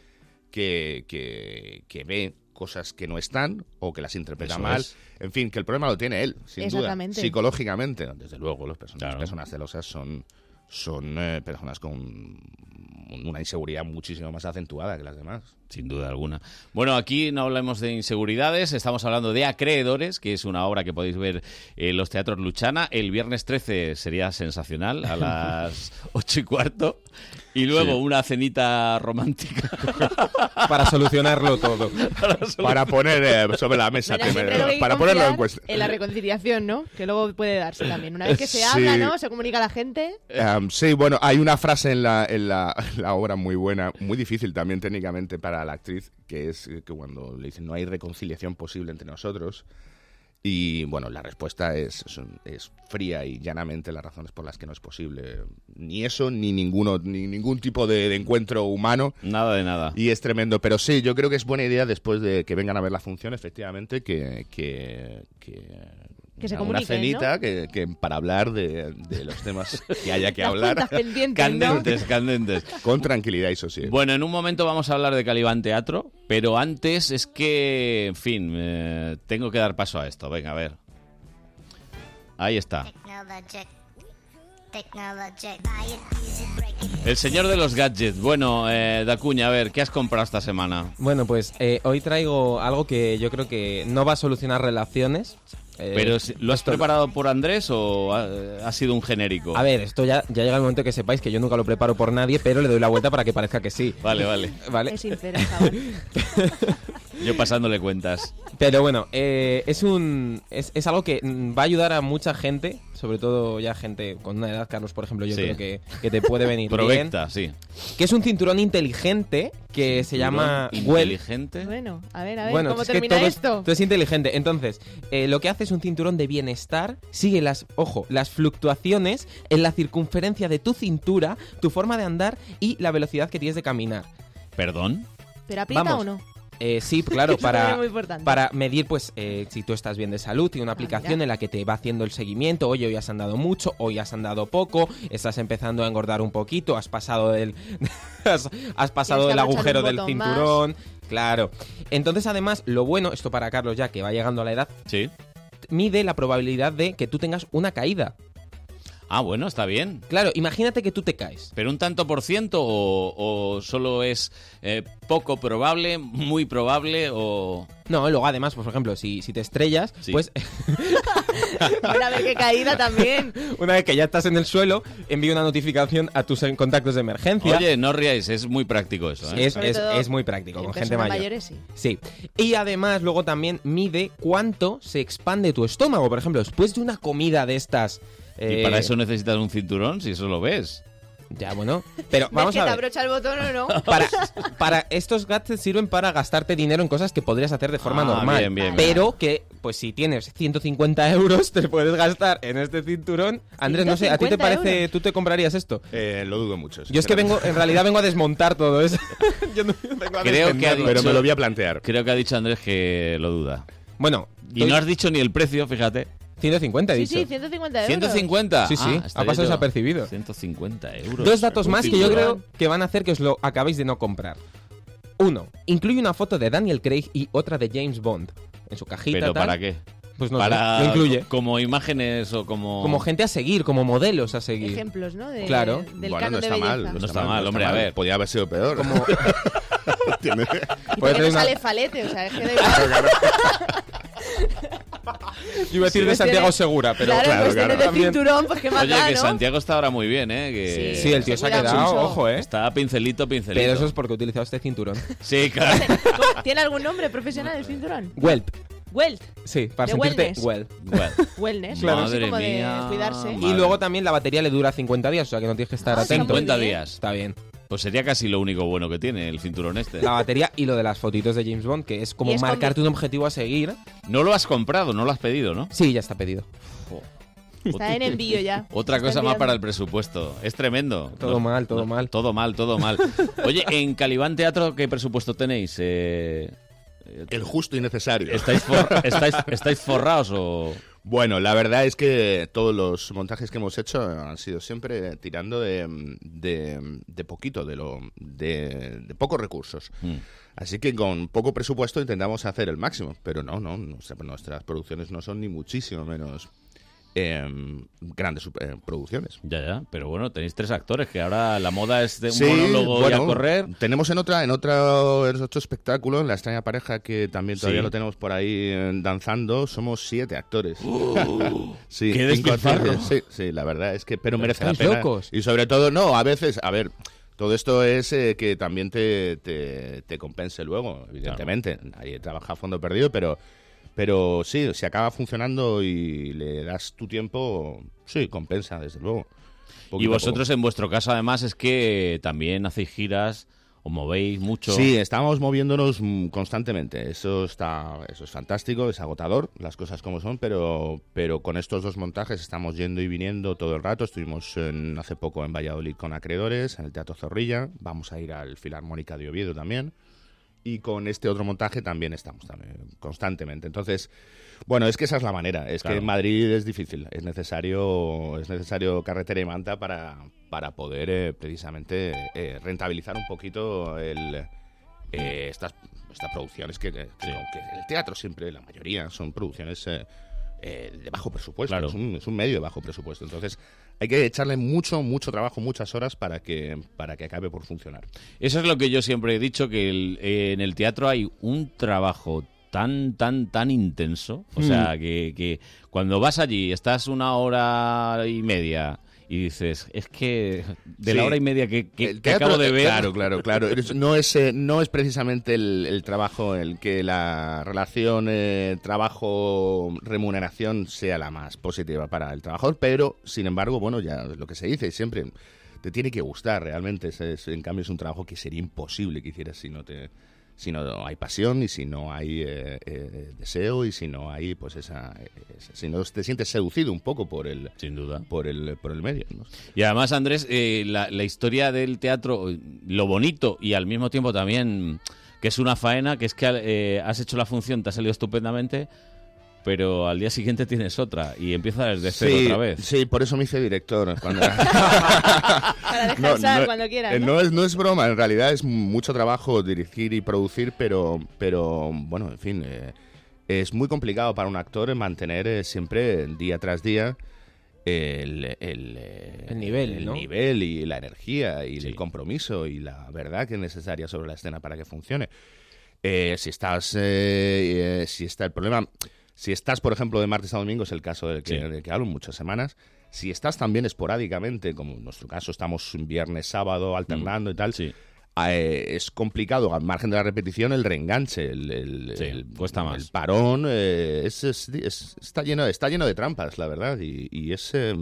S16: que, que- que ve cosas que no están o que las interpreta
S1: Eso
S16: mal.
S1: es.
S16: En fin, que el problema lo tiene él, sin duda.
S1: Exactamente.
S16: Psicológicamente, desde luego, los personas, las personas celosas son, son eh, personas con una inseguridad muchísimo más acentuada que las demás.
S1: Sin duda alguna. Bueno, aquí no hablamos de inseguridades, estamos hablando de Acreedores, que es una obra que podéis ver en los teatros Luchana. El viernes 13 sería sensacional, a las 8 y cuarto. Y luego
S15: Sí.
S1: una cenita romántica.
S15: Para solucionarlo todo.
S16: Para poner eh, sobre la mesa,
S11: Mira,
S16: que me-
S11: siempre lo que hay que
S16: para ponerlo en
S11: confiar
S16: cuestión.
S11: En la reconciliación, ¿no? Que luego puede darse también. Una vez que se habla,
S16: Sí.
S11: ¿no? Se comunica a la gente.
S1: Eh,
S16: Em, sí, bueno, hay una frase en la, en, la, en la obra muy buena, muy difícil también técnicamente para la actriz, que es eh, que cuando le dicen no hay reconciliación posible entre nosotros, y bueno, la respuesta es, son- es fría y llanamente las razones por las que no es posible ni eso, ni ninguno, ni ningún tipo de, de encuentro humano.
S1: Nada de nada.
S16: Y es tremendo. Pero sí, yo creo que es buena idea después de que vengan a ver la función, efectivamente, que, que,
S11: Que se
S16: una
S11: comuniquen,
S16: cenita
S11: ¿no?
S16: que, que para hablar de, de los temas que haya que
S11: Las
S16: hablar.
S11: cuentas pendientes,
S1: Candentes,
S11: ¿no?
S1: candentes.
S16: Con tranquilidad y sosiego.
S1: Bueno, en un momento vamos a hablar de Calibán Teatro, pero antes es que, en fin, eh, tengo que dar paso a esto. Venga, a ver. Ahí está.
S24: Technologic. Technologic. Buy it, use it, break it.
S1: El señor de los gadgets. Bueno, eh, Dacuña, a ver, ¿qué has comprado esta semana?
S15: Bueno, pues eh, hoy traigo algo que yo creo que no va a solucionar relaciones. eh,
S1: ¿Pero si- lo has preparado por Andrés o ha, ha sido un genérico?
S15: A ver, esto ya, ya llega el momento que sepáis que yo nunca lo preparo por nadie, pero le doy la vuelta para que parezca que sí.
S1: Vale, vale.
S15: Vale.
S11: Es sincero, chaval.
S1: Yo pasándole cuentas.
S15: Pero bueno, eh, es un es, es algo que mm, va a ayudar a mucha gente, sobre todo ya gente con una edad, Carlos, por ejemplo, yo
S1: Sí.
S15: creo que, que te puede venir
S1: Provecta, sí.
S15: bien. Que es un cinturón inteligente que se llama Well.
S1: ¿Inteligente?
S11: Bueno, a ver, a ver,
S15: Bueno,
S11: ¿cómo
S15: es que
S11: termina
S15: todo es-
S11: esto?
S15: todo es inteligente. Entonces, eh, lo que hace es un cinturón de bienestar. Sigue las, ojo, las fluctuaciones en la circunferencia de tu cintura, tu forma de andar y la velocidad que tienes de caminar.
S1: ¿Perdón?
S11: ¿Pero aprieta
S15: Vamos.
S11: o no?
S15: Eh, sí,
S11: Eso
S15: claro,
S11: también
S15: para,
S11: es muy importante. Ah,
S15: para medir pues eh, si tú estás bien de salud, tiene una aplicación
S11: mira.
S15: en la que te va haciendo el seguimiento, oye, hoy has andado mucho, hoy has andado poco, estás empezando a engordar un poquito, has pasado del has, has pasado Tienes del que abrochar agujero un del botón más. cinturón, claro. Entonces, además, lo bueno, esto para Carlos ya que va llegando a la edad, mide la probabilidad de que tú tengas una caída.
S1: Ah, bueno, está bien.
S15: Claro, imagínate que tú te caes.
S1: ¿Pero un tanto por ciento o, o solo es eh, poco probable, muy probable o...?
S15: No, luego además, pues, por ejemplo, si, si te estrellas, pues
S11: Bueno, a ver qué caída también.
S15: una vez que ya estás en el suelo, envía una notificación a tus eh, contactos de emergencia.
S1: Oye, no ríais, es muy práctico eso. ¿eh?
S15: Es, es- es muy práctico
S11: en
S15: con gente
S11: personas
S15: mayor.
S11: mayores, sí.
S15: Sí. Y además, luego también mide cuánto se expande tu estómago. Por ejemplo, después de una comida de estas. eh,
S1: Y para eso necesitas un cinturón, si eso lo ves.
S15: Ya, bueno. Pero
S11: ¿Ves
S15: vamos
S11: que
S15: a
S11: te
S15: ver.
S11: abrocha el botón o no?
S15: Para, para estos gadgets sirven para gastarte dinero en cosas que podrías hacer de forma
S1: Ah,
S15: normal.
S1: bien, bien, bien.
S15: pero que, pues si tienes 150 euros, te puedes gastar en este cinturón. Andrés, no sé, ¿a ti te
S16: 150
S15: parece,
S16: euros?
S15: tú te comprarías esto?
S16: Eh, lo dudo mucho.
S15: Yo es que vengo, en realidad vengo a desmontar todo eso.
S1: Creo que ha
S16: Pero
S1: dicho-
S16: me lo voy a plantear.
S1: Creo que ha dicho Andrés que lo duda.
S15: Bueno.
S1: Y no has dicho ni el precio, fíjate.
S11: he
S15: 150
S11: Sí, dicho. sí, 150 euros.
S1: 150.
S15: Sí, sí,
S1: Ah,
S15: ha
S1: estaría
S15: pasado
S1: yo-
S15: desapercibido.
S1: 150 euros.
S15: Dos datos
S1: Un
S15: más que yo
S1: cinturón.
S15: creo que van a hacer que os lo acabéis de no comprar. Uno, incluye una foto de Daniel Craig y otra de James Bond en su cajita.
S1: ¿Pero
S15: tal.
S1: para qué?
S15: Pues no
S1: para,
S15: sé, lo incluye.
S1: Como imágenes o como...
S15: Como gente a seguir, como modelos a seguir.
S11: Ejemplos, ¿no? De-
S15: Claro.
S11: Del canon de belleza.
S1: No está mal, hombre, a ver.
S16: Podía haber sido peor. Tiene-
S11: Porque no sale falete, o sea, es que da igual.
S15: Yo iba a decir de
S11: Cuestiones-
S15: Santiago Segura, pero
S11: claro,
S1: Claro,
S11: cuestiones
S1: claro.
S11: de cinturón, pues qué más
S1: Oye,
S11: da,
S1: que
S11: ¿no?
S1: Santiago está ahora muy bien, ¿eh? Que...
S15: Sí, Sí, el tío se ha cuida quedado, mucho. ojo, ¿eh?
S1: Está pincelito, pincelito.
S15: Pero eso es porque he utilizado este cinturón.
S1: Sí, claro.
S11: ¿Tiene algún nombre profesional el cinturón?
S15: Welp.
S11: Welt.
S15: Sí, para
S11: De
S15: sentirte
S11: wellness.
S15: well.
S11: Wellness.
S15: Claro.
S11: ¿Eh? así como de cuidarse. Ah,
S15: Y luego también la batería le dura 50 días, o sea que no tienes que estar atento.
S1: 50
S11: ¿eh?
S1: días.
S15: Está bien.
S1: Pues sería casi lo único bueno que tiene el cinturón este.
S15: La batería y lo de las fotitos de James Bond, que es como
S1: Y es
S15: marcarte un objetivo a seguir.
S1: No lo has comprado, no lo has pedido, ¿no?
S15: Sí, ya está pedido.
S11: Está en envío ya.
S1: Otra
S11: Está
S1: cosa más
S11: enviando.
S1: para el presupuesto. Es tremendo.
S15: Todo mal, todo mal.
S1: Todo mal, todo mal. Oye, en Calibán Teatro, ¿qué presupuesto tenéis? El
S16: justo y necesario.
S1: ¿Estáis, for- estáis- estáis forrados o...?
S16: Bueno, la verdad es que todos los montajes que hemos hecho han sido siempre tirando de, de- de poquito, de, lo, de, de pocos recursos. Así que con poco presupuesto intentamos hacer el máximo, pero no, no, nuestra- nuestras producciones no son ni muchísimo menos eh, grandes eh, producciones.
S1: Ya, ya. Pero bueno, tenéis tres actores, que ahora la moda es de un monólogo y a
S16: bueno,
S1: correr.
S16: Tenemos en otra, en otro, en otro espectáculo, en la extraña pareja, que también todavía
S1: Sí.
S16: lo tenemos por ahí eh, danzando. Somos siete actores.
S1: ¡Uh!
S16: sí,
S1: ¡Qué
S16: cinco
S1: despilfarro!
S16: actores. Sí, sí, la verdad es que, pero
S1: Pero
S16: merece la
S1: estáis
S16: pena.
S1: locos.
S16: Y sobre todo, no, a veces, a ver. Todo esto es eh, que también te, te, te compense luego, evidentemente. Ahí trabaja a fondo perdido, pero, pero sí, si acaba funcionando y le das tu tiempo, sí, compensa, desde luego.
S1: Y
S16: Poquito a poco.
S1: vosotros, en vuestro caso, además, es que también hacéis giras, os movéis mucho.
S16: Sí, estamos moviéndonos mm, constantemente. Eso está, eso es fantástico, es agotador, las cosas como son, pero, pero con estos dos montajes estamos yendo y viniendo todo el rato. Estuvimos en- hace poco en Valladolid con Acreedores, en el Teatro Zorrilla. Vamos a ir al Filarmónica de Oviedo también. Y con este otro montaje también estamos también, constantemente. Entonces, bueno, es que esa es la manera. Es
S1: Claro.
S16: que en Madrid es difícil. Es necesario, es necesario carretera y manta para, para poder eh, precisamente eh, rentabilizar un poquito el, eh, estas, estas producciones que, que- que aunque el teatro siempre, la mayoría, son producciones eh, eh, de bajo presupuesto. Es, un, es un medio de bajo presupuesto. Entonces hay que echarle mucho, mucho trabajo, muchas horas para que, para que acabe por funcionar.
S1: Eso es lo que yo siempre he dicho, que el- eh, en el teatro hay un trabajo tan, tan, tan intenso. O
S16: Hmm.
S3: Mm.
S1: sea, que, que cuando vas allí, estás una hora y media y dices, es que de la
S16: Sí.
S1: hora y media que, que-
S16: El
S1: que acabo de
S16: eh,
S1: ver...
S16: Claro, claro, claro. Es- No es, eh, no es precisamente el, el trabajo el que la relación eh, trabajo-remuneración sea la más positiva para el trabajador, pero sin embargo, bueno, ya es lo que se dice siempre, te tiene que gustar realmente. Es- es- en cambio, es un trabajo que sería imposible que hicieras si no te. Si no hay pasión y si no hay eh, eh, deseo y si no hay, pues esa, esa- si no te sientes seducido un poco por el,
S1: sin duda,
S16: por el, por el medio. ¿no?
S1: Y además, Andrés, eh, la, la historia del teatro, eh, lo bonito y al mismo tiempo también que es una faena, que es que eh, has hecho la función, te ha salido estupendamente, pero al día siguiente tienes otra y empiezas desde cero
S16: sí,
S1: otra vez.
S16: Sí, por eso me hice director. Cuando...
S11: Para descansar cuando quieras,
S16: eh,
S11: ¿no?
S16: es, no es broma, en realidad es mucho trabajo dirigir y producir, pero, pero bueno, en fin, eh, es muy complicado para un actor mantener eh, siempre día tras día el, el, eh,
S15: El nivel,
S16: el
S15: ¿no?
S16: nivel y la energía y el compromiso y la verdad que es necesaria sobre la escena para que funcione. Eh, si estás, eh, eh, si está el problema, si estás, por ejemplo, de martes a domingo, es el caso del que, del que hablo muchas semanas. Si estás también esporádicamente, como en nuestro caso estamos viernes, sábado, alternando y tal, eh, es complicado, al margen de la repetición, el reenganche, el, el- el- el parón, eh, es- es- es- está, lleno, está lleno de trampas, la verdad, y, y es, eh,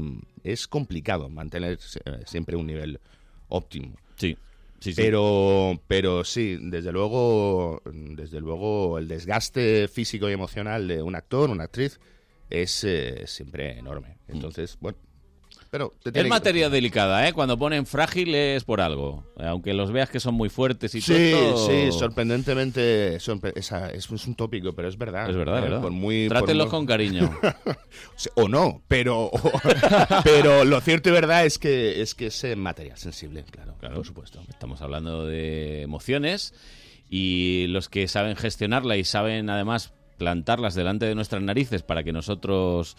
S16: es complicado mantener eh, siempre un nivel óptimo.
S1: Sí. Sí, sí.
S16: Pero, pero sí, desde luego, desde luego, el desgaste físico y emocional de un actor, una actriz, es eh, siempre enorme.
S1: Mm.
S16: Entonces, bueno, pero te tiene
S1: Es
S16: que-
S1: materia delicada, ¿eh? Cuando ponen frágil es por algo. Aunque los veas que son muy fuertes y
S16: Sí,
S1: todo.
S16: sí, sorprendentemente, sorpre- esa- es, es un tópico, pero es verdad.
S1: Es verdad,
S16: ¿eh?
S1: ¿verdad?
S16: Por muy, por
S1: Trátenlos
S16: muy-
S1: con cariño.
S16: Sí, o no, pero, o- pero lo cierto y verdad es que es que es eh, material sensible, claro, por supuesto.
S1: Estamos hablando de emociones y los que saben gestionarla y saben además plantarlas delante de nuestras narices para que nosotros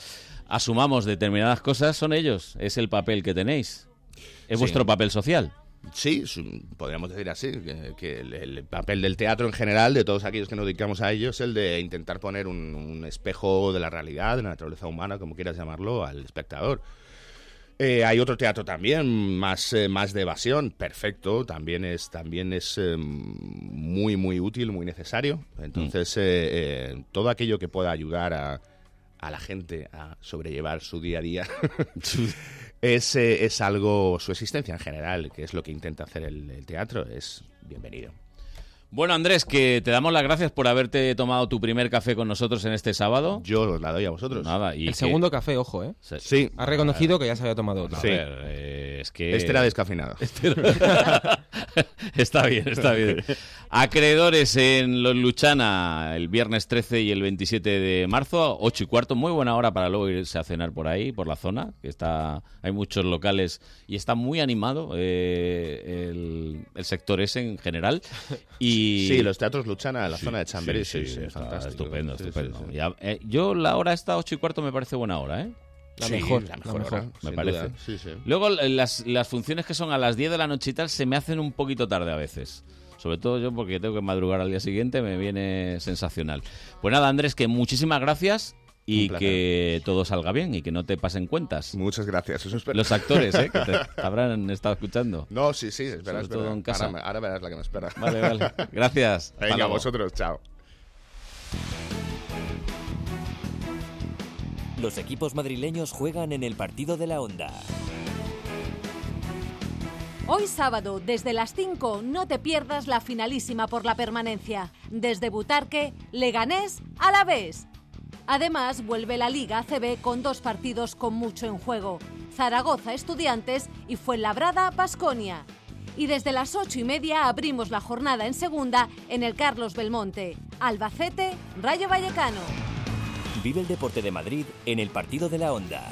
S1: asumamos determinadas cosas son ellos. Es el papel que tenéis.
S16: Sí.
S1: Es vuestro papel social.
S16: Sí, su- podríamos decir así, que, que el, el papel del teatro en general, de todos aquellos que nos dedicamos a ello, es el de intentar poner un, un espejo de la realidad, de la naturaleza humana, como quieras llamarlo, al espectador. Eh, hay otro teatro también, más, eh, más de evasión, perfecto, también es, también es eh, muy, muy útil, muy necesario. Entonces, eh, eh, todo aquello que pueda ayudar a, a la gente a sobrellevar su día a día es, eh, es algo, su existencia en general, que es lo que intenta hacer el- el teatro, es bienvenido.
S1: Bueno, Andrés, que te damos las gracias por haberte tomado tu primer café con nosotros en este sábado.
S16: Yo os la doy a vosotros.
S1: Nada, y
S15: El
S1: que-
S15: segundo café, ojo, ¿eh?
S16: Sí.
S15: Ha reconocido que ya se había tomado otro.
S1: A ver, eh, es que...
S16: Este era descafeinado.
S1: Este era- está bien, está bien. Acreedores en Los Luchana el viernes 13 y el 27 de marzo, 8 y cuarto. Muy buena hora para luego irse a cenar por ahí, por la zona. que está Hay muchos locales y está muy animado eh, el, el sector ese en general. Y...
S16: Sí, los teatros Luchana, la zona de Chamberí, sí, sí,
S1: está
S16: fantástico.
S1: Estupendo,
S16: Sí, sí,
S1: estupendo.
S16: sí.
S1: Ya, eh, yo la hora esta, 8 y cuarto, me parece buena hora, ¿eh?
S16: La Sí, mejor, la mejor la mejor, hora,
S1: me
S16: sin
S1: parece.
S16: duda. Sí, sí.
S1: Luego eh, las, las funciones que son a las 10 de la noche y tal se me hacen un poquito tarde a veces. Sobre todo yo porque tengo que madrugar al día siguiente, me viene sensacional. Pues nada, Andrés, que muchísimas gracias y que todo salga bien y que no te pasen cuentas.
S16: Muchas gracias, eso espero.
S1: Los actores, ¿eh? que te habrán estado escuchando.
S16: No, sí, sí, es verdad,
S1: Sobre
S16: es
S1: todo
S16: verdad.
S1: en casa.
S16: Ahora, ahora verás la que me espera.
S1: Vale, vale. Gracias. Hasta
S16: Venga,
S1: luego.
S16: vosotros, chao.
S21: Los equipos madrileños juegan en el partido de la onda.
S12: Hoy sábado, desde las 5, no te pierdas la finalísima por la permanencia. Desde Butarque, Leganés a la vez. Además, vuelve la Liga CB con dos partidos con mucho en juego. Zaragoza Estudiantes y Fuenlabrada Pasconia. Y desde las 8 y media abrimos la jornada en segunda en el Carlos Belmonte. Albacete, Rayo Vallecano.
S21: Vive el deporte de Madrid en el partido de la onda.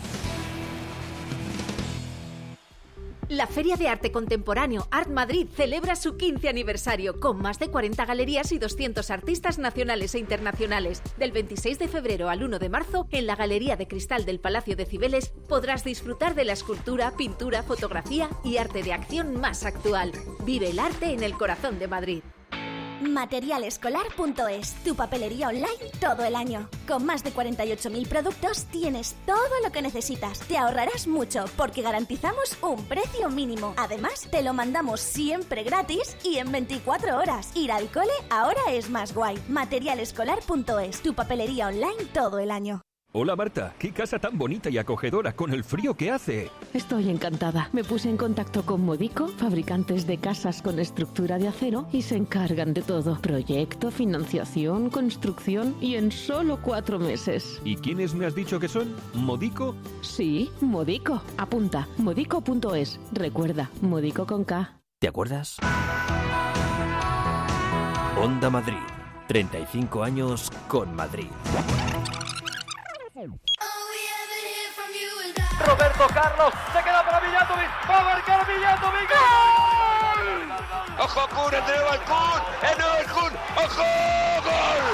S19: La Feria de Arte Contemporáneo Art Madrid celebra su 15 aniversario con más de 40 galerías y 200 artistas nacionales e internacionales. Del 26 de febrero al 1 de marzo, en la Galería de Cristal del Palacio de Cibeles podrás disfrutar de la escultura, pintura, fotografía y arte de acción más actual. Vive el arte en el corazón de Madrid.
S20: Materialescolar.es, tu papelería online todo el año. Con más de 48.000 productos tienes todo lo que necesitas. Te ahorrarás mucho porque garantizamos un precio mínimo. Además, te lo mandamos siempre gratis y en 24 horas. Ir al cole ahora es más guay. Materialescolar.es, tu papelería online todo el año.
S13: Hola Marta, qué casa tan bonita y acogedora con el frío que hace.
S14: Estoy encantada. Me puse en contacto con Modico, fabricantes de casas con estructura de acero, y se encargan de todo. Proyecto, financiación, construcción y en solo cuatro meses.
S13: ¿Y quiénes me has dicho que son? ¿Modico?
S14: Sí, Modico. Apunta, modico.es. Recuerda, Modico con K.
S21: ¿Te acuerdas? Onda Madrid. 35 años con Madrid.
S8: Roberto Carlos, se queda para Villatovic, va a marcar Villatovic, ¡gol! ¡Ojo Kun, entrega al Kun, entrega el Kun, ¡ojo, gol!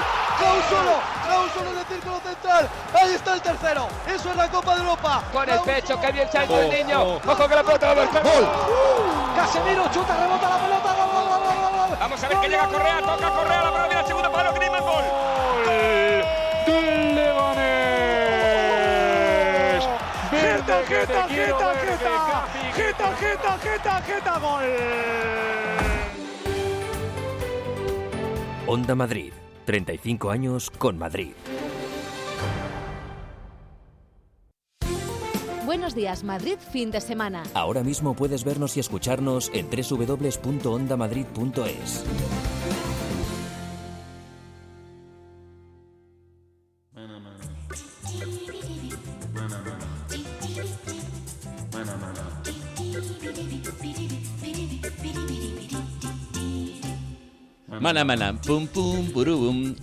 S8: ¡Gol solo, gol solo en el círculo central! ¡Ahí está el tercero! ¡Eso es la Copa de Europa! Con el pecho, que bien se ha
S6: hecho el niño.
S8: ¡Ojo que la pelota va a marcar! ¡Gol! Uh, Casemiro chuta, rebota la pelota, gol, gol, gol, gol, gol. Vamos a ver que llega Correa, toca Correa, la primera, el segundo palo, Griezmann, gol. Del Leganés. Geta, geta, geta, geta, geta, geta, geta, geta, gol.
S21: Onda Madrid. 35 años con Madrid.
S12: Buenos días, Madrid, fin de semana.
S21: Ahora mismo puedes vernos y escucharnos en www.ondamadrid.es.
S1: Mana, mana, pum, pum, purubum.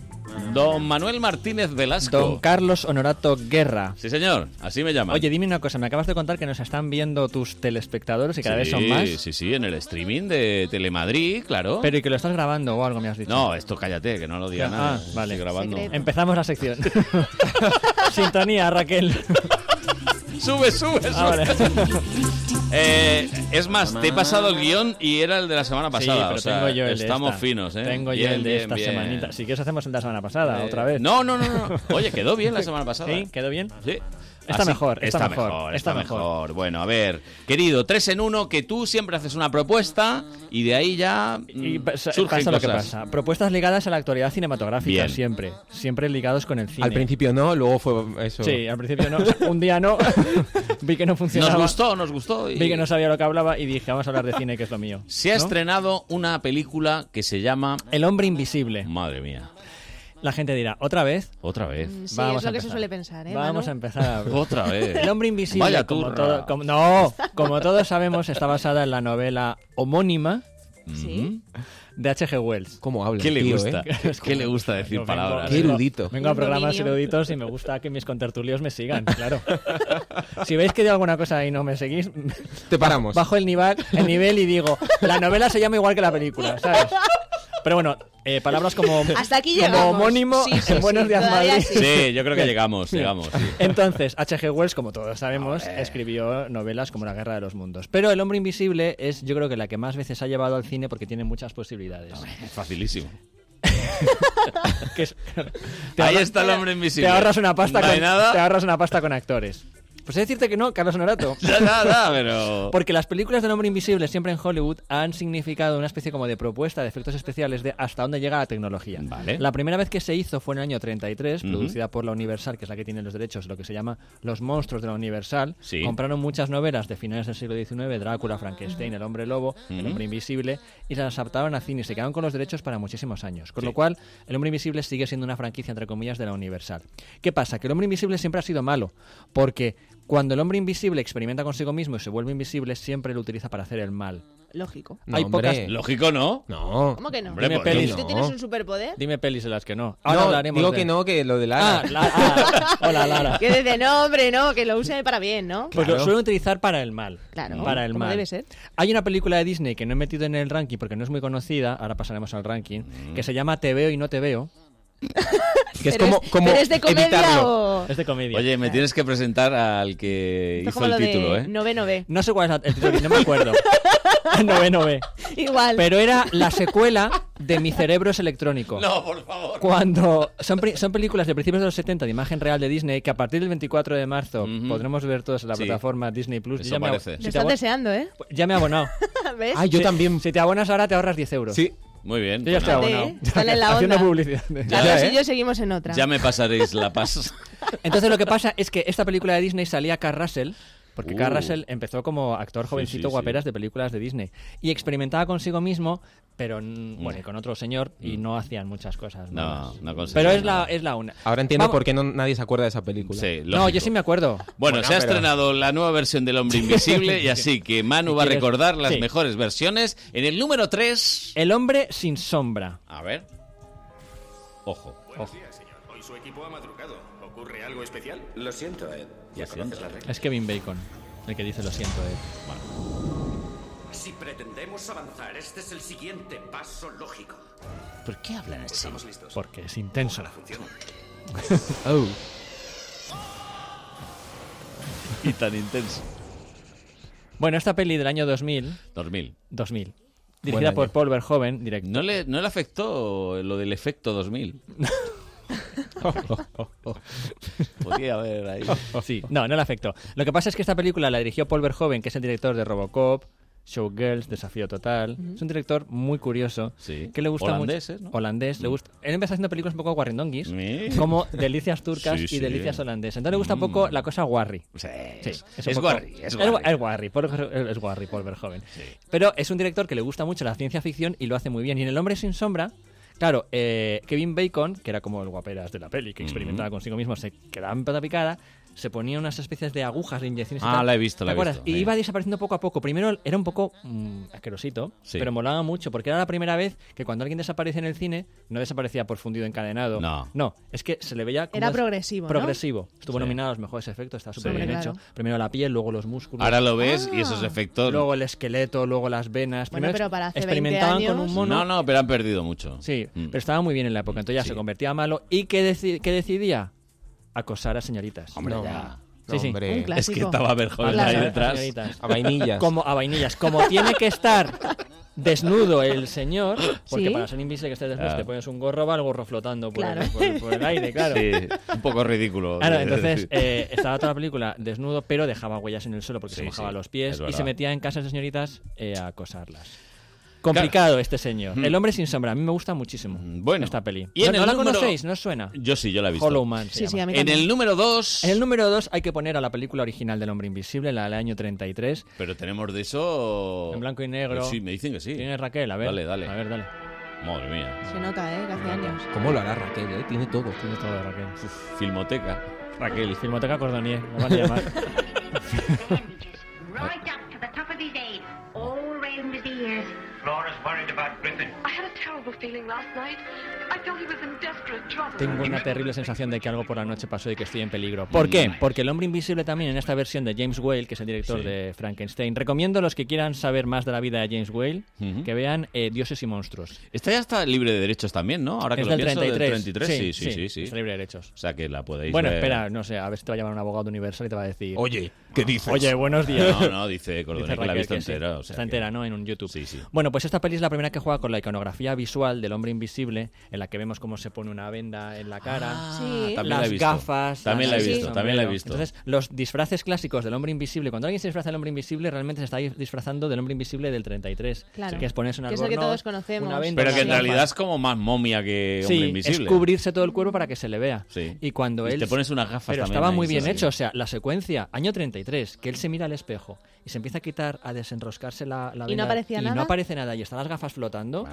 S1: Don Manuel Martínez Velasco.
S10: Don Carlos Honorato Guerra.
S1: Sí, señor, así me llaman.
S10: Oye, dime una cosa, me acabas de contar que nos están viendo tus telespectadores y cada vez son
S1: Sí,
S10: más.
S1: Sí, sí, en el streaming de Telemadrid, claro.
S10: Pero y que lo estás grabando o algo me has dicho.
S1: No, esto cállate, que no lo diga
S10: Ah,
S1: nada.
S10: vale.
S1: Estoy grabando.
S10: Empezamos la sección. Sintonía, Raquel. Ah,
S1: Sube, sube, sube.
S10: Ahora.
S1: Eh, es más, te he pasado el guión y era el de la semana pasada.
S10: sí, pero
S1: o sea,
S10: tengo yo el de
S1: estamos
S10: esta.
S1: finos, ¿eh?
S10: Tengo
S1: Bien,
S10: yo el de
S1: bien,
S10: esta
S1: bien.
S10: semanita. Si quieres hacemos el de la semana pasada,
S1: Eh,
S10: otra vez.
S1: No, no, no, no. Oye, quedó bien la semana pasada.
S10: Sí, quedó bien.
S1: Sí.
S10: Está mejor, está
S1: está
S10: mejor, está
S1: mejor.
S10: mejor.
S1: Bueno, a ver, querido, tres en uno, que tú siempre haces una propuesta y de ahí ya mm,
S10: Pasa-
S1: surgen
S10: pasa lo que
S1: cosas.
S10: pasa. Propuestas ligadas a la actualidad cinematográfica,
S1: Bien.
S10: siempre. Siempre ligados con el cine.
S15: Al principio no, luego fue eso.
S10: Sí, al principio no. O sea, un día no. vi que no funcionaba.
S1: Nos gustó, nos gustó. y-
S10: Vi que no sabía lo que hablaba y dije, vamos a hablar de cine, que es lo mío.
S1: Se ha
S10: ¿No?
S1: estrenado una película que se llama
S10: El hombre invisible.
S1: Madre mía.
S10: La gente dirá, ¿otra vez?
S1: Otra vez.
S11: Mm, Sí,
S10: Vamos
S11: es lo
S10: a
S11: que se
S10: empezar.
S11: suele pensar, ¿eh?
S10: Vamos
S11: Manu?
S10: a empezar. a hablar.
S1: Otra vez.
S10: El hombre invisible.
S1: Vaya
S10: como
S1: turra.
S10: todo- como- no, como todos sabemos, está basada en la novela homónima
S1: Sí.
S10: de H.G. Wells.
S15: ¿Cómo habla?
S1: Mm. ¿Qué
S10: el
S1: le
S10: tío,
S1: gusta?
S10: eh?
S1: ¿Qué- ¿Qué le gusta decir
S10: Yo vengo-
S1: palabras?
S10: vengo- Vengo a programas eruditos y me gusta que mis contertulios me sigan, claro. si veis que de alguna cosa y no me seguís,
S15: Te paramos.
S10: bajo el nivel, el nivel y digo, la novela se llama igual que la película, ¿sabes? Pero bueno, eh, palabras como,
S11: Hasta aquí
S10: como
S11: llegamos.
S10: homónimo
S11: Sí, sí,
S10: en Buenos
S11: sí,
S10: Días
S11: todavía
S10: Madrid.
S11: sí.
S1: Sí, yo creo que llegamos, llegamos. sí.
S10: Entonces, H.G. Wells, como todos sabemos, escribió novelas como La Guerra de los Mundos. Pero El Hombre Invisible es, yo creo que la que más veces ha llevado al cine porque tiene muchas posibilidades.
S1: Facilísimo.
S10: Que es- te
S1: Ahí
S10: ahorra-
S1: está el hombre invisible.
S10: Te ahorras una pasta
S1: No hay
S10: con,
S1: nada.
S10: te ahorras una pasta con actores. Pues he de decirte que no, Carlos Honorato.
S1: Ya, ya, ya, pero-
S10: Porque las películas del hombre invisible siempre en Hollywood han significado una especie como de propuesta de efectos especiales de hasta dónde llega la tecnología.
S1: Vale.
S10: La primera vez que se hizo fue en el año 33,
S1: Ujú.
S10: producida por la Universal, que es la que tiene los derechos, lo que se llama Los Monstruos de la Universal.
S1: Sí.
S10: Compraron muchas novelas de finales del siglo XIX, Drácula, Frankenstein, El Hombre Lobo, El
S1: Ujú.
S10: Hombre Invisible, y las adaptaron a cine y se quedaron con los derechos para muchísimos años. Con
S1: Sí.
S10: lo cual, El Hombre Invisible sigue siendo una franquicia, entre comillas, de la Universal. ¿Qué pasa? Que El Hombre Invisible siempre ha sido malo, porque cuando el hombre invisible experimenta consigo mismo y se vuelve invisible, siempre lo utiliza para hacer el mal.
S11: Lógico.
S10: No, Hay hombre. pocas-
S1: Lógico, ¿no?
S10: No.
S11: ¿Cómo que no?
S10: Hombre,
S11: ¿Tú
S10: ¿por qué no?
S11: tienes un superpoder?
S10: Dime pelis en las que no. Ahora
S15: No,
S10: hablaremos
S15: digo
S10: de-
S15: que no, que lo de Lara.
S10: Ah, la- ah, hola, Lara.
S11: Que desde no, hombre, no, que lo use para bien, ¿no?
S10: Pues lo suelen utilizar para el mal.
S11: Claro,
S10: Para el
S11: como
S10: mal.
S11: debe ser.
S10: Hay una película de Disney que no he metido en el ranking porque no es muy conocida, ahora pasaremos al ranking,
S1: Mm.
S10: que se llama Te veo y no te veo. que
S11: Pero es- pero es de comedia o- Eh.
S10: Es de comedia.
S1: Oye, me tienes que presentar al que
S11: Esto es
S1: hizo
S11: como
S1: el
S11: lo
S1: título,
S11: de
S1: ¿eh?
S11: noveno B.
S10: No sé cuál es la- el título, no me acuerdo. no ve, no ve.
S11: Igual.
S10: Pero era la secuela de Mi cerebro es electrónico.
S1: No, por favor.
S10: Cuando son, pri- son películas de principios de los 70 de imagen real de Disney que a partir del 24 de marzo podremos ver todos en la
S1: Sí.
S10: plataforma Disney Plus.
S1: Eso
S10: Yo ya me ab-
S1: parece.
S10: si
S11: Lo
S10: te
S11: están
S10: abo-
S11: deseando, ¿eh?
S10: ya me he abonado.
S11: ¿Ves?
S10: Si- Si te abonas ahora te ahorras 10 euros.
S15: Ah, Sí.
S1: Muy bien.
S10: Yo ya
S1: pues
S10: estoy
S1: nada.
S11: Sí,
S10: abonado.
S11: están en la
S10: Haciendo
S11: onda.
S10: publicidad.
S11: Carlos
S1: Ya, ¿eh?
S11: y yo seguimos en otra.
S1: Ya me pasaréis la paz.
S10: Entonces lo que pasa es que esta película de Disney salía Carl Russell, porque
S1: Uh.
S10: Carl Russell empezó como actor jovencito
S1: sí, sí.
S10: guaperas de películas de Disney y experimentaba consigo mismo, pero n- bueno, y con otro señor y no hacían muchas cosas.
S1: Mm. No,
S10: malas.
S1: no conseguí
S10: pero es la,
S1: nada.
S10: es la una.
S15: Ahora entiendo
S10: Vamos-
S15: por qué no, nadie se acuerda de esa película.
S1: Sí,
S10: No,
S1: lógico.
S10: yo sí me acuerdo.
S1: Bueno,
S15: Bueno,
S1: se ha
S15: pero-
S1: estrenado la nueva versión del Hombre Invisible y así que Manu va a
S10: ¿Quieres-
S1: recordar las
S10: Sí.
S1: mejores versiones. En el número 3...
S10: El hombre sin sombra.
S1: A ver. Ojo.
S7: Buenos días, señor. Hoy su equipo ha madrugado. ¿Ocurre algo especial? Lo siento, Ed. Ya conoces la regla.
S10: Es Kevin Bacon, el que dice lo siento. Ed".
S7: Si pretendemos avanzar, este es el siguiente paso lógico.
S1: ¿Por qué hablan así?
S7: Estamos listos.
S10: Porque es intenso.
S7: Funciona.
S15: Oh.
S1: Y tan intenso.
S10: Bueno, esta peli del año 2000,
S1: 2000.
S10: 2000
S1: Buen
S10: dirigida
S1: año.
S10: por Paul Verhoeven, director.
S1: ¿No le, ¿No le afectó lo del efecto 2000? Podía haber ahí.
S10: Sí, no, no le afectó. Lo que pasa es que esta película la dirigió Paul Verhoeven, que es el director de Robocop, Showgirls, Desafío Total. Es un director muy curioso.
S1: Sí.
S10: Que le gusta
S1: Holandés,
S10: mucho.
S1: ¿no?
S10: Holandés, le gusta. Él empezó haciendo películas un poco guarrindonguis,
S1: Sí.
S10: como Delicias Turcas
S1: Sí,
S10: y
S1: sí. Mm.
S10: Delicias Holandesas. Entonces le gusta un poco la cosa guarri.
S1: Sí,
S10: Sí,
S1: es,
S10: un poco-
S1: guarri, es
S10: es
S1: guarri.
S10: gua- es guarri, Paul Verhoeven- es guarri, Paul Verhoeven. Pero es un director que le gusta mucho la ciencia ficción y lo hace muy bien. Y en El Hombre Sin Sombra, claro, eh, Kevin Bacon, que era como el guaperas de la peli, que experimentaba consigo mismo, se quedaba en pata picada, se ponía unas especies de agujas de inyecciones. y
S1: Ah,
S10: tal.
S1: la he visto,
S10: ¿Te
S1: la he
S10: acuerdas?
S1: visto,
S10: Y
S1: sí.
S10: iba desapareciendo poco a poco. Primero era un poco mm, asquerosito,
S1: Sí.
S10: pero molaba mucho, porque era la primera vez que cuando alguien desaparece en el cine, no desaparecía por fundido encadenado.
S1: No.
S10: No, es que se le veía... como
S11: Era
S10: es-
S11: progresivo, ¿no?
S10: Progresivo. Estuvo
S1: Sí.
S10: nominado a los mejores efectos, está súper
S1: Sí.
S10: bien
S11: Hombre,
S10: hecho.
S11: claro.
S10: Primero la piel, luego los músculos.
S1: Ahora lo ves y esos efectos...
S10: Luego el esqueleto, luego las venas.
S11: Ah. Bueno,
S10: Primero
S11: pero para hace 20
S10: experimentaban con
S11: años-
S10: un mono.
S1: No, no, pero han perdido mucho.
S10: Sí,
S1: Mm.
S10: pero estaba muy bien en la época. Entonces ya se convertía a malo. ¿Y qué, deci- qué decidía? Acosar a señoritas.
S1: Hombre,
S15: No,
S1: ya.
S10: Sí, sí.
S15: hombre.
S11: Un clásico.
S1: Es que estaba Verhoeven
S10: Acosar
S1: ahí
S10: a
S1: detrás.
S10: señoritas.
S15: A vainillas.
S10: Como, a vainillas. Como tiene que estar desnudo el señor, porque
S11: Sí.
S10: para ser invisible que estés desnudo
S1: Claro.
S10: te pones un gorro, va el gorro flotando por,
S11: Claro.
S10: por- por el aire, claro.
S1: Sí, un poco ridículo.
S10: Ah, no, entonces
S1: Sí.
S10: eh, estaba toda la película desnudo, pero dejaba huellas en el suelo porque se mojaba
S1: sí,
S10: los
S1: es
S10: pies y
S1: verdad.
S10: se metía en casas de señoritas eh, a acosarlas. Complicado este señor.
S1: Mm.
S10: El hombre sin sombra. A mí me gusta muchísimo bueno, esta peli.
S1: Y en
S10: no,
S1: el
S10: no la
S1: número-
S10: conocéis, no os suena.
S1: Yo sí, yo la he visto.
S10: Hollow Man. se
S1: Sí, sí,
S10: llama.
S1: a mí En también. el número 2.
S10: En el número 2 hay que poner a la película original del Hombre Invisible, la del año 33.
S1: Pero tenemos de eso.
S10: En blanco y negro.
S1: Pues sí, me dicen que sí.
S10: Tiene Raquel, a ver.
S1: Dale, dale.
S10: A ver, dale.
S1: Madre mía.
S11: Se nota, ¿eh? Que hace años.
S15: ¿Cómo lo hará Raquel? eh? Tiene todo.
S10: Tiene todo de Raquel.
S1: Filmoteca.
S10: Raquel. Filmoteca Cordonier. Me van a llamar.
S24: Right up to the top of his head, all round his ears.
S6: Laura's worried about Griffin.
S27: I had a terrible feeling last night. I felt he was in desperate trouble.
S10: Tengo una terrible sensación de que algo por la noche pasó y que estoy en peligro. ¿Por qué? Porque el hombre invisible también en esta versión de James Whale, que es el director
S1: Sí.
S10: de Frankenstein. Recomiendo a los que quieran saber más de la vida de James Whale
S1: Ujú.
S10: que vean eh, Dioses y Monstruos.
S1: Esta ya está libre de derechos también, ¿no? Ahora que
S10: Es
S1: lo
S10: del
S1: pienso,
S10: 33.
S1: del 33. Sí, sí, sí.
S10: Sí,
S1: sí.
S10: está libre de derechos.
S1: O sea que la podéis
S10: bueno,
S1: ver.
S10: espera, no sé, a ver si te va a llamar un abogado de Universal y te va a decir...
S1: Oye, ¿qué dices?
S10: Oye, buenos días.
S1: No, no, dice Cordonier que la ha
S10: Raquel
S1: visto
S10: sí.
S1: entera, o sea que-
S10: Está entera, ¿no? En un YouTube.
S1: Sí, sí.
S10: Bueno, pues esta peli es la primera que juega con la iconografía visual del hombre invisible, en la que vemos cómo se pone una venda en la cara,
S1: Ah, sí. también la he
S10: las
S1: visto.
S10: gafas.
S1: También
S10: las-
S1: la he
S10: el
S1: visto, también la he
S10: sombrero.
S1: visto.
S10: Entonces, los disfraces clásicos del hombre invisible, cuando alguien se disfraza del hombre invisible, realmente se está disfrazando del hombre invisible del 33,
S11: Claro.
S10: que es ponerse un
S11: Que es el que
S10: albornoz,
S11: todos conocemos.
S10: una venda,
S1: Pero que en
S10: unas
S1: realidad
S10: gafas.
S1: es como más momia que Eh, hombre
S10: Sí,
S1: invisible.
S10: es cubrirse todo el cuerpo para que se le vea.
S1: Sí.
S10: Y cuando
S1: Y
S10: él.
S1: te pones unas gafas
S10: Pero
S1: también
S10: estaba
S1: ahí,
S10: muy bien
S1: sí,
S10: hecho.
S1: sí.
S10: O sea, la secuencia, año 33, que él se mira al espejo y se empieza a quitar, a desenroscarse la, la
S11: ¿Y no
S10: venda,
S11: aparecía
S10: y
S11: nada?
S10: no aparece nada. Y están las gafas flotando.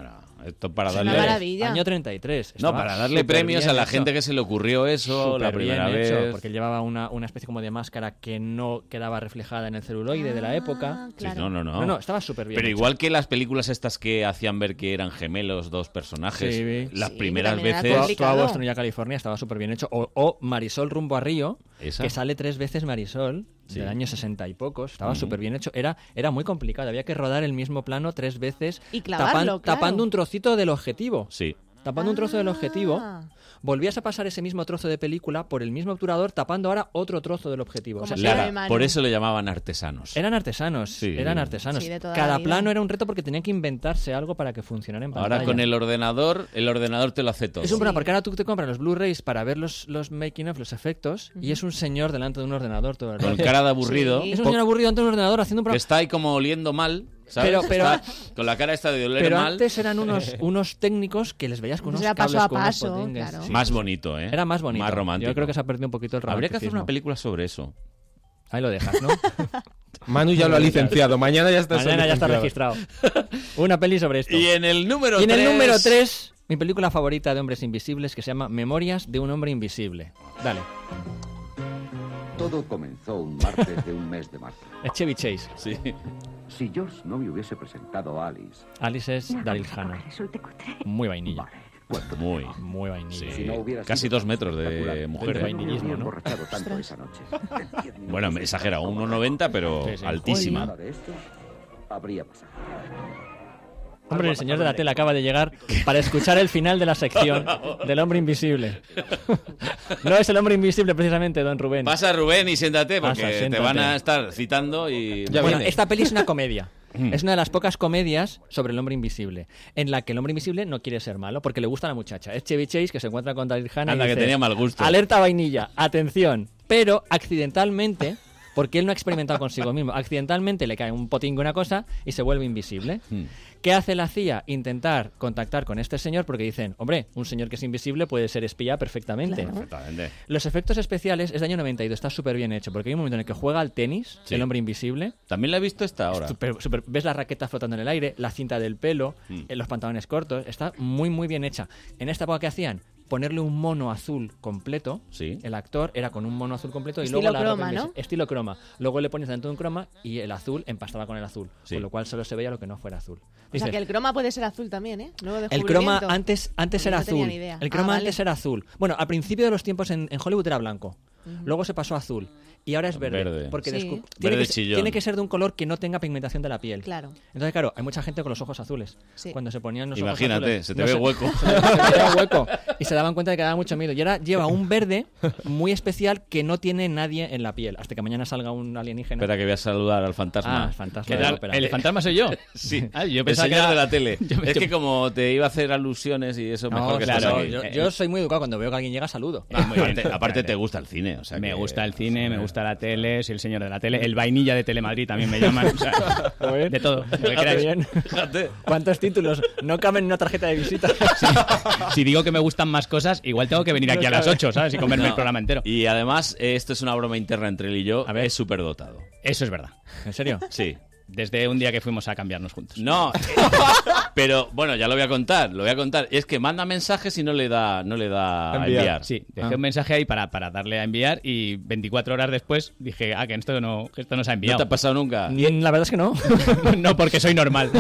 S1: Esto para
S10: Es
S1: darle.
S10: una maravilla. Año 33.
S1: No,
S10: Estaba
S1: para darle
S10: súper
S1: premios
S10: bien
S1: a la
S10: hecho.
S1: gente que se le ocurrió eso
S10: Súper
S1: la primera
S10: bien
S1: vez.
S10: hecho, porque él llevaba una, una especie como de máscara que no quedaba reflejada en el celuloide
S11: Ah,
S10: de la época.
S1: Sí, no, no, no.
S10: No, no, estaba súper bien.
S1: Pero
S10: hecho.
S1: igual que las películas estas que hacían ver que eran gemelos dos personajes,
S10: Sí.
S1: las
S10: Sí,
S1: primeras
S10: también era
S1: veces.
S10: Tú a Boston y a California estaba súper bien hecho. O, o Marisol rumbo a Río,
S1: Esa.
S10: que sale tres veces Marisol,
S1: Sí.
S10: del año 60 y pocos. Estaba
S1: Ujú.
S10: súper bien hecho. Era, era muy complicado. Había que rodar el mismo plano tres veces.
S11: Y clavarlo, claro.
S10: Tapando un trocito del objetivo.
S1: Sí.
S10: Tapando un trozo del objetivo,
S11: Ah.
S10: volvías a pasar ese mismo trozo de película por el mismo obturador, tapando ahora otro trozo del objetivo. O sea,
S1: Lara, por eso le llamaban artesanos.
S10: eran artesanos,
S1: Sí.
S10: eran artesanos.
S11: Sí, de toda la
S10: Cada
S11: vida.
S10: plano era un reto porque tenían que inventarse algo para que funcionara en pantalla.
S1: Ahora con el ordenador, el ordenador te lo hace todo.
S10: Es un problema, porque ahora tú te compras los Blu-rays para ver los, los making of, los efectos, y es un señor delante de un ordenador todo el
S1: Con
S10: rato.
S1: cara de aburrido.
S10: Es un señor aburrido ante un ordenador haciendo un
S1: Que
S10: programa.
S1: está ahí como oliendo mal, ¿sabes?
S10: Pero- pero-
S1: Está con la cara esta de oler
S10: Pero
S1: mal.
S10: antes eran unos, unos técnicos que les veías con unos
S11: Era paso
S10: cables,
S11: a
S10: con unos
S11: paso,
S10: potengues.
S11: claro.
S10: Sí.
S1: Más bonito, ¿eh?
S10: Era más bonito.
S1: Más romántico.
S10: Yo creo que se ha perdido un poquito el
S1: Habría que hacer
S10: romanticismo.
S1: una película sobre eso.
S10: Ahí lo dejas, ¿no?
S15: Manu ya lo ha licenciado. Mañana ya está
S10: Mañana ya está registrado. Una peli sobre esto.
S1: Y en el número
S10: Y en el
S1: tres-
S10: número 3, mi película favorita de hombres invisibles que se llama Memorias de un hombre invisible. Dale.
S9: Todo comenzó un martes de un mes de marzo.
S10: Es Chevy Chase.
S1: Sí.
S9: Si George no me hubiese presentado a Alice,
S10: Alice es Daryl Hannah. Muy vainilla.
S1: Muy.
S10: Muy vainilla.
S9: ah. Si no hubiera
S1: Casi
S9: sido
S1: dos metros de mujer. ¿eh?
S9: no me hubiera emborrachado tanto esa noche.
S1: Bueno, me exagera, 1,90 pero
S10: Sí, sí.
S1: altísima.
S9: Nada de esto habría pasado.
S10: Hombre, el señor de la tele acaba de llegar para escuchar el final de la sección del hombre invisible. No es el hombre invisible precisamente, don Rubén.
S1: Pasa Rubén y siéntate porque
S10: Pasa,
S1: te
S10: siéntate.
S1: van a estar citando y
S10: Bueno,
S1: viene. Mm.
S10: esta peli es una comedia. Es una de las pocas comedias sobre el hombre invisible, en la que el hombre invisible no quiere ser malo porque le gusta a la muchacha. Es Chevy Chase que se encuentra con Daryl Hannah. y
S1: Anda, que
S10: dice,
S1: tenía mal gusto.
S10: Alerta vainilla, atención. Pero accidentalmente, porque él no ha experimentado consigo mismo, accidentalmente le cae un potingo una cosa y se vuelve invisible. ¿Qué hace la CIA? Intentar contactar con este señor porque dicen, hombre, un señor que es invisible puede ser espía perfectamente.
S1: Perfectamente.
S10: Los efectos especiales es de año 92, está súper bien hecho, porque hay un momento en el que juega al tenis,
S1: Sí.
S10: el hombre invisible.
S1: También la he visto esta ahora.
S10: Súper- súper- ves la raqueta flotando en el aire, la cinta del pelo,
S1: Mm.
S10: eh, los pantalones cortos, está muy, muy bien hecha. En esta época, ¿qué hacían? Ponerle un mono azul completo. El actor era con un mono azul completo y
S11: Estilo
S10: luego la ropa
S11: croma, ¿no?
S10: invisible- Estilo croma. Luego le pones dentro de un croma y el azul empastaba con el azul,
S1: Sí.
S10: con lo cual solo se veía lo que no fuera azul.
S11: O sea
S10: Dices,
S11: que el croma puede ser azul también, ¿eh? Nuevo
S10: el croma
S11: descubrimiento.
S10: antes, antes
S11: Yo
S10: era
S11: no tenía
S10: azul.
S11: ni idea.
S10: El
S11: Ah,
S10: croma
S11: vale.
S10: antes era azul. Bueno, al principio de los tiempos en, en Hollywood era blanco. Ujú. Luego se pasó a azul. Y ahora es verde.
S1: Verde.
S10: Porque
S1: Sí.
S10: descu-
S1: Verde
S10: tiene, que, se-
S1: chillón.
S10: tiene que ser de un color que no tenga pigmentación de la piel.
S11: Claro.
S10: Entonces, claro, hay mucha gente con los ojos azules.
S11: Sí.
S10: Cuando se ponían los
S1: Imagínate,
S10: ojos azules.
S1: se te ve hueco.
S10: Se, te- se te ve hueco. Y se daban cuenta de que daba mucho miedo. Y ahora lleva un verde muy especial que no tiene nadie en la piel. Hasta que mañana salga un alienígena.
S1: Espera que voy a saludar al fantasma.
S10: Ah, fantasma
S1: ¿Qué
S10: de
S1: tal?
S10: la ópera.
S1: ¿El fantasma soy yo? Sí.
S10: Ah, yo
S1: El
S10: pensaba que
S1: señor
S10: era-
S1: de la tele.
S10: Yo me-
S1: Es que como te iba a hacer alusiones y eso,
S10: No,
S1: mejor que
S10: claro,
S1: estés aquí.
S10: yo,
S1: Eh,
S10: yo soy muy educado. Cuando veo que alguien llega, saludo.
S1: Ah, muy bien. Aparte, aparte te gusta el cine. O sea
S17: Me
S1: que-
S17: gusta el cine, me gusta la tele, soy el señor de la tele. El vainilla de Telemadrid también me llaman. o sea, de todo. lo que
S10: Fíjate
S17: queráis.
S10: Ah, bien. ¿Cuántos títulos? No caben en una tarjeta de visita.
S17: Si digo que me gustan más cosas, igual tengo que venir aquí a las 8, ¿sabes? Y comerme el
S1: No.
S17: programa entero.
S1: Y además, eh, esto es una broma interna entre él y yo. A ver, es súper dotado.
S17: Eso es verdad.
S10: ¿En serio?
S1: Sí.
S17: Desde un día que fuimos a cambiarnos juntos.
S1: No, eh, pero bueno, ya lo voy a contar, lo voy a contar. Es que manda mensajes y no le da, no le da a enviar.
S17: Sí, dejé
S1: Ah.
S17: un mensaje ahí para, para darle a enviar y 24 horas después dije, ah, que esto no, que esto no se
S1: ¿No
S17: ha enviado.
S1: te ha pasado nunca?
S10: La verdad es que no.
S17: Ah. no, porque soy normal.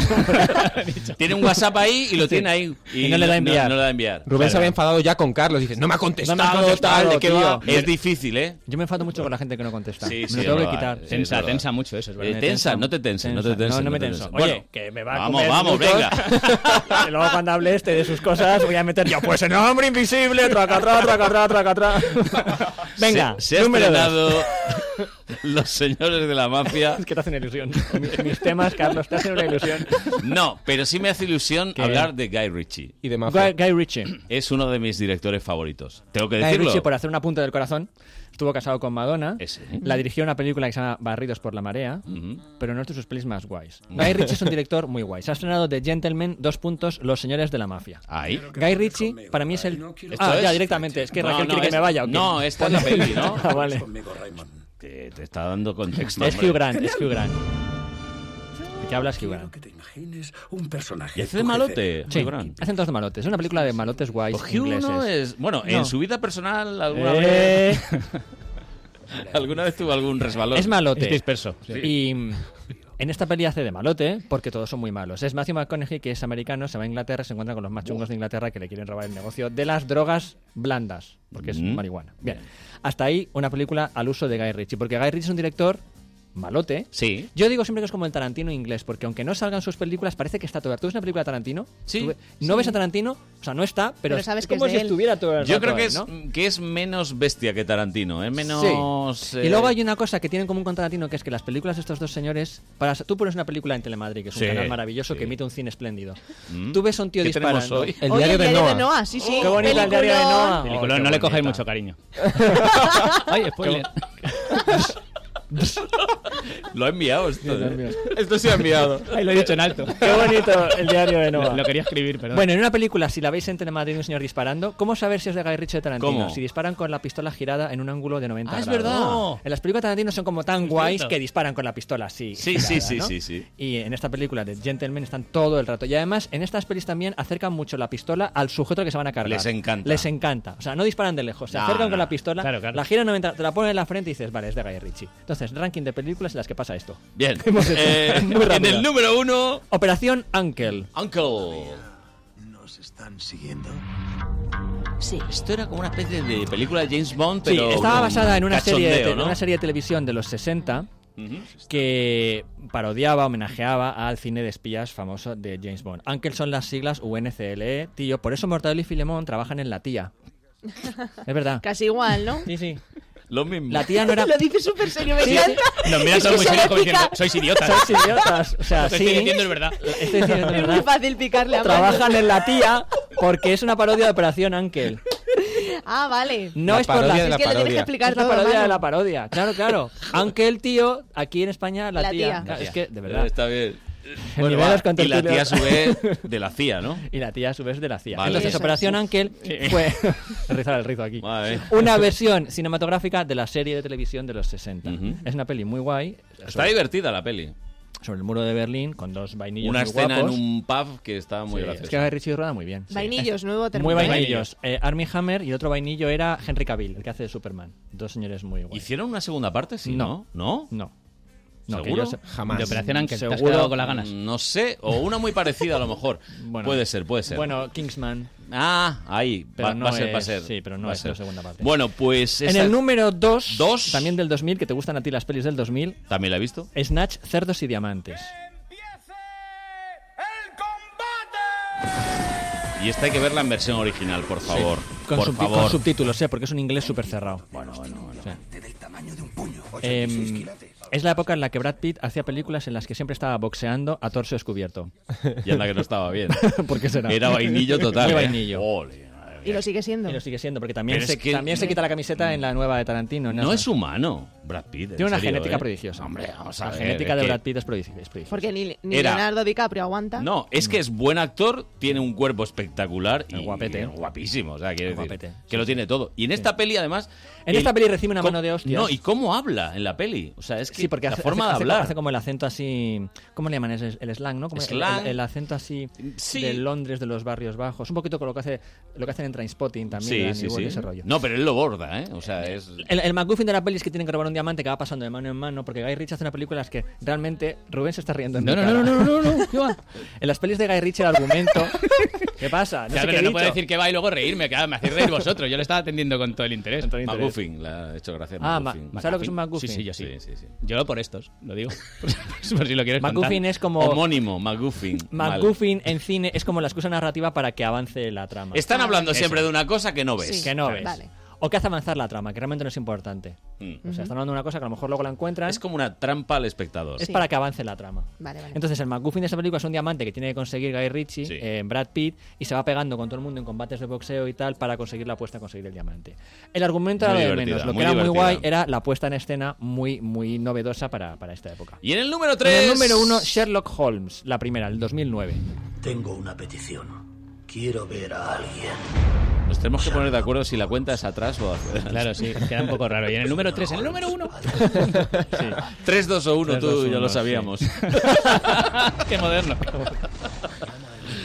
S1: Tiene un WhatsApp ahí y lo tiene ahí.
S10: Y no le da a enviar.
S1: No, le da a enviar.
S10: Rubén se había
S1: enfadado ya con Carlos. Dices,
S10: no me ha contestado, tal, ¿de qué va?
S1: Es difícil, ¿eh?
S10: Yo me enfado mucho con la gente que no contesta.
S1: Sí, sí,
S10: me
S1: es
S10: lo tengo que
S1: verdad,
S10: quitar.
S1: sí, es Tensa, verdad. tensa
S17: mucho eso, es
S1: verdad. Eh, tensa, no te tenses, no te tenses,
S10: No, no
S1: no
S10: me
S1: te
S10: tenso.
S1: tenses.
S10: Oye,
S1: Bueno,
S10: que me va a
S1: vamos,
S10: comer
S1: vamos,
S10: minutos.
S1: venga.
S10: Y luego cuando hable este de sus cosas voy a meter yo, pues en hombre invisible, traca, tra, traca, tra, traca, tra. Venga,
S1: se, se ha
S10: número dos.
S1: estrenado Los Señores de la Mafia.
S10: Es que te hacen ilusión. Mis, mis temas, Carlos, te hacen una ilusión.
S1: No, pero sí me hace ilusión
S10: ¿Qué?
S1: hablar de Guy Ritchie.
S10: Y de Mafia. Guy, Guy Ritchie.
S1: Es uno de mis directores favoritos. Tengo que
S10: Guy
S1: decirlo. Eh,
S10: Ritchie, por hacer una punta del corazón, estuvo casado con Madonna. La dirigió una película que se llama Barridos por la Marea, pero no es de sus pelis más guays. Guy Ritchie es un director muy guay. Se ha estrenado The Gentleman, dos puntos, Los Señores de la Mafia.
S1: Ahí.
S10: Guy Ritchie, para mí es el...
S1: ¿Esto
S10: Ah, ya,
S1: es?
S10: directamente. Es que
S1: No,
S10: Raquel
S1: no,
S10: quiere
S1: es-
S10: que me vaya. ¿o qué?
S1: No, esta es la peli, ¿no?
S10: Ah, vale.
S1: Te, te está dando contexto.
S10: Es
S1: hombre.
S10: Hugh Grant, es Hugh Grant. ¿De qué hablas, Hugh Grant?
S7: Imagines un personaje.
S1: ¿Y hace de malote?
S10: Sí,
S1: Hugh Grant. Pues
S10: hacen dos de malotes. Es una película de malotes guays
S1: Hugh no
S10: ingleses.
S1: es. Bueno,
S10: No.
S1: en su vida personal alguna
S10: Eh.
S1: vez. alguna vez tuvo algún resbalón.
S10: Es malote.
S1: Es disperso, sí.
S10: Y mm, en esta peli hace de malote porque todos son muy malos. Es Matthew McConaughey, que es americano, se va a Inglaterra, se encuentra con los más chungos de Inglaterra que le quieren robar el negocio de las drogas blandas, porque es
S1: Mm.
S10: marihuana. Bien. Hasta ahí una película al uso de Guy Ritchie, porque Guy Ritchie es un director malote.
S1: Sí.
S10: Yo digo siempre que es como el Tarantino inglés, porque aunque no salgan sus películas, parece que está todo. ¿Tú ves una película de Tarantino?
S1: Sí,
S10: Tú ve- No
S1: sí.
S10: ves a Tarantino, o sea, no está, pero,
S11: Pero sabes
S10: es
S11: que es
S10: como
S11: de
S10: si
S11: él.
S10: estuviera todo el
S1: Yo
S10: rato
S1: creo que
S10: ahí,
S1: es,
S10: ¿no?
S1: que es menos bestia que Tarantino, es menos.
S10: Sí.
S1: eh,
S10: Y luego hay una cosa que tienen en común con Tarantino, que es que las películas de estos dos señores... Para, tú pones una película en Telemadrid, que es un
S1: Sí,
S10: canal maravilloso
S1: sí.
S10: que emite un cine espléndido.
S1: Mm.
S10: Tú ves a un tío
S1: ¿Qué
S10: disparando.
S1: tenemos hoy?
S10: Oye,
S11: el diario de Noah, sí, sí.
S10: Qué bonita el diario de
S11: Peliculón.
S10: Noah.
S17: Peliculón,
S10: Oh, qué
S17: no le
S10: bonita.
S17: coges mucho cariño. Ay, spoiler.
S1: Lo ha enviado esto.
S17: Lo ha
S1: eh.
S17: enviado.
S1: Esto se ha enviado.
S17: Ahí lo he dicho en alto.
S10: Qué bonito el diario de Noah.
S17: Lo, lo quería escribir, perdón.
S10: Bueno, en una película, si la veis en Telemadrid un señor disparando, ¿cómo saber si es de Guy Ritchie o de Tarantino?
S1: ¿Cómo?
S10: Si disparan con la pistola girada en un ángulo de 90
S1: Ah, es
S10: grados.
S1: verdad. No.
S10: En las películas de Tarantino son como tan
S1: Es
S10: guays
S1: cierto.
S10: que disparan con la pistola así.
S1: Sí,
S10: girada,
S1: sí, sí,
S10: ¿no?
S1: sí, sí.
S10: Y en esta película de Gentleman están todo el rato. Y además, en estas pelis también acercan mucho la pistola al sujeto que se van a cargar.
S1: Les encanta.
S10: Les encanta. O sea, no disparan de lejos. Se
S1: No,
S10: acercan
S1: no.
S10: con la pistola,
S1: Claro, claro.
S10: la giran 90, te la ponen en la frente y dices, vale, es de Guy Ritchie. Entonces, ranking de películas en las que pasa esto.
S1: Bien.
S10: Hemos hecho.
S1: Eh,
S10: Muy
S1: en
S10: rápido.
S1: el número uno.
S10: Operación Uncle.
S1: Uncle.
S18: ¿Nos están siguiendo?
S1: Sí, esto era como una especie de película de James Bond,
S10: Sí,
S1: pero.
S10: estaba
S1: con
S10: basada en una serie, de,
S1: cachondeo,
S10: te-
S1: ¿no?
S10: una serie de televisión de los 60 que parodiaba, homenajeaba al cine de espías famoso de James Bond. Uncle son las siglas UNCLE, E, tío. Por eso Mortadelo y Filemón trabajan en la tía. Es verdad.
S11: Casi igual, ¿no?
S10: Sí, sí.
S1: Lo mismo.
S10: La tía no era...
S11: Lo dices súper serio, me
S10: Sí,
S11: encanta.
S10: sí.
S17: Nos miran
S11: Es
S17: todos
S11: que
S17: muy
S11: se
S17: serios
S11: le
S17: como diciendo,
S11: pica.
S17: sois idiotas.
S10: Sois idiotas. O sea,
S17: Lo que estoy
S10: sí.
S17: diciendo es verdad.
S10: Estoy diciendo
S11: Es muy
S10: verdad.
S11: fácil picarle a Manu.
S10: Trabajan en la tía porque es una parodia de Operación Uncle.
S11: Ah, vale.
S10: No es por la
S11: Es que le tienes que explicar
S10: Es la
S11: todo,
S10: parodia
S11: Manu.
S10: de la parodia. Claro, claro. Aunque el tío, aquí en España, la,
S11: La tía.
S10: tía. Claro,
S1: La
S10: es
S1: tía.
S10: que, de verdad.
S1: Eh, Está bien.
S10: Bueno,
S1: va,
S10: niveles con
S1: y la tía a su
S10: tertulios.
S1: vez de la CIA, ¿no?
S10: Y la tía a su vez de la CIA.
S1: Vale.
S10: Entonces,
S1: Eso es.
S10: Operación
S1: Uf.
S10: Ángel
S1: Sí.
S10: fue. Rizar el rizo aquí.
S1: Vale.
S10: Una versión cinematográfica de la serie de televisión de los 60.
S1: Ujú.
S10: Es una peli muy guay.
S1: Está divertida la peli.
S10: Sobre el muro de Berlín, con dos vainillos
S1: Una
S10: muy
S1: escena
S10: guapos.
S1: en un pub que está muy
S10: Sí,
S1: graciosa.
S10: Es que Guy Ritchie rueda muy bien. sí.
S11: Vainillos,
S10: Es-
S11: nuevo término.
S10: Muy vainillos. Eh, Armie Hammer y el otro vainillo era Henry Cavill, el que hace de Superman. Dos señores muy guapos.
S1: ¿Hicieron una segunda parte? Sí, ¿no? ¿No?
S10: No. No, que
S1: ¿Seguro?
S10: yo se- Jamás. de Operación Ángel, te has quedado con las ganas.
S1: No sé, o una muy parecida a lo mejor. puede ser, puede ser.
S10: Bueno, Kingsman.
S1: Ah, ahí,
S10: Pero
S1: va,
S10: no
S1: va a ser, va a
S10: es-
S1: ser.
S10: sí, pero no
S1: va a
S10: es la
S1: ser.
S10: segunda parte.
S1: Bueno, pues
S10: En
S1: esa-
S10: el número 2, también del 2000, que te gustan a ti las pelis del 2000.
S1: ¿También la he visto?
S10: Snatch, Cerdos y Diamantes.
S1: Y esta hay que verla en versión original, por favor.
S10: Con,
S1: por
S10: subti- con
S1: favor.
S10: subtítulos, ¿eh? porque es un inglés súper cerrado. Bueno, bueno, bueno. Eh, es la época en la que Brad Pitt hacía películas en las que siempre estaba boxeando a torso descubierto.
S1: Y anda que no estaba bien.
S10: ¿Por qué será?
S1: Era vainillo total,
S10: Muy
S1: ¿eh?
S10: vainillo.
S11: Y lo sigue siendo.
S10: Y lo sigue siendo, porque también,
S1: Pero
S10: se,
S1: es que-
S10: también se quita la camiseta en la nueva de Tarantino.
S1: No es humano, Brad Pitt. en
S10: Tiene una
S1: serio,
S10: genética
S1: ¿eh?
S10: prodigiosa.
S1: Hombre, vamos a
S10: La
S1: ver,
S10: genética
S1: es
S10: de
S1: que-
S10: Brad Pitt es prodigiosa. es prodigiosa.
S11: Porque ni, ni
S1: Era-
S11: Leonardo DiCaprio aguanta.
S1: No, es que es buen actor, tiene un cuerpo espectacular y guapete. guapísimo, o sea, quiero decir, que lo tiene todo. Y en esta peli, además...
S10: En esta peli recibe una
S1: co-
S10: mano de hostias.
S1: No, y cómo habla en la peli. O sea, es que
S10: Sí, porque
S1: la
S10: hace,
S1: forma
S10: hace- hace
S1: de
S10: como-
S1: hablar...
S10: Hace como el acento así. ¿Cómo le llaman? Es el, el slang, ¿no? Como el-
S1: Slang.
S10: El, el acento así
S1: Sí.
S10: de Londres, de los barrios bajos. Un poquito con lo que, hace, lo que hacen en Trainspotting también.
S1: sí,
S10: Danny
S1: sí,
S10: Boyle,
S1: sí.
S10: ese rollo.
S1: No, pero él lo borda, ¿eh? O sea, es...
S10: El, el MacGuffin de la peli es que tienen que robar un diamante que va pasando de mano en mano, porque Guy Ritchie hace una película en las que realmente Rubén se está riendo. En
S1: No,
S10: mi
S1: no,
S10: cara.
S1: no, no, no,
S10: ¿qué va? En las pelis de Guy Ritchie el argumento. ¿Qué pasa? Ah, No
S17: Ya,
S10: sé qué
S17: pero
S10: he
S17: no
S10: dicho.
S17: puede decir que va y luego reírme, que ah, me hacéis reír vosotros. Yo le estaba atendiendo con todo el interés.
S1: McGuffin, la ha hecho gracia.
S10: Ah,
S1: McGuffin.
S10: ma- ¿sabes lo que es un McGuffin?
S17: Sí, sí, yo sí.
S1: Sí, sí, sí.
S17: Yo por estos, lo digo. por si lo quieres contar.
S10: McGuffin es como-
S1: Homónimo, McGuffin. mal.
S10: MacGuffin en cine es como la excusa narrativa para que avance la trama.
S17: Ah,
S1: Están hablando siempre de una cosa que no ves.
S10: Que no ves.
S1: Vale.
S10: O que hace avanzar la trama, que realmente no es importante.
S1: Mm.
S10: O sea, están hablando de una cosa que a lo mejor luego la encuentran.
S1: Es como una trampa al espectador.
S10: Es para que avance la trama. Entonces, el McGuffin de esa película es un diamante que tiene que conseguir Guy Ritchie, eh, Brad Pitt, y se va pegando con todo el mundo en combates de boxeo y tal para conseguir la apuesta, conseguir el diamante. El argumento
S1: Muy
S10: era lo de
S1: divertida,
S10: menos. Lo que
S1: muy
S10: era muy
S1: divertida.
S10: guay era la puesta en escena muy, muy novedosa para, para esta época.
S1: Y en el número
S10: En
S1: 3...
S10: el número uno, Sherlock Holmes, la primera, el 2009.
S2: Tengo una petición. Quiero ver a alguien.
S1: Nos tenemos que poner de acuerdo si la cuenta es atrás o atrás.
S17: Claro, sí, queda un poco raro. Y en el número 3, en el número 1.
S1: 3, 2 o 1,
S17: Tres,
S1: tú
S17: dos,
S1: ya
S17: uno,
S1: lo sabíamos.
S17: Qué moderno.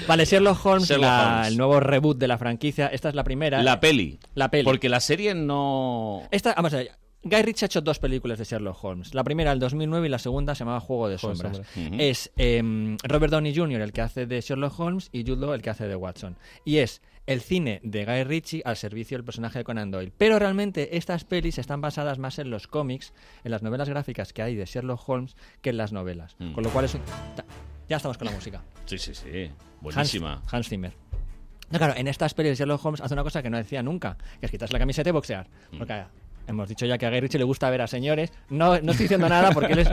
S10: Vale, Sherlock Holmes,
S1: Sherlock
S10: la-
S1: Holmes.
S10: el nuevo reboot de la franquicia. Esta es la primera. eh,
S1: La peli.
S10: La peli.
S1: Porque la serie no...
S10: Esta, ah, vamos a ver, Guy Ritchie ha hecho dos películas de Sherlock Holmes. La primera, el 2009, y la segunda se llamaba Juego de
S17: Juego de
S10: Sombras.
S17: Sombras. Ujú.
S10: Es em, Robert Downey Jr. el que hace de Sherlock Holmes y Jude Law el que hace de Watson. Y es el cine de Guy Ritchie al servicio del personaje de Conan Doyle. Pero realmente estas pelis están basadas más en los cómics, en las novelas gráficas que hay de Sherlock Holmes que en las novelas.
S1: Mm.
S10: Con lo cual es un- ta- Ya estamos con la música.
S1: Sí, sí, sí.
S10: Hans-
S1: Buenísima.
S10: Hans, Zimmer. No, claro, en estas pelis Sherlock Holmes hace una cosa que no decía nunca, que es quitarse la camiseta y boxear. Porque ah, hemos dicho ya que a Guy Ritchie le gusta ver a señores. No, no estoy diciendo nada porque él es...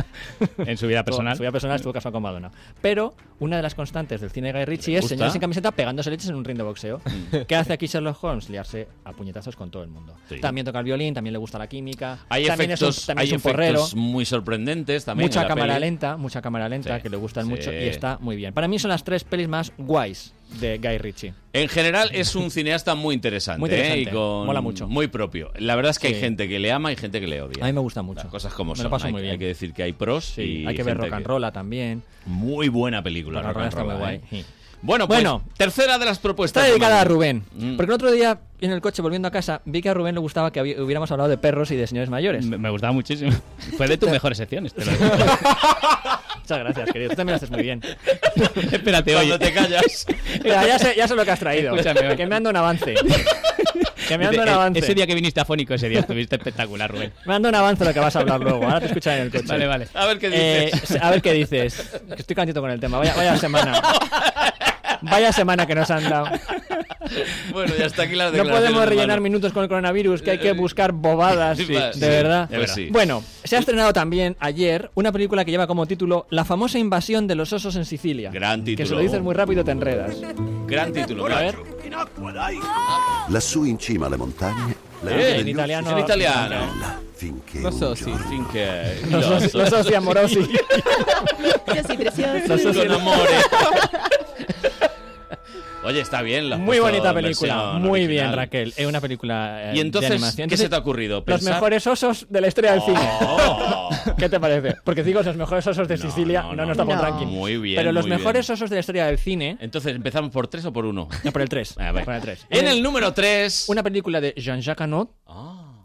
S17: En su vida
S10: Estuvo-
S17: personal.
S10: En su vida personal estuvo casado con Madonna. Pero una de las constantes del cine de Guy Ritchie
S17: ¿Le
S10: es
S17: gusta?
S10: señores sin camiseta pegándose leches en un ring de boxeo. ¿Qué hace aquí Sherlock Holmes? Liarse a puñetazos con todo el mundo.
S1: Sí.
S10: También toca el violín, también le gusta la química.
S1: Hay
S10: también es un-
S1: efectos,
S10: también
S1: hay
S10: es un porrero.
S1: efectos muy sorprendentes también.
S10: mucha
S1: en la
S10: cámara
S1: peli.
S10: lenta, mucha cámara lenta, que le gustan
S1: sí.
S10: mucho y está muy bien. Para mí son las tres pelis más guays de Guy Ritchie.
S1: En general es un cineasta muy interesante,
S10: Muy
S1: ¿eh?
S10: interesante.
S1: Y con-
S10: Mola mucho.
S1: Muy propio. La verdad es que hay
S10: Sí.
S1: gente que le ama y gente que le odia.
S10: A mí me gusta mucho.
S1: Las cosas como
S10: Me lo
S1: son.
S10: paso
S1: hay,
S10: muy bien.
S1: hay que decir que hay pros y
S10: hay que ver
S1: gente
S10: Rock and Rolla también.
S1: Muy buena película.
S10: Rock and Rolla está muy
S1: ¿eh?
S10: guay. Sí.
S1: Bueno, pues,
S10: Bueno.
S1: tercera de las
S10: Está
S1: propuestas.
S10: dedicada a
S1: Manu.
S10: Rubén.
S1: Mm.
S10: Porque el otro día, en el coche volviendo a casa, vi que a Rubén le gustaba que hubi- hubiéramos hablado de perros y de señores mayores.
S17: Me, me gustaba muchísimo. Fue de tus mejores secciones. te lo digo.
S10: Muchas gracias, querido. Tú también lo haces muy bien.
S17: Espérate, oye.
S1: Cuando te callas.
S10: Mira, ya, sé, ya sé lo que has traído.
S17: Escúchame, oye.
S10: que me anda un avance. que me anda
S17: Dice,
S10: un
S17: "E-
S10: avance.
S17: Ese día que viniste afónico, ese día estuviste espectacular, Rubén.
S10: Me anda un avance lo que vas a hablar luego. Ahora te escuchan en el coche.
S17: Vale, vale.
S1: A ver qué dices.
S10: Eh, a ver qué dices. Que Estoy cantito con el tema. Vaya, vaya semana. Vaya semana que nos han dado.
S1: Bueno, ya está aquí la
S10: No podemos rellenar minutos con el coronavirus, que hay que buscar bobadas,
S1: Sí,
S10: de
S1: sí,
S10: verdad. Pues
S1: de verdad. Sí.
S10: Bueno, se ha estrenado también ayer una película que lleva como título La famosa invasión de los osos en Sicilia.
S1: Gran título.
S10: Que si lo dices muy rápido te enredas.
S1: Gran título.
S10: A ver.
S23: Lassù in cima alle montagne, la
S10: Eh,
S23: vita
S10: in
S23: degli
S10: italiano-
S23: orsi
S1: in italiano.
S23: bella, finché
S1: Lo
S23: un
S1: so,
S23: giorno-
S1: Finché.
S10: Los, os- los osos amorosos.
S11: Preciosi, preciosi.
S10: Los osos-
S1: Con amore. Oye, está bien. la has
S10: Muy
S1: puesto
S10: bonita
S1: en
S10: película.
S1: versión
S10: Muy
S1: original.
S10: bien, Raquel. Es una película eh,
S1: Y entonces,
S10: de animación.
S1: ¿qué se
S10: Entonces,
S1: te ha ocurrido?
S10: Los
S1: Pensar-
S10: mejores osos de la historia del cine.
S1: Oh.
S10: ¿Qué te parece? Porque digo, los mejores osos de Sicilia no, nos tapan ranking.
S1: Muy bien.
S10: Pero los
S1: muy
S10: mejores osos de la historia del cine.
S1: Entonces, ¿empezamos por tres o por uno? Ah,
S10: No, por el 3.
S1: A ver.
S10: Por el 3.
S1: En el número 3.
S10: Una película de Jean-Jacques Annaud.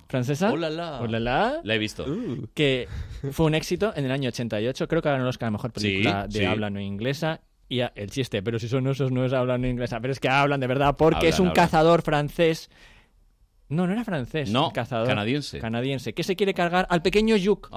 S10: francesa.
S1: Oh la la.
S10: Oh la la.
S1: La he visto.
S10: Que fue un éxito en el año 88. Creo que ganó el Oscar a Mejor Película
S1: Sí,
S10: de
S1: sí.
S10: habla no inglesa. Y a- el chiste, pero si son osos no es habla no inglesa. Pero es que hablan de verdad porque
S1: Hablan,
S10: es un
S1: hablan.
S10: cazador francés. No, no era francés.
S1: No,
S10: el cazador
S1: canadiense. Oh.
S10: Canadiense. Que se quiere cargar al pequeño Yuk.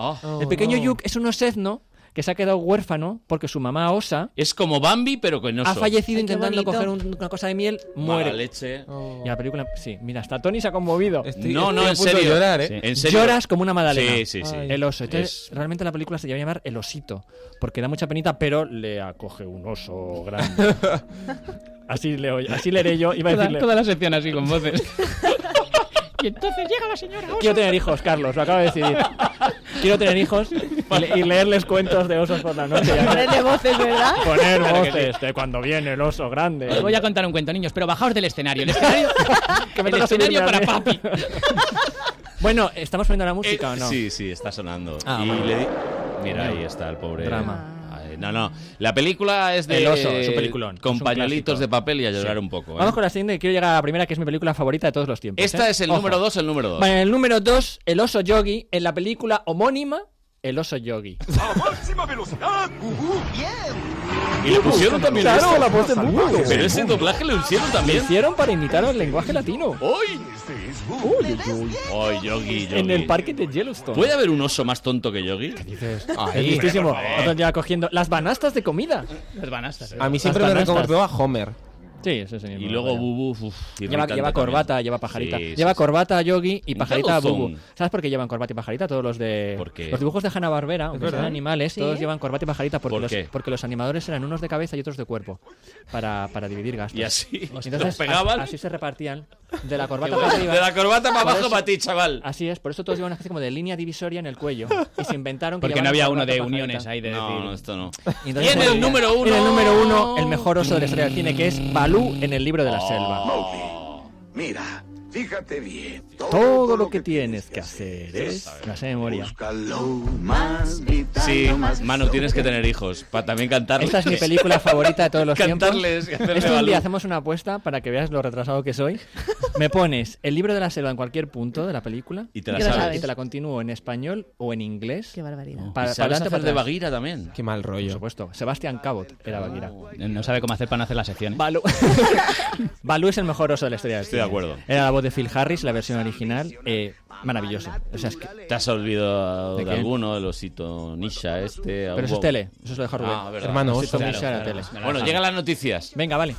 S10: el pequeño
S1: no.
S10: Yuk es un osezno que se ha quedado huérfano porque su mamá osa
S1: Es como Bambi, pero con oso.
S10: ha fallecido intentando
S11: bonito.
S10: coger un- una cosa de miel,
S1: Mala
S10: muere.
S1: leche.
S10: Y la película, sí, mira, hasta Tony se ha conmovido.
S1: no, no, en serio. Sí. En serio.
S10: ¿eh? Lloras como una magdalena.
S1: Sí, sí, sí.
S10: El oso. Entonces,
S1: Es-
S10: realmente la película se lleva a llamar El osito, porque da mucha penita, pero le acoge un oso grande. así, leo, yo- así leeré yo. Iba a
S17: Toda-
S10: decirle,
S17: toda la sección así con voces.
S8: Y entonces llega la señora Osa.
S10: quiero tener hijos, Carlos, lo acabo de decidir. Quiero tener hijos y, le- y leerles cuentos de osos por la noche.
S11: Ponerle voces, ¿verdad?
S10: Poner
S17: Claro que
S10: voces de cuando viene el oso grande.
S8: Os voy a contar un cuento, niños, pero bajaos del escenario. El escenario,
S10: Que me
S8: el
S10: toca
S8: escenario
S10: subirme a
S8: para
S10: mí.
S8: papi.
S10: Bueno, ¿estamos poniendo la música o no?
S1: Sí, sí, está sonando.
S10: Ah,
S1: y
S10: bueno.
S1: le di- Mira, ahí está el pobre.
S10: Drama.
S1: Ay, no, no. La película es de.
S10: El oso, es un peliculón.
S1: Con
S10: Es un
S1: pañuelitos
S10: clásico.
S1: de papel y a llorar
S10: Sí.
S1: un poco. ¿eh?
S10: Vamos con la siguiente, que quiero llegar a la primera, que es mi película favorita de todos los tiempos.
S1: Esta
S10: ¿eh?
S1: es el
S10: Ojo.
S1: número 2, el número 2.
S10: Bueno, el número 2, el oso yogi, en la película homónima, el oso yogi.
S15: Ah,
S26: ¡A máxima velocidad!
S1: Y le pusieron también
S10: Claro,
S1: esto.
S10: la voz de Budo.
S1: Pero ese doblaje lo hicieron
S10: Lo
S1: también.
S10: hicieron para imitar al lenguaje latino.
S1: ¡Hoy!
S10: Uy, uy, uy.
S1: ¡Ay, Yogi, Yogi!
S10: En el parque de Yellowstone.
S1: ¿Puede haber un oso más tonto que Yogi? ¿Qué
S10: dices? Es listísimo. Otro ya cogiendo las banastas de comida.
S8: Las banastas.
S10: Sí.
S15: A mí
S10: Las
S15: siempre me
S10: banastas.
S15: recordó a Homer.
S10: Sí, ese es el mismo.
S1: Y luego
S10: Vaya.
S1: Bubu. uf, tiene
S10: Lleva,
S1: un
S10: lleva
S1: canto
S10: corbata,
S1: también.
S10: lleva pajarita.
S1: Sí, sí,
S10: lleva
S1: sí.
S10: corbata a Yogi y pajarita a Bubu.
S1: calzón.
S10: ¿Sabes por qué llevan corbata y pajarita todos los de
S1: qué?
S10: los dibujos de Hanna Barbera, aunque sean
S1: verdad.
S10: animales,
S1: ¿Sí?
S10: todos llevan corbata y pajarita porque,
S1: ¿Por
S10: los,
S1: qué?
S10: porque los animadores eran unos de cabeza y otros de cuerpo para, para dividir gastos.
S1: Y así
S10: Pues Entonces,
S1: los pegaban.
S10: Así, así se repartían de la corbata
S1: Qué
S10: para
S1: bueno.
S10: arriba. Pues
S1: De la corbata para
S10: Por
S1: abajo
S10: eso-
S1: para ti, chaval.
S10: Así es, por eso todos llevan una especie como de línea divisoria en el cuello y se inventaron que
S17: Porque no
S10: llevaban
S17: había
S10: corbata
S17: uno de
S10: y pajarita.
S17: uniones ahí de
S1: No,
S17: decir.
S1: no, esto no.
S10: Y,
S1: Y en el número uno.
S10: En el número uno, el mejor oso de la historia del cine, que es Balú en el libro de la selva.
S18: Mira, fíjate bien.
S10: Todo lo que tienes que hacer es... No sé de memoria.
S18: Más vital,
S1: Sí,
S18: más
S1: mano, tienes que tener hijos para también cantarles.
S10: Esta es mi película favorita de todos los
S1: Cantarles,
S10: tiempos.
S1: hacerle
S10: Este un
S1: balú.
S10: día hacemos una apuesta para que veas lo retrasado que soy. Me pones el libro de la selva en cualquier punto de la película
S1: Y te la Y te la sabes. sabes.
S10: y te la continúo en español o en inglés. Qué barbaridad.
S1: Y sabes hacer de Bagheera también.
S15: Qué mal rollo. Por
S10: supuesto. Sebastián Cabot era Bagheera.
S17: No sabe cómo hacer para no hacer las secciones.
S10: Balú. Balú es el mejor oso de la historia. Estoy
S1: de acuerdo.
S10: Era la voz de Phil Harris, la versión original. Eh, maravilloso. O sea, es que
S1: ¿Te has olvidado
S10: ¿De
S1: de,
S10: qué?
S1: alguno? El osito Nisha este.
S10: Pero eso es tele, eso es lo de Rubén.
S1: Ah, verdad.
S10: Hermano
S1: Osito
S10: oso.
S1: Nisha era
S10: Claro,
S1: tele.
S10: claro.
S1: Bueno, llegan las noticias.
S10: Venga, vale.